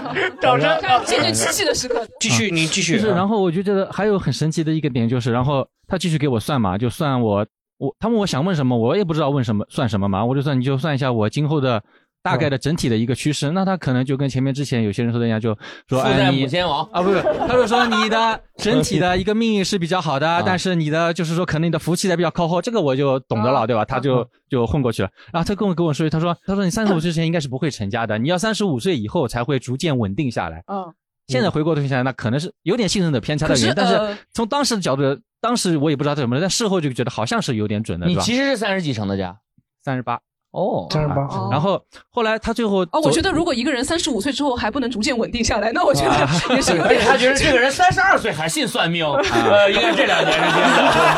Speaker 10: [LAUGHS]
Speaker 2: 掌声。
Speaker 4: 看见证奇迹的时刻。
Speaker 2: 继续，你继续。
Speaker 12: 啊
Speaker 2: 啊
Speaker 12: 就是，然后我就觉得还有很神奇的一个点就是，然后他继续给我算嘛，就算我我他问我想问什么，我也不知道问什么算什么嘛，我就算你就算一下我今后的。
Speaker 2: 嗯
Speaker 12: 大概的整体的一个趋势，那他可能就跟前面之前有些人说的一样，就说
Speaker 3: 父
Speaker 12: 哎
Speaker 3: 债
Speaker 12: 你
Speaker 3: 母先亡
Speaker 12: 啊，不是，他就说你的整体的一个命运是比较好
Speaker 2: [LAUGHS] 啊
Speaker 12: 的，啊但是你的就是说可能你的福气才比较靠后，这个我就懂
Speaker 2: 啊
Speaker 12: 得了，对吧？他就就混过去了。然后他跟我跟我说，他说他说你三十五岁之前应该是不会成家的，你要三十五岁以后才会逐渐稳定下来。
Speaker 4: 嗯，
Speaker 12: 现在回过头想想，那可能是有点信任的偏差的原因，
Speaker 3: 可
Speaker 12: 但
Speaker 3: 是呃
Speaker 12: 是从当时的角度，当时我也不知道这什么，但事后就觉得好像是有点准的，
Speaker 3: 你
Speaker 12: 对吧？
Speaker 3: 其实是三十几成的家，
Speaker 12: 三十八哦，
Speaker 3: 38
Speaker 12: 啊然后后来他最后
Speaker 4: 哦，我
Speaker 12: 走啊
Speaker 4: 觉得如果一个人三十五岁之后还不能逐渐稳定下来，那我觉得也是有
Speaker 3: 而且
Speaker 4: 点。
Speaker 3: 他觉得这个人三十二岁还信算命，
Speaker 10: 啊
Speaker 3: 呃，应该这
Speaker 2: [LAUGHS]
Speaker 3: 两年是信的，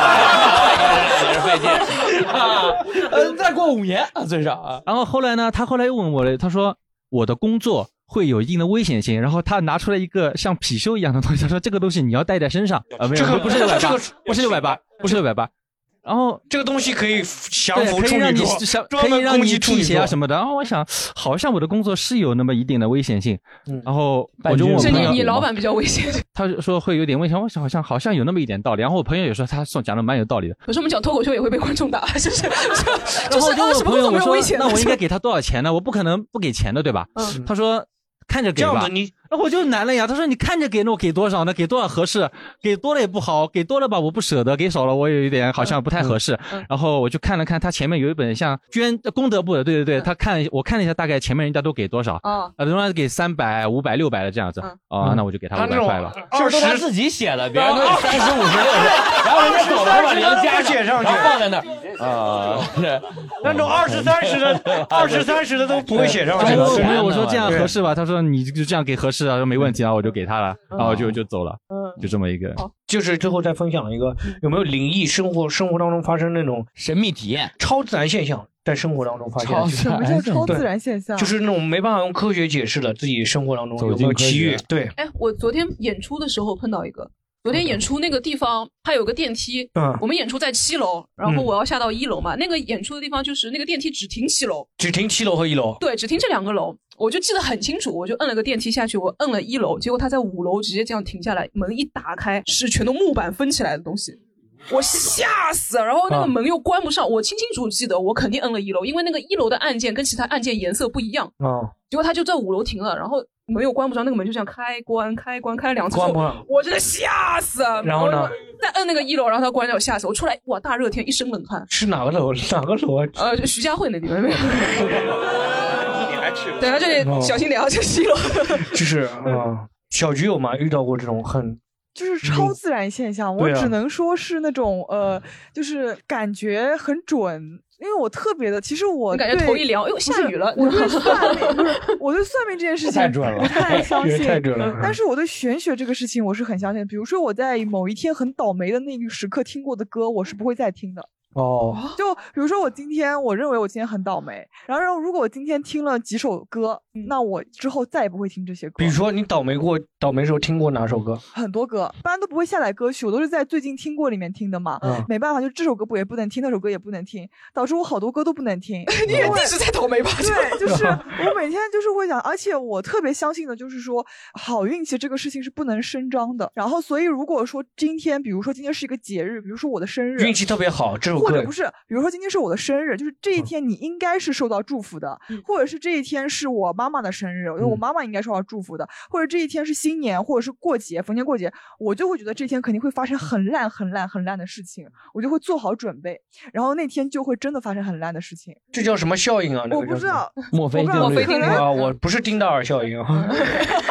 Speaker 3: [LAUGHS]
Speaker 9: 呃
Speaker 3: 也是费
Speaker 2: [LAUGHS]
Speaker 3: 劲啊。呃，再过五年啊，最少啊。
Speaker 12: 然后后来呢，他后来又问我了，他说我的工作会有一定的危险性，然后他拿出来一个像貔貅一样的东西，他说这个东西你要带在身上，啊，没有，
Speaker 2: 这个
Speaker 12: 不是六百
Speaker 2: 这
Speaker 12: 八
Speaker 2: 个，
Speaker 12: 不是六百八，不是六百八。然后
Speaker 2: 这个东西可以降
Speaker 12: 对，
Speaker 2: 服
Speaker 12: 可以
Speaker 2: 处
Speaker 12: 让
Speaker 2: 女
Speaker 12: 你
Speaker 2: 座，
Speaker 12: 想可
Speaker 2: 专
Speaker 12: 以
Speaker 2: 门
Speaker 12: 让
Speaker 2: 攻
Speaker 12: 你
Speaker 2: 击处
Speaker 12: 辟
Speaker 2: 女
Speaker 12: 邪啊
Speaker 2: 座
Speaker 12: 什么的。然后我想，好像我的工作是有那么一定的危险性。然后我就问我
Speaker 4: 是
Speaker 12: 朋
Speaker 4: 嗯你
Speaker 12: 友，
Speaker 4: 你老板比较危险。 [LAUGHS]
Speaker 12: 他就说会有点危险，我想好像好像有那么一点道理。然后我朋友也说他说讲的蛮有道理的。
Speaker 4: 可是我们讲脱口秀也会被观众打， [LAUGHS] 就是
Speaker 12: 然
Speaker 4: 就
Speaker 12: 后
Speaker 4: 是
Speaker 12: 我就
Speaker 4: 啊，
Speaker 12: 问我
Speaker 4: 什么
Speaker 12: 朋
Speaker 4: 都
Speaker 12: 友，
Speaker 4: 没
Speaker 12: 我
Speaker 4: 有
Speaker 12: 说
Speaker 4: 危险的。
Speaker 12: 那我应该
Speaker 4: 就
Speaker 12: 给他多少钱呢？我不可能不给钱的，对吧？
Speaker 4: 嗯
Speaker 12: 他说看着给吧。
Speaker 2: 这样子你
Speaker 12: 那我就难了呀。他说你看着给那我给多少呢？给多少合适？给多了也不好，给多了吧我不舍得，给少了我有一点好
Speaker 4: 嗯
Speaker 12: 像不太合适。然后我就看了看他前面有一本像捐功德簿的，对对对，他看了一我看了一下，大概前面人家都给多少，
Speaker 4: 嗯哦嗯
Speaker 12: 啊，人家给三百、五百、六百的这样子，啊，那我就给他
Speaker 3: 他
Speaker 12: 五百
Speaker 3: 那种
Speaker 12: 块了。
Speaker 3: 二十自己写的，别人
Speaker 2: 哦
Speaker 3: 都有三十五十六十，然后人家狗头把零加
Speaker 12: 写上去
Speaker 3: 然后放在那儿啊， [LAUGHS] 是
Speaker 2: 那种二十三十
Speaker 3: [LAUGHS]
Speaker 2: 的，二十三十的都不会写上去
Speaker 12: 然
Speaker 2: 的。
Speaker 12: 后哎我我说这样合适吧？他说你就这样给合适啊，说没问题啊，我就给他了，然后就就走了，就这么一个。
Speaker 2: 就是最后再分享一个，有没有灵异生活生活当中发生那种
Speaker 3: 神秘体验、
Speaker 2: 超自然现象，在生活当中发现的？
Speaker 6: 什么
Speaker 4: 哎
Speaker 6: 叫超自
Speaker 2: 对
Speaker 6: 然现象？
Speaker 2: 就是那种没办法用科学解释的，自己生活当中有没有奇遇？对，
Speaker 4: 哎，我昨天演出的时候碰到一个，昨天演出那个地方它有个电梯，
Speaker 2: 嗯
Speaker 4: 我们演出在七楼，然后
Speaker 2: 嗯
Speaker 4: 我要下到一楼嘛，那个演出的地方就是那个电梯只停七楼，
Speaker 2: 只停七楼和一楼。
Speaker 4: 对，只停这两个楼，我就记得很清楚，我就摁了个电梯下去，我摁了一楼，结果它在五楼直接这样停下来，门一打开是全都木板封起来的东西。我吓死了，然后那个
Speaker 8: 啊
Speaker 4: 门又关不上，我清清楚楚记得，我肯定摁了一楼，因为那个一楼的按键跟其他按键颜色不一样，
Speaker 2: 哦，
Speaker 4: 结果他就在五楼停了，然后门又关不上，那个门就这样开关开关开了两次之后，
Speaker 2: 关不上
Speaker 4: 我真的吓死了。
Speaker 2: 然后呢？
Speaker 4: 再摁那个一楼，然后他关掉，吓死我！出来哇，大热天一身冷汗。
Speaker 2: 是哪个楼？哪个楼啊？
Speaker 4: 呃，就徐家汇那地方没有。 [LAUGHS]
Speaker 17: 你还去
Speaker 4: 等下这里、
Speaker 2: 哦
Speaker 4: 小心点啊，这是一楼。
Speaker 2: [LAUGHS] 就是啊，小菊有吗？遇到过这种很
Speaker 6: 就是超自然现象，我
Speaker 2: 嗯对啊嗯
Speaker 6: 只能说是那种呃，就是感觉很准。因为我特别的，其实我
Speaker 4: 你感觉
Speaker 6: 对
Speaker 4: 头一凉哎呦
Speaker 6: 不
Speaker 4: 下
Speaker 6: 是
Speaker 4: 雨了。
Speaker 6: 我对算命不是，我对算命这件事情
Speaker 2: 太准了
Speaker 6: 不太相信，
Speaker 2: 太准了
Speaker 6: 嗯但是我对玄学这个事情我是很相信的。比如说我在某一天很倒霉的那个时刻听过的歌，我是不会再听的。
Speaker 2: 哦，
Speaker 6: 就比如说，我今天我认为我今天很倒霉，然后如果我今天听了几首歌，那我之后再也不会听这些歌
Speaker 2: 比。如说你倒霉过，倒霉时候听过哪首歌？
Speaker 6: 很多歌，一般都不会下载歌曲，我都是在最近听过里面听的嘛。
Speaker 2: 嗯
Speaker 6: 没办法，就这首歌不也不能听，那首歌也不能听，导致我好多歌都不能听
Speaker 4: [LAUGHS] 你也一直在倒霉吧
Speaker 6: 对，就是我每天就是会想，而且我特别相信的就是说，好运气这个事情是不能声张的。然后，所以如果说今天，比如说今天是一个节日，比如说我的生日，
Speaker 2: 运气特别好这首
Speaker 6: 或者
Speaker 2: 歌嗯
Speaker 6: 不是，比如说今天是我的生日，就是这一天你应该是受到祝福的，或者是这一天是我妈妈的生日，因
Speaker 2: 嗯
Speaker 6: 为我妈妈应该受到祝福的，或者这一天是新年，或者是过节，逢年过节，我就会觉得这一天肯定会发生很烂、很烂、很烂的事情，我就会做好准备，然后那天就会真的发生很烂的事情。
Speaker 2: 这叫什么效应啊？那
Speaker 6: 我
Speaker 2: 个叫
Speaker 6: 不知
Speaker 2: 什么 [LAUGHS]
Speaker 6: 道，
Speaker 12: 墨
Speaker 6: 菲我不知道定律墨菲定律嗯
Speaker 2: 啊，我不是丁达尔效应啊。
Speaker 4: [LAUGHS]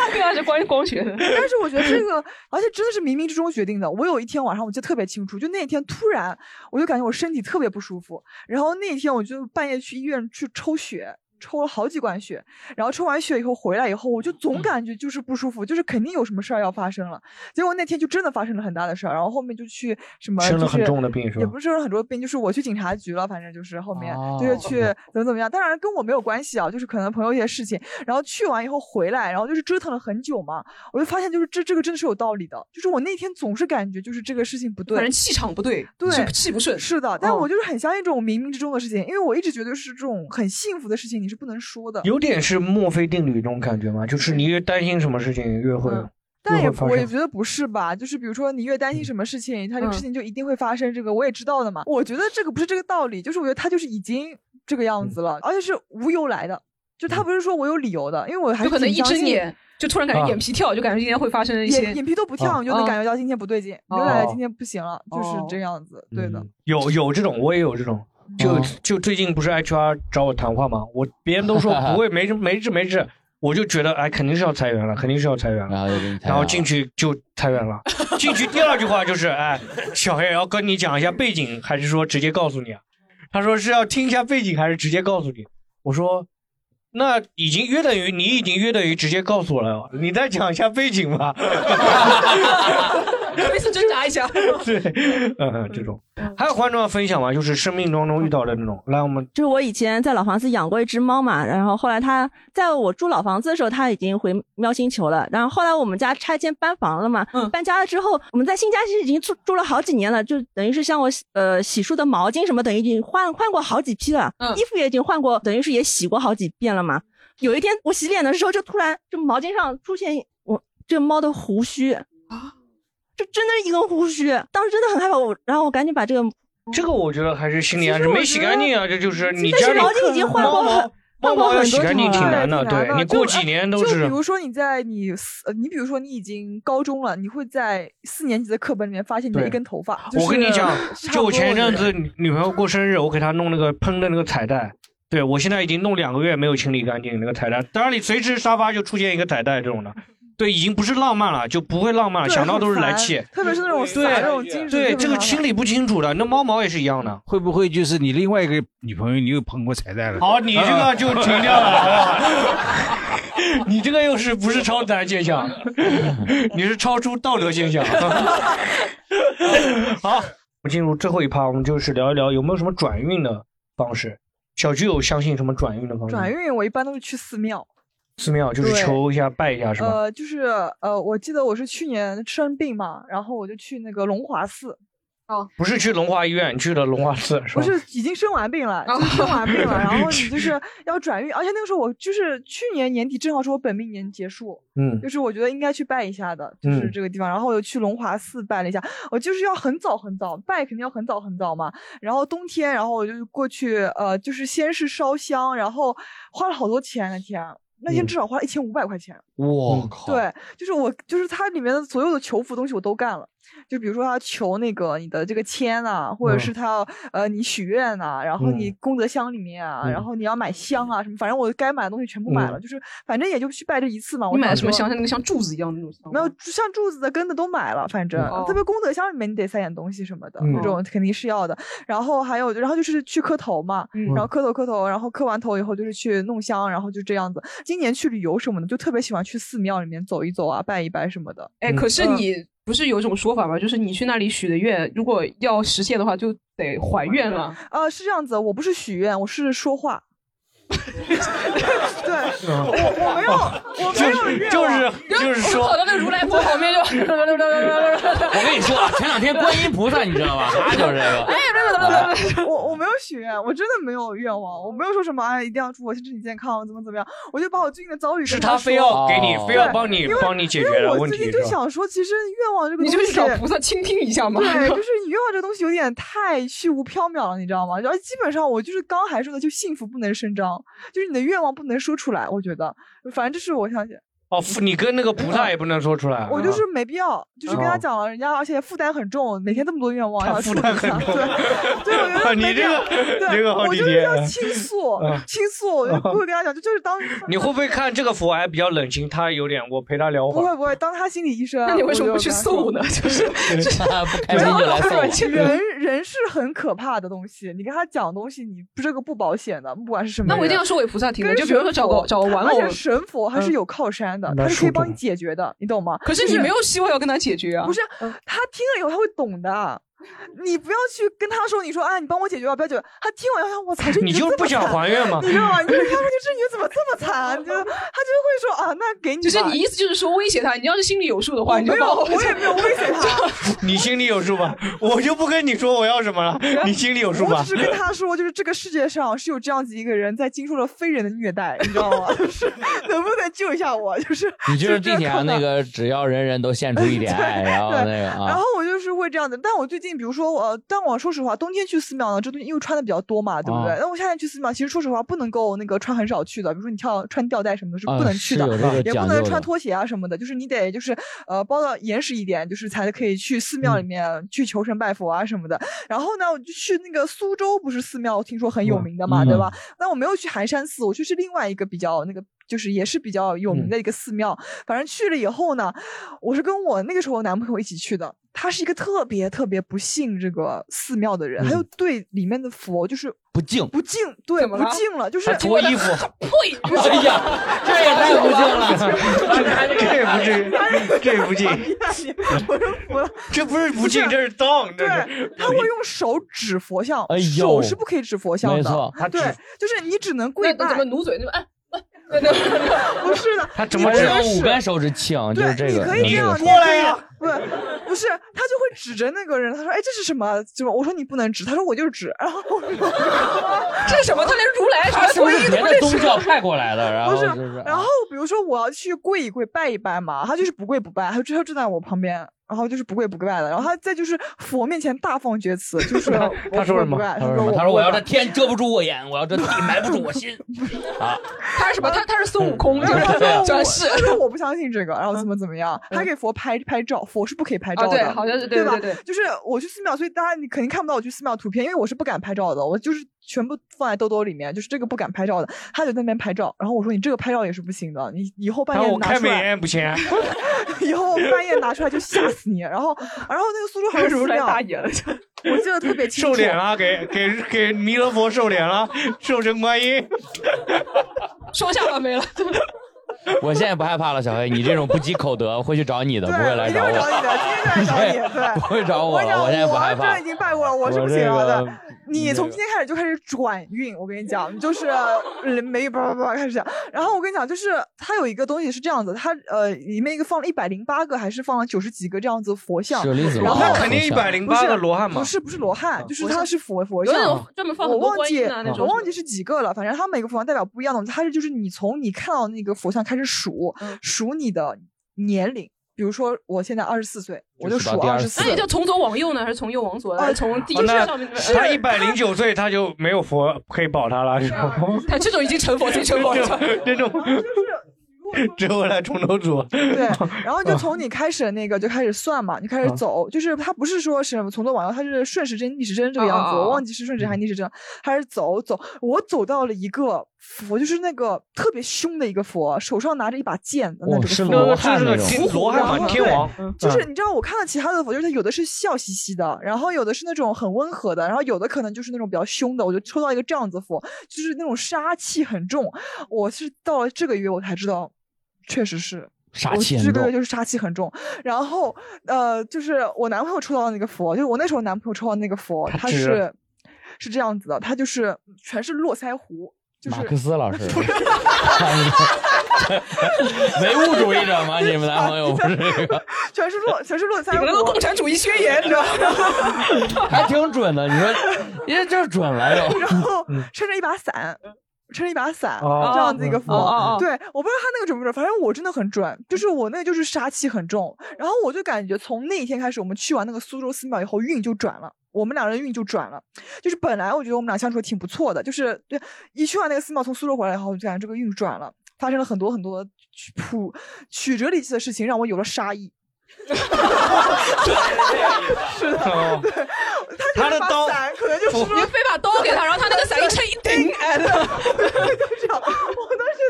Speaker 4: 对啊，是关于光学的。
Speaker 6: [LAUGHS] 但是我觉得这个，而且真的是冥冥之中决定的。我有一天晚上我记得特别清楚，就那天突然我就感觉我身体特别不舒服，然后那天我就半夜去医院去抽血。抽了好几管血，然后抽完血以后回来以后，我就
Speaker 4: 嗯
Speaker 6: 总感觉就是不舒服，就是肯定有什么事儿要发生了。结果那天就真的发生了很大的事儿，然后后面就去什么、就是、
Speaker 2: 生了很重的病是吧
Speaker 6: 也不是生了很重的病，就是我去警察局了，反正就是后面、
Speaker 2: 哦
Speaker 6: 就是去怎么怎么样，当然跟我没有关系啊，就是可能朋友一些事情，然后去完以后回来，然后就是折腾了很久嘛，我就发现就是这这个真的是有道理的，就是我那天总是感觉就是这个事情不对，
Speaker 4: 反正气场不对
Speaker 6: 对
Speaker 4: 气，气不顺
Speaker 6: 是的，但
Speaker 4: 嗯
Speaker 6: 我就是很相信这种冥冥之中的事情，因为我一直觉得是这种很幸福的事情，你是不能说的，
Speaker 2: [LAUGHS] 有点是墨菲定律这种感觉嘛，就是你越担心什么事情越会，
Speaker 6: 嗯但也
Speaker 2: 越会发
Speaker 6: 我也
Speaker 2: 生。嗯
Speaker 6: 觉得不是吧？就是比如说，你越担心什么事情，它这个事情就一定会发生，这个我也知道的嘛。我觉得这个不是这个道理，就是我觉得它就是已经这个
Speaker 2: 嗯
Speaker 6: 样子了，而且是无由来的，就它不是说我有理由的，因为我还
Speaker 4: 有
Speaker 6: 是
Speaker 4: 可能
Speaker 6: 挺
Speaker 4: 一
Speaker 6: 相
Speaker 4: 睁
Speaker 6: 信
Speaker 4: 眼就突然感觉
Speaker 6: 啊
Speaker 4: 眼皮跳，就感觉今天会发生一些
Speaker 6: 眼眼皮都
Speaker 2: 哦
Speaker 6: 不跳，你就能感觉到今天不对劲，你就感觉今天不行了，就是这
Speaker 2: 哦
Speaker 6: 样子，对的。
Speaker 2: 嗯
Speaker 6: 嗯
Speaker 2: 有有这种，我也有这种。就就最近不是 HR 找我谈话嘛，我别人都说不 [LAUGHS] 会，没事没事没事，我就觉得哎，肯定是要裁员了，肯定是要裁员了。然后然后进去就裁员了。进去第二句话就是哎，小黑要跟你讲一下背景，还是说直接告诉你啊？他说是要听一下背景，还是直接告诉你？我说那已经约等于你已经约等于直接告诉我了，你再讲一下背景吧。
Speaker 4: 每次挣扎一下。
Speaker 2: 对，嗯，这种还有观众要分享吗？就是生命当中遇到的那种，来我们
Speaker 8: 就是我以前在老房子养过一只猫嘛，然后后来它在我住老房子的时候，它已经回喵星球了。然后后来我们家拆迁搬房了嘛，
Speaker 2: 嗯
Speaker 8: 搬家了之后，我们在新家其实已经住住了好几年了，就等于是像我洗呃洗漱的毛巾什么，等于已经换换过好几批了，
Speaker 2: 嗯
Speaker 8: 衣服也已经换过，等于是也洗过好几遍了嘛。有一天我洗脸的时候，就突然这毛巾上出现我这猫的胡须啊，就真的是一根胡须，当时真的很害怕我，然后我赶紧把这个
Speaker 2: 这个我觉得还是心理安
Speaker 8: 其
Speaker 2: 置，
Speaker 8: 实我
Speaker 2: 没洗
Speaker 8: 觉得
Speaker 2: 干净啊，这就是你
Speaker 8: 但
Speaker 2: 家
Speaker 8: 是
Speaker 2: 里
Speaker 8: 毛巾已经换过
Speaker 2: 猫
Speaker 6: [LAUGHS]
Speaker 2: 毛，
Speaker 8: 很
Speaker 2: 猫
Speaker 6: 猫
Speaker 2: 毛哦要
Speaker 6: 很
Speaker 2: 洗
Speaker 6: 多
Speaker 2: 干净
Speaker 6: 条
Speaker 2: 挺
Speaker 6: 啊
Speaker 2: 难的，对你
Speaker 6: 就
Speaker 2: 过
Speaker 6: 哎
Speaker 2: 几年都
Speaker 6: 就是比如说你在你四，呃你比如说你已经高中了，你会在四年级的课本里面发现你的一
Speaker 2: 对
Speaker 6: 根头发。就
Speaker 2: 我跟你
Speaker 6: 是，
Speaker 2: 讲
Speaker 6: 差
Speaker 2: 就
Speaker 6: 不
Speaker 2: 我
Speaker 6: 多
Speaker 2: 前一
Speaker 6: 我觉
Speaker 2: 阵
Speaker 6: 得
Speaker 2: 子女朋友过生日，我给她弄那个喷的那个彩带，对我现在已经弄两个月没有清理干净那个彩带。当然，你随时沙发就出现一个彩带这
Speaker 6: [LAUGHS]
Speaker 2: 种的，对，已经不是浪漫了，就不会浪漫了，
Speaker 6: 对
Speaker 2: 想到
Speaker 6: 很
Speaker 2: 都是来
Speaker 6: 烦
Speaker 2: 气。
Speaker 6: 特别是那种撒
Speaker 2: 对
Speaker 6: 那种金纸
Speaker 2: 对，
Speaker 6: 特别
Speaker 2: 这个
Speaker 6: 麻
Speaker 2: 清
Speaker 6: 烦
Speaker 2: 理不清楚的，那猫毛也是一
Speaker 6: [LAUGHS]
Speaker 2: 样的。
Speaker 9: 会不会就是你另外一个女朋友，你又碰过彩带了？
Speaker 2: 好，你这个就停掉
Speaker 9: [LAUGHS]
Speaker 2: 了，好不
Speaker 6: [LAUGHS]
Speaker 2: 好？你这个又是不是超自然现象？ [LAUGHS] 你是超出道德现象。好，我们进入最后一趴，我们就是聊一聊有没有什么转运的方式。小菊有相信什么转运的方式吗？
Speaker 6: 转运我一般都是去寺庙。
Speaker 2: 寺庙就是
Speaker 6: 对
Speaker 2: 求一下拜一下啊是吧？
Speaker 6: 呃，就是呃，我记得我是去年生病嘛，然后我就去那个龙华寺。
Speaker 15: 哦，
Speaker 2: 不是去龙华医院，去了龙华寺是
Speaker 6: 不
Speaker 2: 吧？
Speaker 6: 是已经生完病了，就生完病了，然后你
Speaker 2: [LAUGHS]
Speaker 6: 就是要转运，而且那个时候我就是去年年底正好是我本命年结束，
Speaker 2: 嗯
Speaker 6: 就是我觉得应该去拜一下的，就是
Speaker 2: 嗯
Speaker 6: 这个地方，然后我又去龙华寺拜了一下，我就是要很早很早拜，肯定要很早很早嘛，然后冬天，然后我就过去，呃，就是先是烧香，然后花了好多钱那天。啊那天
Speaker 2: 嗯
Speaker 6: 至少花了一千五百块钱，
Speaker 2: 我靠！
Speaker 6: 对，就是我，就是它里面的所有的求福东西我都干了，就比如说他求那个你的这个签啊，或者
Speaker 13: 嗯
Speaker 6: 是他要呃你许愿呐、然后你
Speaker 13: 嗯
Speaker 6: 功德箱里面啊，然
Speaker 13: 嗯
Speaker 6: 后你要买香啊什么，反正我该买的东西全部买了，
Speaker 13: 嗯
Speaker 6: 就是反正也就去拜这一次嘛。我
Speaker 4: 你买
Speaker 6: 想
Speaker 4: 的什么
Speaker 6: 说
Speaker 4: 香？像那个像柱子一样的那种香。
Speaker 6: 没有，像柱子的、根的都买了，反正、
Speaker 4: 嗯
Speaker 6: 特
Speaker 13: 哦
Speaker 6: 别功德箱里面你得塞点东西什么的，
Speaker 4: 嗯
Speaker 6: 这种肯定是要的。然后还有，然后就是去磕头嘛，
Speaker 4: 嗯
Speaker 6: 然后磕头磕头，然后磕完头以后就是去弄香，然后就这样子。今年去旅游什么的，就特别喜欢去寺庙里面走一走啊，拜一拜什么的。
Speaker 4: 哎，可是
Speaker 6: 嗯
Speaker 4: 你不是有一种说法吗？就是你去那里许的愿，如果要实现的话，就得还愿了。
Speaker 6: 呃，是这样子，我不是许愿，我是说话。 [LAUGHS] 对，
Speaker 4: 我
Speaker 6: 我没有，我没有愿
Speaker 4: 就
Speaker 6: 望
Speaker 4: 是就是说跑到那个如来佛旁
Speaker 6: [LAUGHS]
Speaker 4: 边
Speaker 3: [LAUGHS]
Speaker 4: 就
Speaker 3: 我跟你说啊，前两天观音菩萨你知道吧？他就是这个。
Speaker 6: 哎，我我没有许愿，我真的没有愿望，我没有说什么哎，一定要祝我身体健康，怎么怎么样，我就把我最近的遭遇
Speaker 2: 是
Speaker 6: 跟
Speaker 2: 他哦
Speaker 6: 他
Speaker 2: 非
Speaker 6: 说
Speaker 2: 要给你
Speaker 6: 对
Speaker 2: 非要帮你
Speaker 6: 因为
Speaker 2: 帮你解
Speaker 6: 因为
Speaker 2: 决的
Speaker 6: 我
Speaker 2: 问
Speaker 6: 最近
Speaker 2: 题
Speaker 6: 就是
Speaker 2: 吧
Speaker 6: 想说，其实愿望这个
Speaker 4: 你就
Speaker 6: 东
Speaker 4: 是
Speaker 6: 西
Speaker 4: 找菩萨倾听一下嘛 [LAUGHS]
Speaker 6: 对，就是你愿望这个东西有点太虚无缥缈了，你知道吗？然后基本上我就是刚还说的，就幸福不能声张，就是你的愿望不能说出来，我觉得，反正这是我想起。
Speaker 2: 哦，你跟那个菩萨也不能说出来。啊
Speaker 6: 我就是没必要，就是跟他讲了，人家而且负担很重，每天这么多愿望，要
Speaker 2: 哦
Speaker 6: 处
Speaker 2: 负
Speaker 6: 理
Speaker 2: 担
Speaker 6: 一
Speaker 2: 很
Speaker 6: 下
Speaker 2: 重啊
Speaker 6: 对，
Speaker 2: [LAUGHS]
Speaker 6: 对，我觉得
Speaker 2: 你
Speaker 6: 没必
Speaker 2: 这
Speaker 6: 要
Speaker 2: 个
Speaker 6: 对
Speaker 2: 这个好
Speaker 6: 我
Speaker 2: 体
Speaker 6: 就是
Speaker 2: 贴
Speaker 6: 要倾诉
Speaker 2: [LAUGHS] 嗯，
Speaker 6: 倾诉，我就不会跟他讲，就就是当
Speaker 2: 你会不会看这个佛还比较冷清？他有点，我陪他聊
Speaker 6: 不
Speaker 2: 会儿。
Speaker 6: 会不会当他心理医生，
Speaker 4: 那你为什么
Speaker 6: 我
Speaker 4: 不
Speaker 6: 就
Speaker 4: 去
Speaker 6: 跟他
Speaker 4: 送
Speaker 6: 说
Speaker 4: 呢？ [LAUGHS] 就是 [LAUGHS]
Speaker 2: 不
Speaker 6: 没有
Speaker 4: 来送我
Speaker 6: 不是人人是很可怕的东西，你跟他讲东西，你不这个不保险的，不管是什么人。
Speaker 4: 那我一定要说给菩萨听的
Speaker 6: 跟
Speaker 4: 就比如说
Speaker 6: 神
Speaker 4: 找个
Speaker 6: 佛
Speaker 4: 找个玩
Speaker 6: 而且
Speaker 4: 偶
Speaker 6: 神佛还是
Speaker 4: 嗯
Speaker 6: 有靠山的，
Speaker 4: 那
Speaker 6: 他是可以
Speaker 4: 树
Speaker 6: 帮
Speaker 4: 洞
Speaker 6: 你解决的，你懂吗？
Speaker 4: 可是
Speaker 6: 就
Speaker 4: 你没有希望要跟他解决啊。
Speaker 6: 不是，他听了以后他会懂的。你不要去跟他说，你说啊，你帮我解决吧，不要解决。他听完以后，他我操，这女
Speaker 2: 你
Speaker 6: 的
Speaker 2: 就
Speaker 6: 这
Speaker 2: 不
Speaker 6: 么
Speaker 2: 想
Speaker 6: 惨
Speaker 2: 还愿吗
Speaker 6: 你知道吗？你就跟他说，就这女的怎么这么惨？就他就会说啊，那给你吧。
Speaker 4: 就是你意思就是说威胁他，你要是心里有数的话，
Speaker 6: 我
Speaker 4: 你就
Speaker 6: 哦没有
Speaker 4: 把我
Speaker 6: 我也没有威胁他。
Speaker 2: [LAUGHS] 你心里有数吧？我就不跟你说我要什
Speaker 6: [LAUGHS]
Speaker 2: 么了，你心里有数吧
Speaker 6: 我？只是跟
Speaker 2: [LAUGHS]
Speaker 6: 他说，就是这个世界上是有这样子一个人在经受了非人的虐待，你知道吗？ [LAUGHS] 就是能不能救一下我？就是
Speaker 13: 你就
Speaker 6: 就是
Speaker 13: 地铁上那个，只要人人都献出一点爱，然
Speaker 6: [LAUGHS]
Speaker 13: 后
Speaker 6: 对，
Speaker 13: 那个啊，
Speaker 6: 然后我就是会这样子。但我最近，比如说我，但我说实话，冬天去寺庙呢，这东西因为穿的比较多嘛，对不对
Speaker 13: 啊？
Speaker 6: 那我夏天去寺庙，其实说实话不能够那个穿很少去的，比如说你跳穿吊带什么的是
Speaker 13: 啊
Speaker 6: 不能去的，
Speaker 13: 是有这个
Speaker 6: 也
Speaker 13: 讲
Speaker 6: 不
Speaker 13: 究
Speaker 6: 能
Speaker 13: 的
Speaker 6: 穿拖鞋啊什么的，就是你得就是呃包的严实一点，就是才可以去寺庙里
Speaker 13: 嗯
Speaker 6: 面去求神拜佛啊什么的。然后呢，我就去那个苏州，不是寺庙我听说很有名的嘛，
Speaker 13: 嗯
Speaker 6: 对吧？那我没有去寒山寺，我去是另外一个比较那个。就是也是比较有名
Speaker 13: 嗯
Speaker 6: 的一个寺庙，反正去了以后呢，我是跟我那个时候男朋友一起去的。他是一个特别特别不信这个寺庙的人，他就对里面的佛就是
Speaker 13: 嗯不敬
Speaker 6: 不敬，对
Speaker 4: 么
Speaker 6: 不
Speaker 4: 了
Speaker 6: 敬了，就是
Speaker 13: 还脱衣
Speaker 4: [LAUGHS]
Speaker 13: 服
Speaker 4: 呸！
Speaker 6: [LAUGHS]
Speaker 13: 哎呀，这也太不敬
Speaker 4: [LAUGHS]
Speaker 13: 了，
Speaker 2: [LAUGHS] 这也不至于，这也不敬，这不是不敬，这是当，这是
Speaker 6: 对，他会用手指佛像，
Speaker 13: 哎
Speaker 6: 手
Speaker 13: 呦
Speaker 6: 是不可以指佛像
Speaker 13: 没
Speaker 6: 的
Speaker 13: 错，
Speaker 6: 对，就是你只能跪拜。怎么
Speaker 4: 努嘴？
Speaker 6: [LAUGHS]
Speaker 4: 哎， [LAUGHS]
Speaker 6: 不是的，
Speaker 13: 他怎么
Speaker 6: 你不
Speaker 13: 只
Speaker 6: 是
Speaker 13: 有五根手指请？就是这
Speaker 6: 对，你
Speaker 13: 个，
Speaker 6: 可以这样，你
Speaker 13: 过
Speaker 6: 也可以，不不是，他就会指着那个人，他说：“哎，这是什么？”什么？我说：“你不能指。”他说：“我就是指。”然后我说 [LAUGHS]
Speaker 4: 这是什么？他连如来
Speaker 13: 他是不是
Speaker 6: 什么
Speaker 13: 别
Speaker 6: 都不会
Speaker 13: 的宗
Speaker 6: 指
Speaker 13: 教派过来的？然
Speaker 6: 不
Speaker 13: 后
Speaker 6: 是
Speaker 13: 就
Speaker 3: [LAUGHS]
Speaker 13: 是，
Speaker 6: 然后比如说我要去跪一跪、拜一拜嘛，他就是不跪不拜，他就他就站在我旁边。然后就是不跪不拜的，然后他再就是佛面前大放厥词，
Speaker 3: [LAUGHS]
Speaker 6: 就是我
Speaker 3: 他
Speaker 6: 不
Speaker 3: 说什
Speaker 6: 跪不
Speaker 3: 么
Speaker 6: 拜，？
Speaker 3: 他说什么？
Speaker 6: 我
Speaker 3: 他说我要
Speaker 6: 跪
Speaker 3: 这天遮不住我眼，我要这地埋不住我心 [LAUGHS] 啊！
Speaker 4: 他是
Speaker 3: [LAUGHS]
Speaker 4: 什么？他他是孙悟空，就是
Speaker 6: 他说我
Speaker 4: 转世。嗯
Speaker 6: 他说我不相信这个，然后怎么怎么样，还给佛拍拍照，佛是不可以拍照的，
Speaker 4: 啊对好像是对
Speaker 6: 对吧
Speaker 4: 对对对
Speaker 6: 就是我去寺庙，所以大家你肯定看不到我去寺庙图片，因为我是不敢拍照的，我就是全部放在兜兜里面，就是这个不敢拍照的，他就在那边拍照，然后我说你这个拍照也是不行的，你以后半
Speaker 2: 然后
Speaker 6: 夜
Speaker 2: 我
Speaker 6: 拿
Speaker 2: 开
Speaker 6: 出
Speaker 2: 美
Speaker 6: 来
Speaker 2: 颜。不行，啊
Speaker 6: 以后半夜拿出来就吓死你，然后，然后那个苏州好像
Speaker 2: 如来大
Speaker 6: 爷了，我 [LAUGHS] 记得特别清楚。
Speaker 2: 瘦脸啊了，给给给弥勒佛瘦脸了，瘦成观
Speaker 4: [LAUGHS]
Speaker 2: 音，
Speaker 4: 双下巴
Speaker 3: [LAUGHS]
Speaker 4: 没了。
Speaker 3: 我现在不害怕了，小黑，你这种不积口德，会去找你的，不会来
Speaker 6: 一定
Speaker 3: 找
Speaker 6: 会找你的，
Speaker 3: 我，
Speaker 6: 今天就来找你，对。
Speaker 3: [LAUGHS] 不会找我了。我现在不害怕
Speaker 6: 这已。经拜过了，我是
Speaker 3: 我
Speaker 6: 不
Speaker 3: 这
Speaker 6: 行了的。
Speaker 3: 个
Speaker 6: 你从今天开始就开始转运，我跟你讲，你就是呃没叭叭叭开始讲。然后我跟你讲，就是它有一个东西是这样子，它呃里面一个放了一百零八个，还是放了九十几个这样子佛像，
Speaker 2: 舍利子
Speaker 6: 然后
Speaker 2: 罗汉那肯定108
Speaker 6: 不是
Speaker 2: 个罗汉嘛
Speaker 6: 不是不是罗汉，就是
Speaker 4: 佛像
Speaker 6: 它是佛佛
Speaker 4: 有
Speaker 6: 像
Speaker 4: 那种，专门放
Speaker 6: 我
Speaker 4: 很多
Speaker 6: 忘
Speaker 4: 观
Speaker 6: 记
Speaker 4: 音的那种
Speaker 6: 我忘记是几个了，反正它每个佛像代表不一样的东西，它是就是你从你看到那个佛像开始数，
Speaker 4: 嗯
Speaker 6: 数你的年龄。比如说，我现在二十四岁，我就
Speaker 2: 就是
Speaker 6: 数
Speaker 2: 到第
Speaker 6: 二十四。
Speaker 2: 24
Speaker 4: 那你就从左往右呢，还是从右往左呢？还是从第一
Speaker 2: 哦那
Speaker 4: 上面？
Speaker 2: 他一百零九岁他就没有佛可以保他了，是
Speaker 6: 啊
Speaker 2: 吧？
Speaker 4: [LAUGHS] [LAUGHS] 他这种已经
Speaker 2: [LAUGHS]
Speaker 4: 成佛，这成佛了。
Speaker 2: 这种只有我来重头组。
Speaker 6: 对，然
Speaker 2: 嗯
Speaker 6: 后就从你开始的那个就开始算嘛，你开始走，就是它不是说什么从左往右，它是顺时针逆时针这个样子，
Speaker 4: 哦哦哦
Speaker 6: 我忘记是顺时针还
Speaker 2: 嗯
Speaker 6: 是逆时针，它是走走，我走到了一个佛，就是那个特别凶的一个佛，手上拿着一把剑的那
Speaker 2: 哦
Speaker 6: 种
Speaker 2: 是
Speaker 6: 佛
Speaker 2: 罗汉那种这是个罗汉嘛天王
Speaker 6: 对
Speaker 2: 嗯
Speaker 6: 就是你知道我看到其他的佛，就是它有的是笑嘻嘻的，然后有的是那种很温和的，然后有的可能就是那种比较凶的，我就抽到一个这样子佛，就是那种杀气很重，我是到了这个月我才知道。确实是
Speaker 3: 杀
Speaker 6: 我
Speaker 3: 气很
Speaker 6: 这个
Speaker 3: 重
Speaker 6: 月就是杀气很重。然后呃，就是我男朋友抽到的那个佛，就是我那时候男朋友抽到的那个佛，他
Speaker 3: 指
Speaker 6: 是是这样子的，他就是全是络腮胡， [LAUGHS] 就是
Speaker 3: 马克思老师， [LAUGHS] 唯物主义者吗？你们男朋友不是
Speaker 6: [LAUGHS]
Speaker 3: 这个，
Speaker 6: 全是络全是络腮
Speaker 4: 你
Speaker 6: 胡，
Speaker 4: 们那个共产主义宣言，你知道 [LAUGHS] 吗？
Speaker 3: 还挺准的。你说，人家这准了又。
Speaker 6: 然后撑着一把伞。撑着一把伞，
Speaker 3: 哦
Speaker 6: 这样子一个
Speaker 3: 嗯
Speaker 6: 佛，
Speaker 3: 哦哦哦
Speaker 6: 对，我不知道他那个准不准，反正我真的很准，就是我那个就是杀气很重，然后我就感觉从那一天开始，我们去完那个苏州寺庙以后，运就转了，我们两人运就转了，就是本来我觉得我们俩相处得挺不错的，就是对，一去完那个寺庙，从苏州回来以后，我就感觉这个运转了，发生了很多很多曲曲折离奇的事情，让我有了杀意。 [LAUGHS] 是的，
Speaker 2: 哦
Speaker 6: 对，他的刀可能就是说
Speaker 4: 你非把刀给他，然后他那个伞一撑一顶，
Speaker 6: 哎，
Speaker 4: [LAUGHS]
Speaker 6: 对，就这样。我当时觉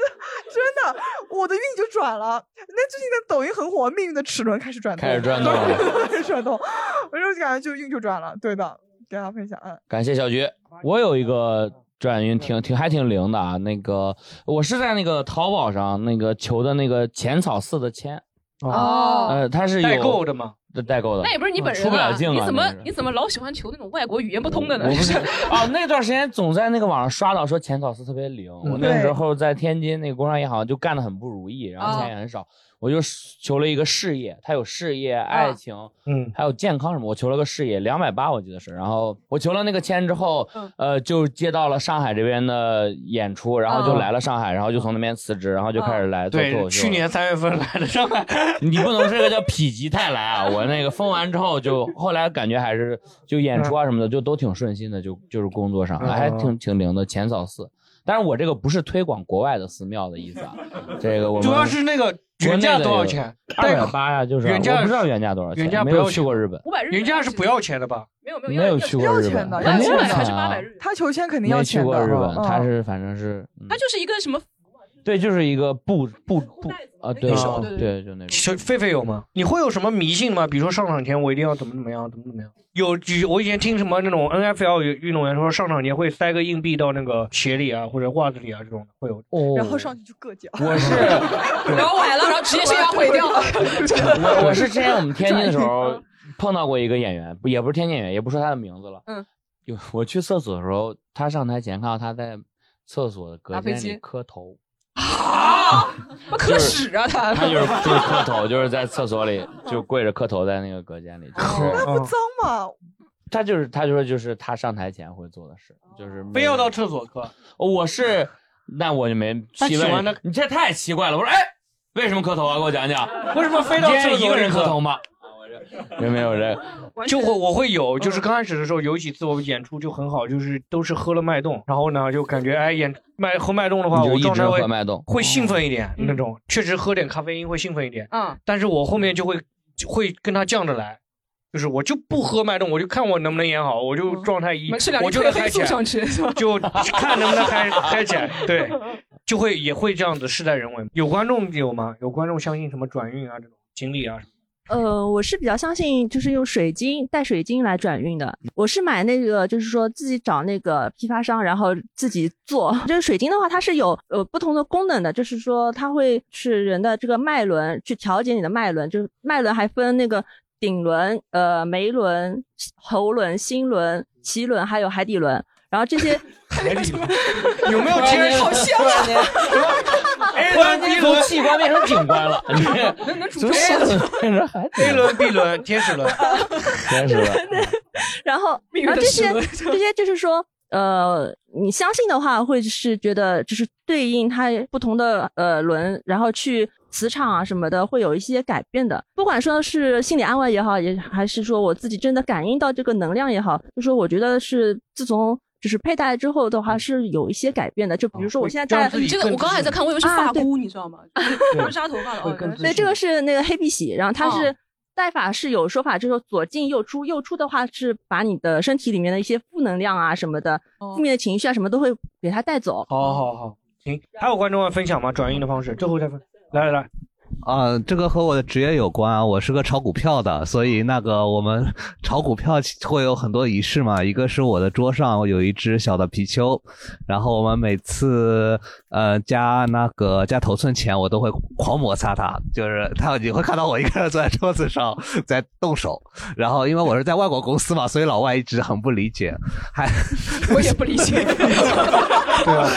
Speaker 6: 得真的，我的运就转了。那最近的抖音很火，命运的齿轮开始转动，
Speaker 3: 开始转动了
Speaker 6: [LAUGHS] 开始转动，我就感觉就运就转了，对的。给大家分享，嗯，
Speaker 3: 感谢小菊，我有一个转运挺挺还挺灵的啊。那个我是在那个淘宝上那个求的那个浅草寺的签，
Speaker 4: 哦
Speaker 3: 呃，它是有
Speaker 2: 代购的吗？
Speaker 3: 代购的，
Speaker 4: 那也不是你本人
Speaker 3: 出不
Speaker 4: 啊
Speaker 3: 了境啊
Speaker 4: 你
Speaker 3: 那
Speaker 4: 怎么
Speaker 3: 是
Speaker 4: 你怎么老喜欢求那种外国语言不通的呢？
Speaker 3: 我不
Speaker 4: [LAUGHS]
Speaker 3: 是啊，那段时间总在那个网上刷到说浅草寺特别灵，我
Speaker 4: 嗯
Speaker 3: 那
Speaker 4: 对
Speaker 3: 时候在天津那个工商银行就干得很不如意，然后钱也很
Speaker 4: 哦
Speaker 3: 少，我就求了一个事业，它有事业、 [LAUGHS] 爱 [LAUGHS] 情，
Speaker 2: 嗯，
Speaker 3: 还有健康什么，我求了个事业，两百八我记得是，然后我求了那个签之后，
Speaker 6: 嗯
Speaker 3: 呃，就接到了上海这边的演出，然后就
Speaker 6: 嗯
Speaker 3: 来了上海，然后就从那边辞职，然后就开始来做脱
Speaker 2: 对，
Speaker 3: 口秀
Speaker 2: 去
Speaker 3: 了。
Speaker 2: 年三月份来的上海，
Speaker 3: 你不能这个叫否极泰
Speaker 6: [LAUGHS]
Speaker 3: 来啊！我那个封完之后就，后来感觉还是就演出啊什么的，就都挺顺心的，就就是工作上
Speaker 2: 嗯
Speaker 3: 还挺挺灵的。浅草寺，但是我这个不是推广国外的寺庙的意
Speaker 6: [LAUGHS]
Speaker 3: 思啊，这个我们
Speaker 2: 主要是那个原价多少钱？
Speaker 3: 二百八呀，就是啊
Speaker 2: 原价
Speaker 3: 我不知道原价多少钱，
Speaker 2: 原价
Speaker 3: 没
Speaker 2: 不要
Speaker 3: 有
Speaker 2: 钱
Speaker 3: 去过日本，
Speaker 4: [LAUGHS] 500日元
Speaker 2: 原价是不要钱的吧？
Speaker 4: 没有没
Speaker 3: 没有去过
Speaker 6: 要
Speaker 3: 日
Speaker 6: 钱
Speaker 3: 本，
Speaker 6: 的，
Speaker 3: 肯
Speaker 6: 要
Speaker 3: 定
Speaker 6: 钱
Speaker 3: 要
Speaker 6: 的，
Speaker 3: 钱啊！
Speaker 6: 日元？他求签肯定要
Speaker 3: 没
Speaker 6: 钱
Speaker 3: 去
Speaker 6: 的。
Speaker 3: 过日本
Speaker 6: 嗯，
Speaker 3: 他
Speaker 6: 嗯
Speaker 3: 是反正是
Speaker 4: 他就是一个什么
Speaker 3: 对，就是一个布布布啊，对
Speaker 2: 手对
Speaker 3: 对，就那种。
Speaker 2: 小狒狒有吗？你会有什么迷信吗？比如说上场前我一定要怎么怎么样，怎么怎么样？有，举我以前听什么那种 NFL 运动员说上场前会塞个硬币到那个鞋里啊，或者袜子里啊，这种的会有。
Speaker 3: 哦
Speaker 6: 然后上去就硌脚。
Speaker 3: 我是
Speaker 4: [LAUGHS] 然后崴了，然后职业生涯毁掉了。
Speaker 3: [LAUGHS] 我我是之前我们天津的时
Speaker 4: 啊
Speaker 3: 候碰到过一个演员，不也不是天津演员，也不说他的名字了。
Speaker 4: 嗯，
Speaker 3: 有我去厕所的时候，他上台前看到他在厕所的隔
Speaker 4: 打飞
Speaker 3: 间里
Speaker 4: 机
Speaker 3: 磕头，
Speaker 4: 不可使啊他。嗯
Speaker 3: 他
Speaker 4: [LAUGHS]
Speaker 3: 就是就是磕头，就是在厕所里就跪着磕头，在那个隔间里。就是
Speaker 6: 那
Speaker 4: 哦
Speaker 6: 不脏
Speaker 2: [LAUGHS]
Speaker 6: 吗？
Speaker 3: 他就是他就说就是他上台前会做的事，就是
Speaker 2: 非要到厕所磕。
Speaker 3: 我是那我就没
Speaker 2: 他
Speaker 3: 细
Speaker 2: 喜
Speaker 3: 问
Speaker 2: 欢
Speaker 3: 你，你这太奇怪了。我说哎，为什么磕头啊？给我讲讲，
Speaker 2: 为什么非到
Speaker 3: 你今天
Speaker 2: 厕所
Speaker 3: 一个人
Speaker 2: 里磕
Speaker 3: 磕头吗？
Speaker 4: [LAUGHS]
Speaker 3: 没有没有人，
Speaker 2: 就我我会有，
Speaker 4: 嗯
Speaker 2: 就是刚开始的时候有几次我演出就很好，就是都是喝了脉动，然后呢就感觉哎演脉喝脉动的话，
Speaker 3: 你就
Speaker 2: 我
Speaker 3: 一
Speaker 2: 状
Speaker 3: 直
Speaker 2: 态会
Speaker 3: 喝脉动
Speaker 2: 会兴奋一点那种，确实喝点咖啡因会兴奋一点，
Speaker 4: 嗯，
Speaker 2: 但是我后面就会就会跟他犟着来。就是我就不喝脉动，我就看我能不能演好，我就状态一，
Speaker 4: 嗯没事两
Speaker 2: 我
Speaker 4: 天
Speaker 2: 就会
Speaker 4: 褪黑
Speaker 2: 嗨起来，
Speaker 4: 送上去是吧
Speaker 11: [LAUGHS]
Speaker 2: 就看能不能
Speaker 4: [LAUGHS]
Speaker 2: 嗨嗨起来，对，就会也会这样子事在人为。有观众有吗？有观众相信什么转运啊这种经历啊
Speaker 4: [LAUGHS]
Speaker 2: 什么？
Speaker 8: 呃，我是比较相信就是用水晶带水晶来转运的。我是买那个，就是说自己找那个批发商，然后自己做。 [LAUGHS] 这个水晶的话，它是有呃不同的功能的，就是说它会是人的这个脉轮去调节你的脉轮，就是脉轮还分那个顶轮、呃眉轮、喉轮、心轮、脐轮，还有海底轮。然后这些
Speaker 2: [LAUGHS] 海底
Speaker 8: [LAUGHS]
Speaker 2: 轮有没有听人好香啊 [LAUGHS] A
Speaker 3: 突然
Speaker 2: 轮、B
Speaker 3: 间从
Speaker 2: 轮、
Speaker 3: 器官
Speaker 8: [LAUGHS]
Speaker 3: 变成警官
Speaker 4: [LAUGHS]
Speaker 2: [LAUGHS]
Speaker 3: 了，你这
Speaker 2: 从 [LAUGHS] A 轮变成 A 轮、B 轮、天
Speaker 3: [LAUGHS]
Speaker 2: 使轮，
Speaker 3: 真是的。
Speaker 8: 然后，
Speaker 2: 命运
Speaker 8: 然后
Speaker 2: 的
Speaker 8: 这些
Speaker 2: 齿轮
Speaker 8: 这些就是说，呃，你相信的话，会是觉得就是对应它不同的呃轮，然后去磁场啊什么的，会有一些改变的。不管说是心理安慰也好，也还是说我自己真的感应到这个能量也好，就说我觉得是自从。就是佩戴之后的话是有一些改变的，就比如说我现在戴、
Speaker 4: 你这个我刚才在看，我以为是发
Speaker 8: 啊对
Speaker 4: 箍，你知道吗？ [LAUGHS] 就是扎头发了，哦原来是
Speaker 8: 对，嗯这个是那个黑碧玺，然后它
Speaker 4: 哦
Speaker 8: 是戴法是有说法，就是左进右出，右出的话是把你的身体里面的一些负能量啊什么的，负面的情绪啊什么都会给它带走。
Speaker 2: [LAUGHS] 好好好，行，还有观众要分享吗？转运的方式，最后再分，来来来，
Speaker 10: 啊，这个和我的职业有关啊，我是个炒股票的，所以那个我们 [LAUGHS] 炒股票会有很多仪式嘛。一个是我的桌上有一只小的貔貅，然后我们每次呃加那个加头寸前，我都会狂摩擦它，就是它你会看到我一个人坐在桌子上在动手。然后因为我是在外国公司嘛，所以老外一直很不理解，还
Speaker 4: 我也不理
Speaker 3: [LAUGHS]
Speaker 4: 解。
Speaker 10: 对啊。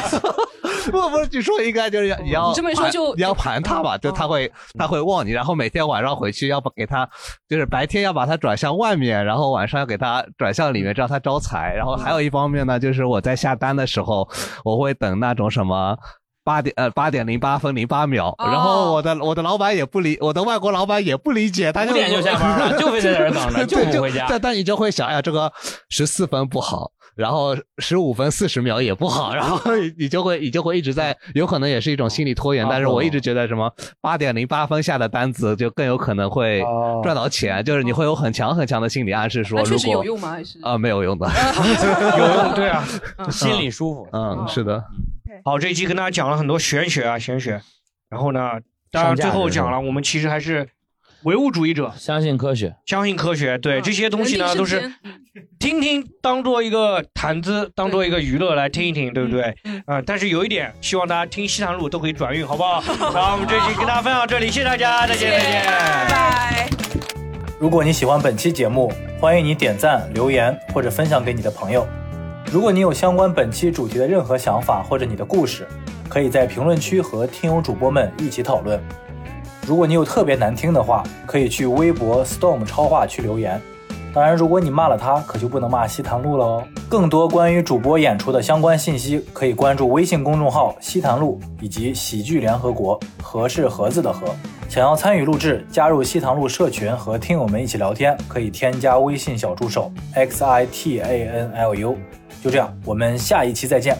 Speaker 10: [LAUGHS] 不不是，你说应该就是
Speaker 3: 哦
Speaker 10: 要你要
Speaker 4: 你这么一说
Speaker 10: 盘
Speaker 4: 就
Speaker 10: 你要盘它嘛，就它会它会旺你，然后每天晚上回去要把给它，就是白天要把它转向外面，然后晚上要给它转向里面，让它招财。然后还有一方面呢，就是我在下单的时候，我会等那种什么。八点呃八点零八分零八秒，
Speaker 3: 哦
Speaker 10: 然后我的我的老板也不理，我的外国老板也不理解，他就
Speaker 3: 五点就下班了就非在这儿等着就
Speaker 10: [LAUGHS] 对
Speaker 3: 不回家
Speaker 10: 但但你就会想，哎呀，这个十四分不好，然后十五分四十秒也不好， [LAUGHS] 然后你就会你就会一直在，有可能也是一种心理拖延。但是我一直觉得什么八点零八分下的单子就更有可能会赚到钱，就是你会有很强很强的心理暗示说，
Speaker 4: 那确
Speaker 10: 如
Speaker 4: 实
Speaker 10: 果
Speaker 4: 有用吗？还是
Speaker 10: 啊没有用的， [LAUGHS]
Speaker 2: 有用对啊， [LAUGHS]
Speaker 10: 心里
Speaker 3: 舒服。
Speaker 10: 嗯，是的。
Speaker 2: 好，这一期跟大家讲了很多玄学啊，玄学。然后呢，当然
Speaker 3: 上价
Speaker 2: 最后
Speaker 3: 值是吧
Speaker 2: 讲了，我们其实还是唯物主义者，
Speaker 3: 相信科学，
Speaker 2: 相信科学。对这些东西呢，
Speaker 3: 人定
Speaker 2: 都
Speaker 3: 胜
Speaker 2: 是 [LAUGHS] 听听，当做一个谈资，当做一个娱乐来听一听，对不对？嗯。但是有一点，希望大家听西塘路都可以转运，好 [LAUGHS] 不好？好，我们这期跟大家分享到这里，谢谢大家，再见，再见，拜
Speaker 4: 拜。
Speaker 23: 如果你喜欢本期节目，欢迎你点赞、留言或者分享给你的朋友。如果你有相关本期主题的任何想法或者你的故事，可以在评论区和听友主播们一起讨论。如果你有特别难听的话，可以去微博 Storm 超话区留言。当然，如果你骂了他，可就不能骂西塘路了哦。更多关于主播演出的相关信息，可以关注微信公众号“西塘路”以及“喜剧联合国”，和是盒子的和。想要参与录制，加入西塘路社群和听友们一起聊天，可以添加微信小助手 x i t a n l u。就这样，我们下一期再见。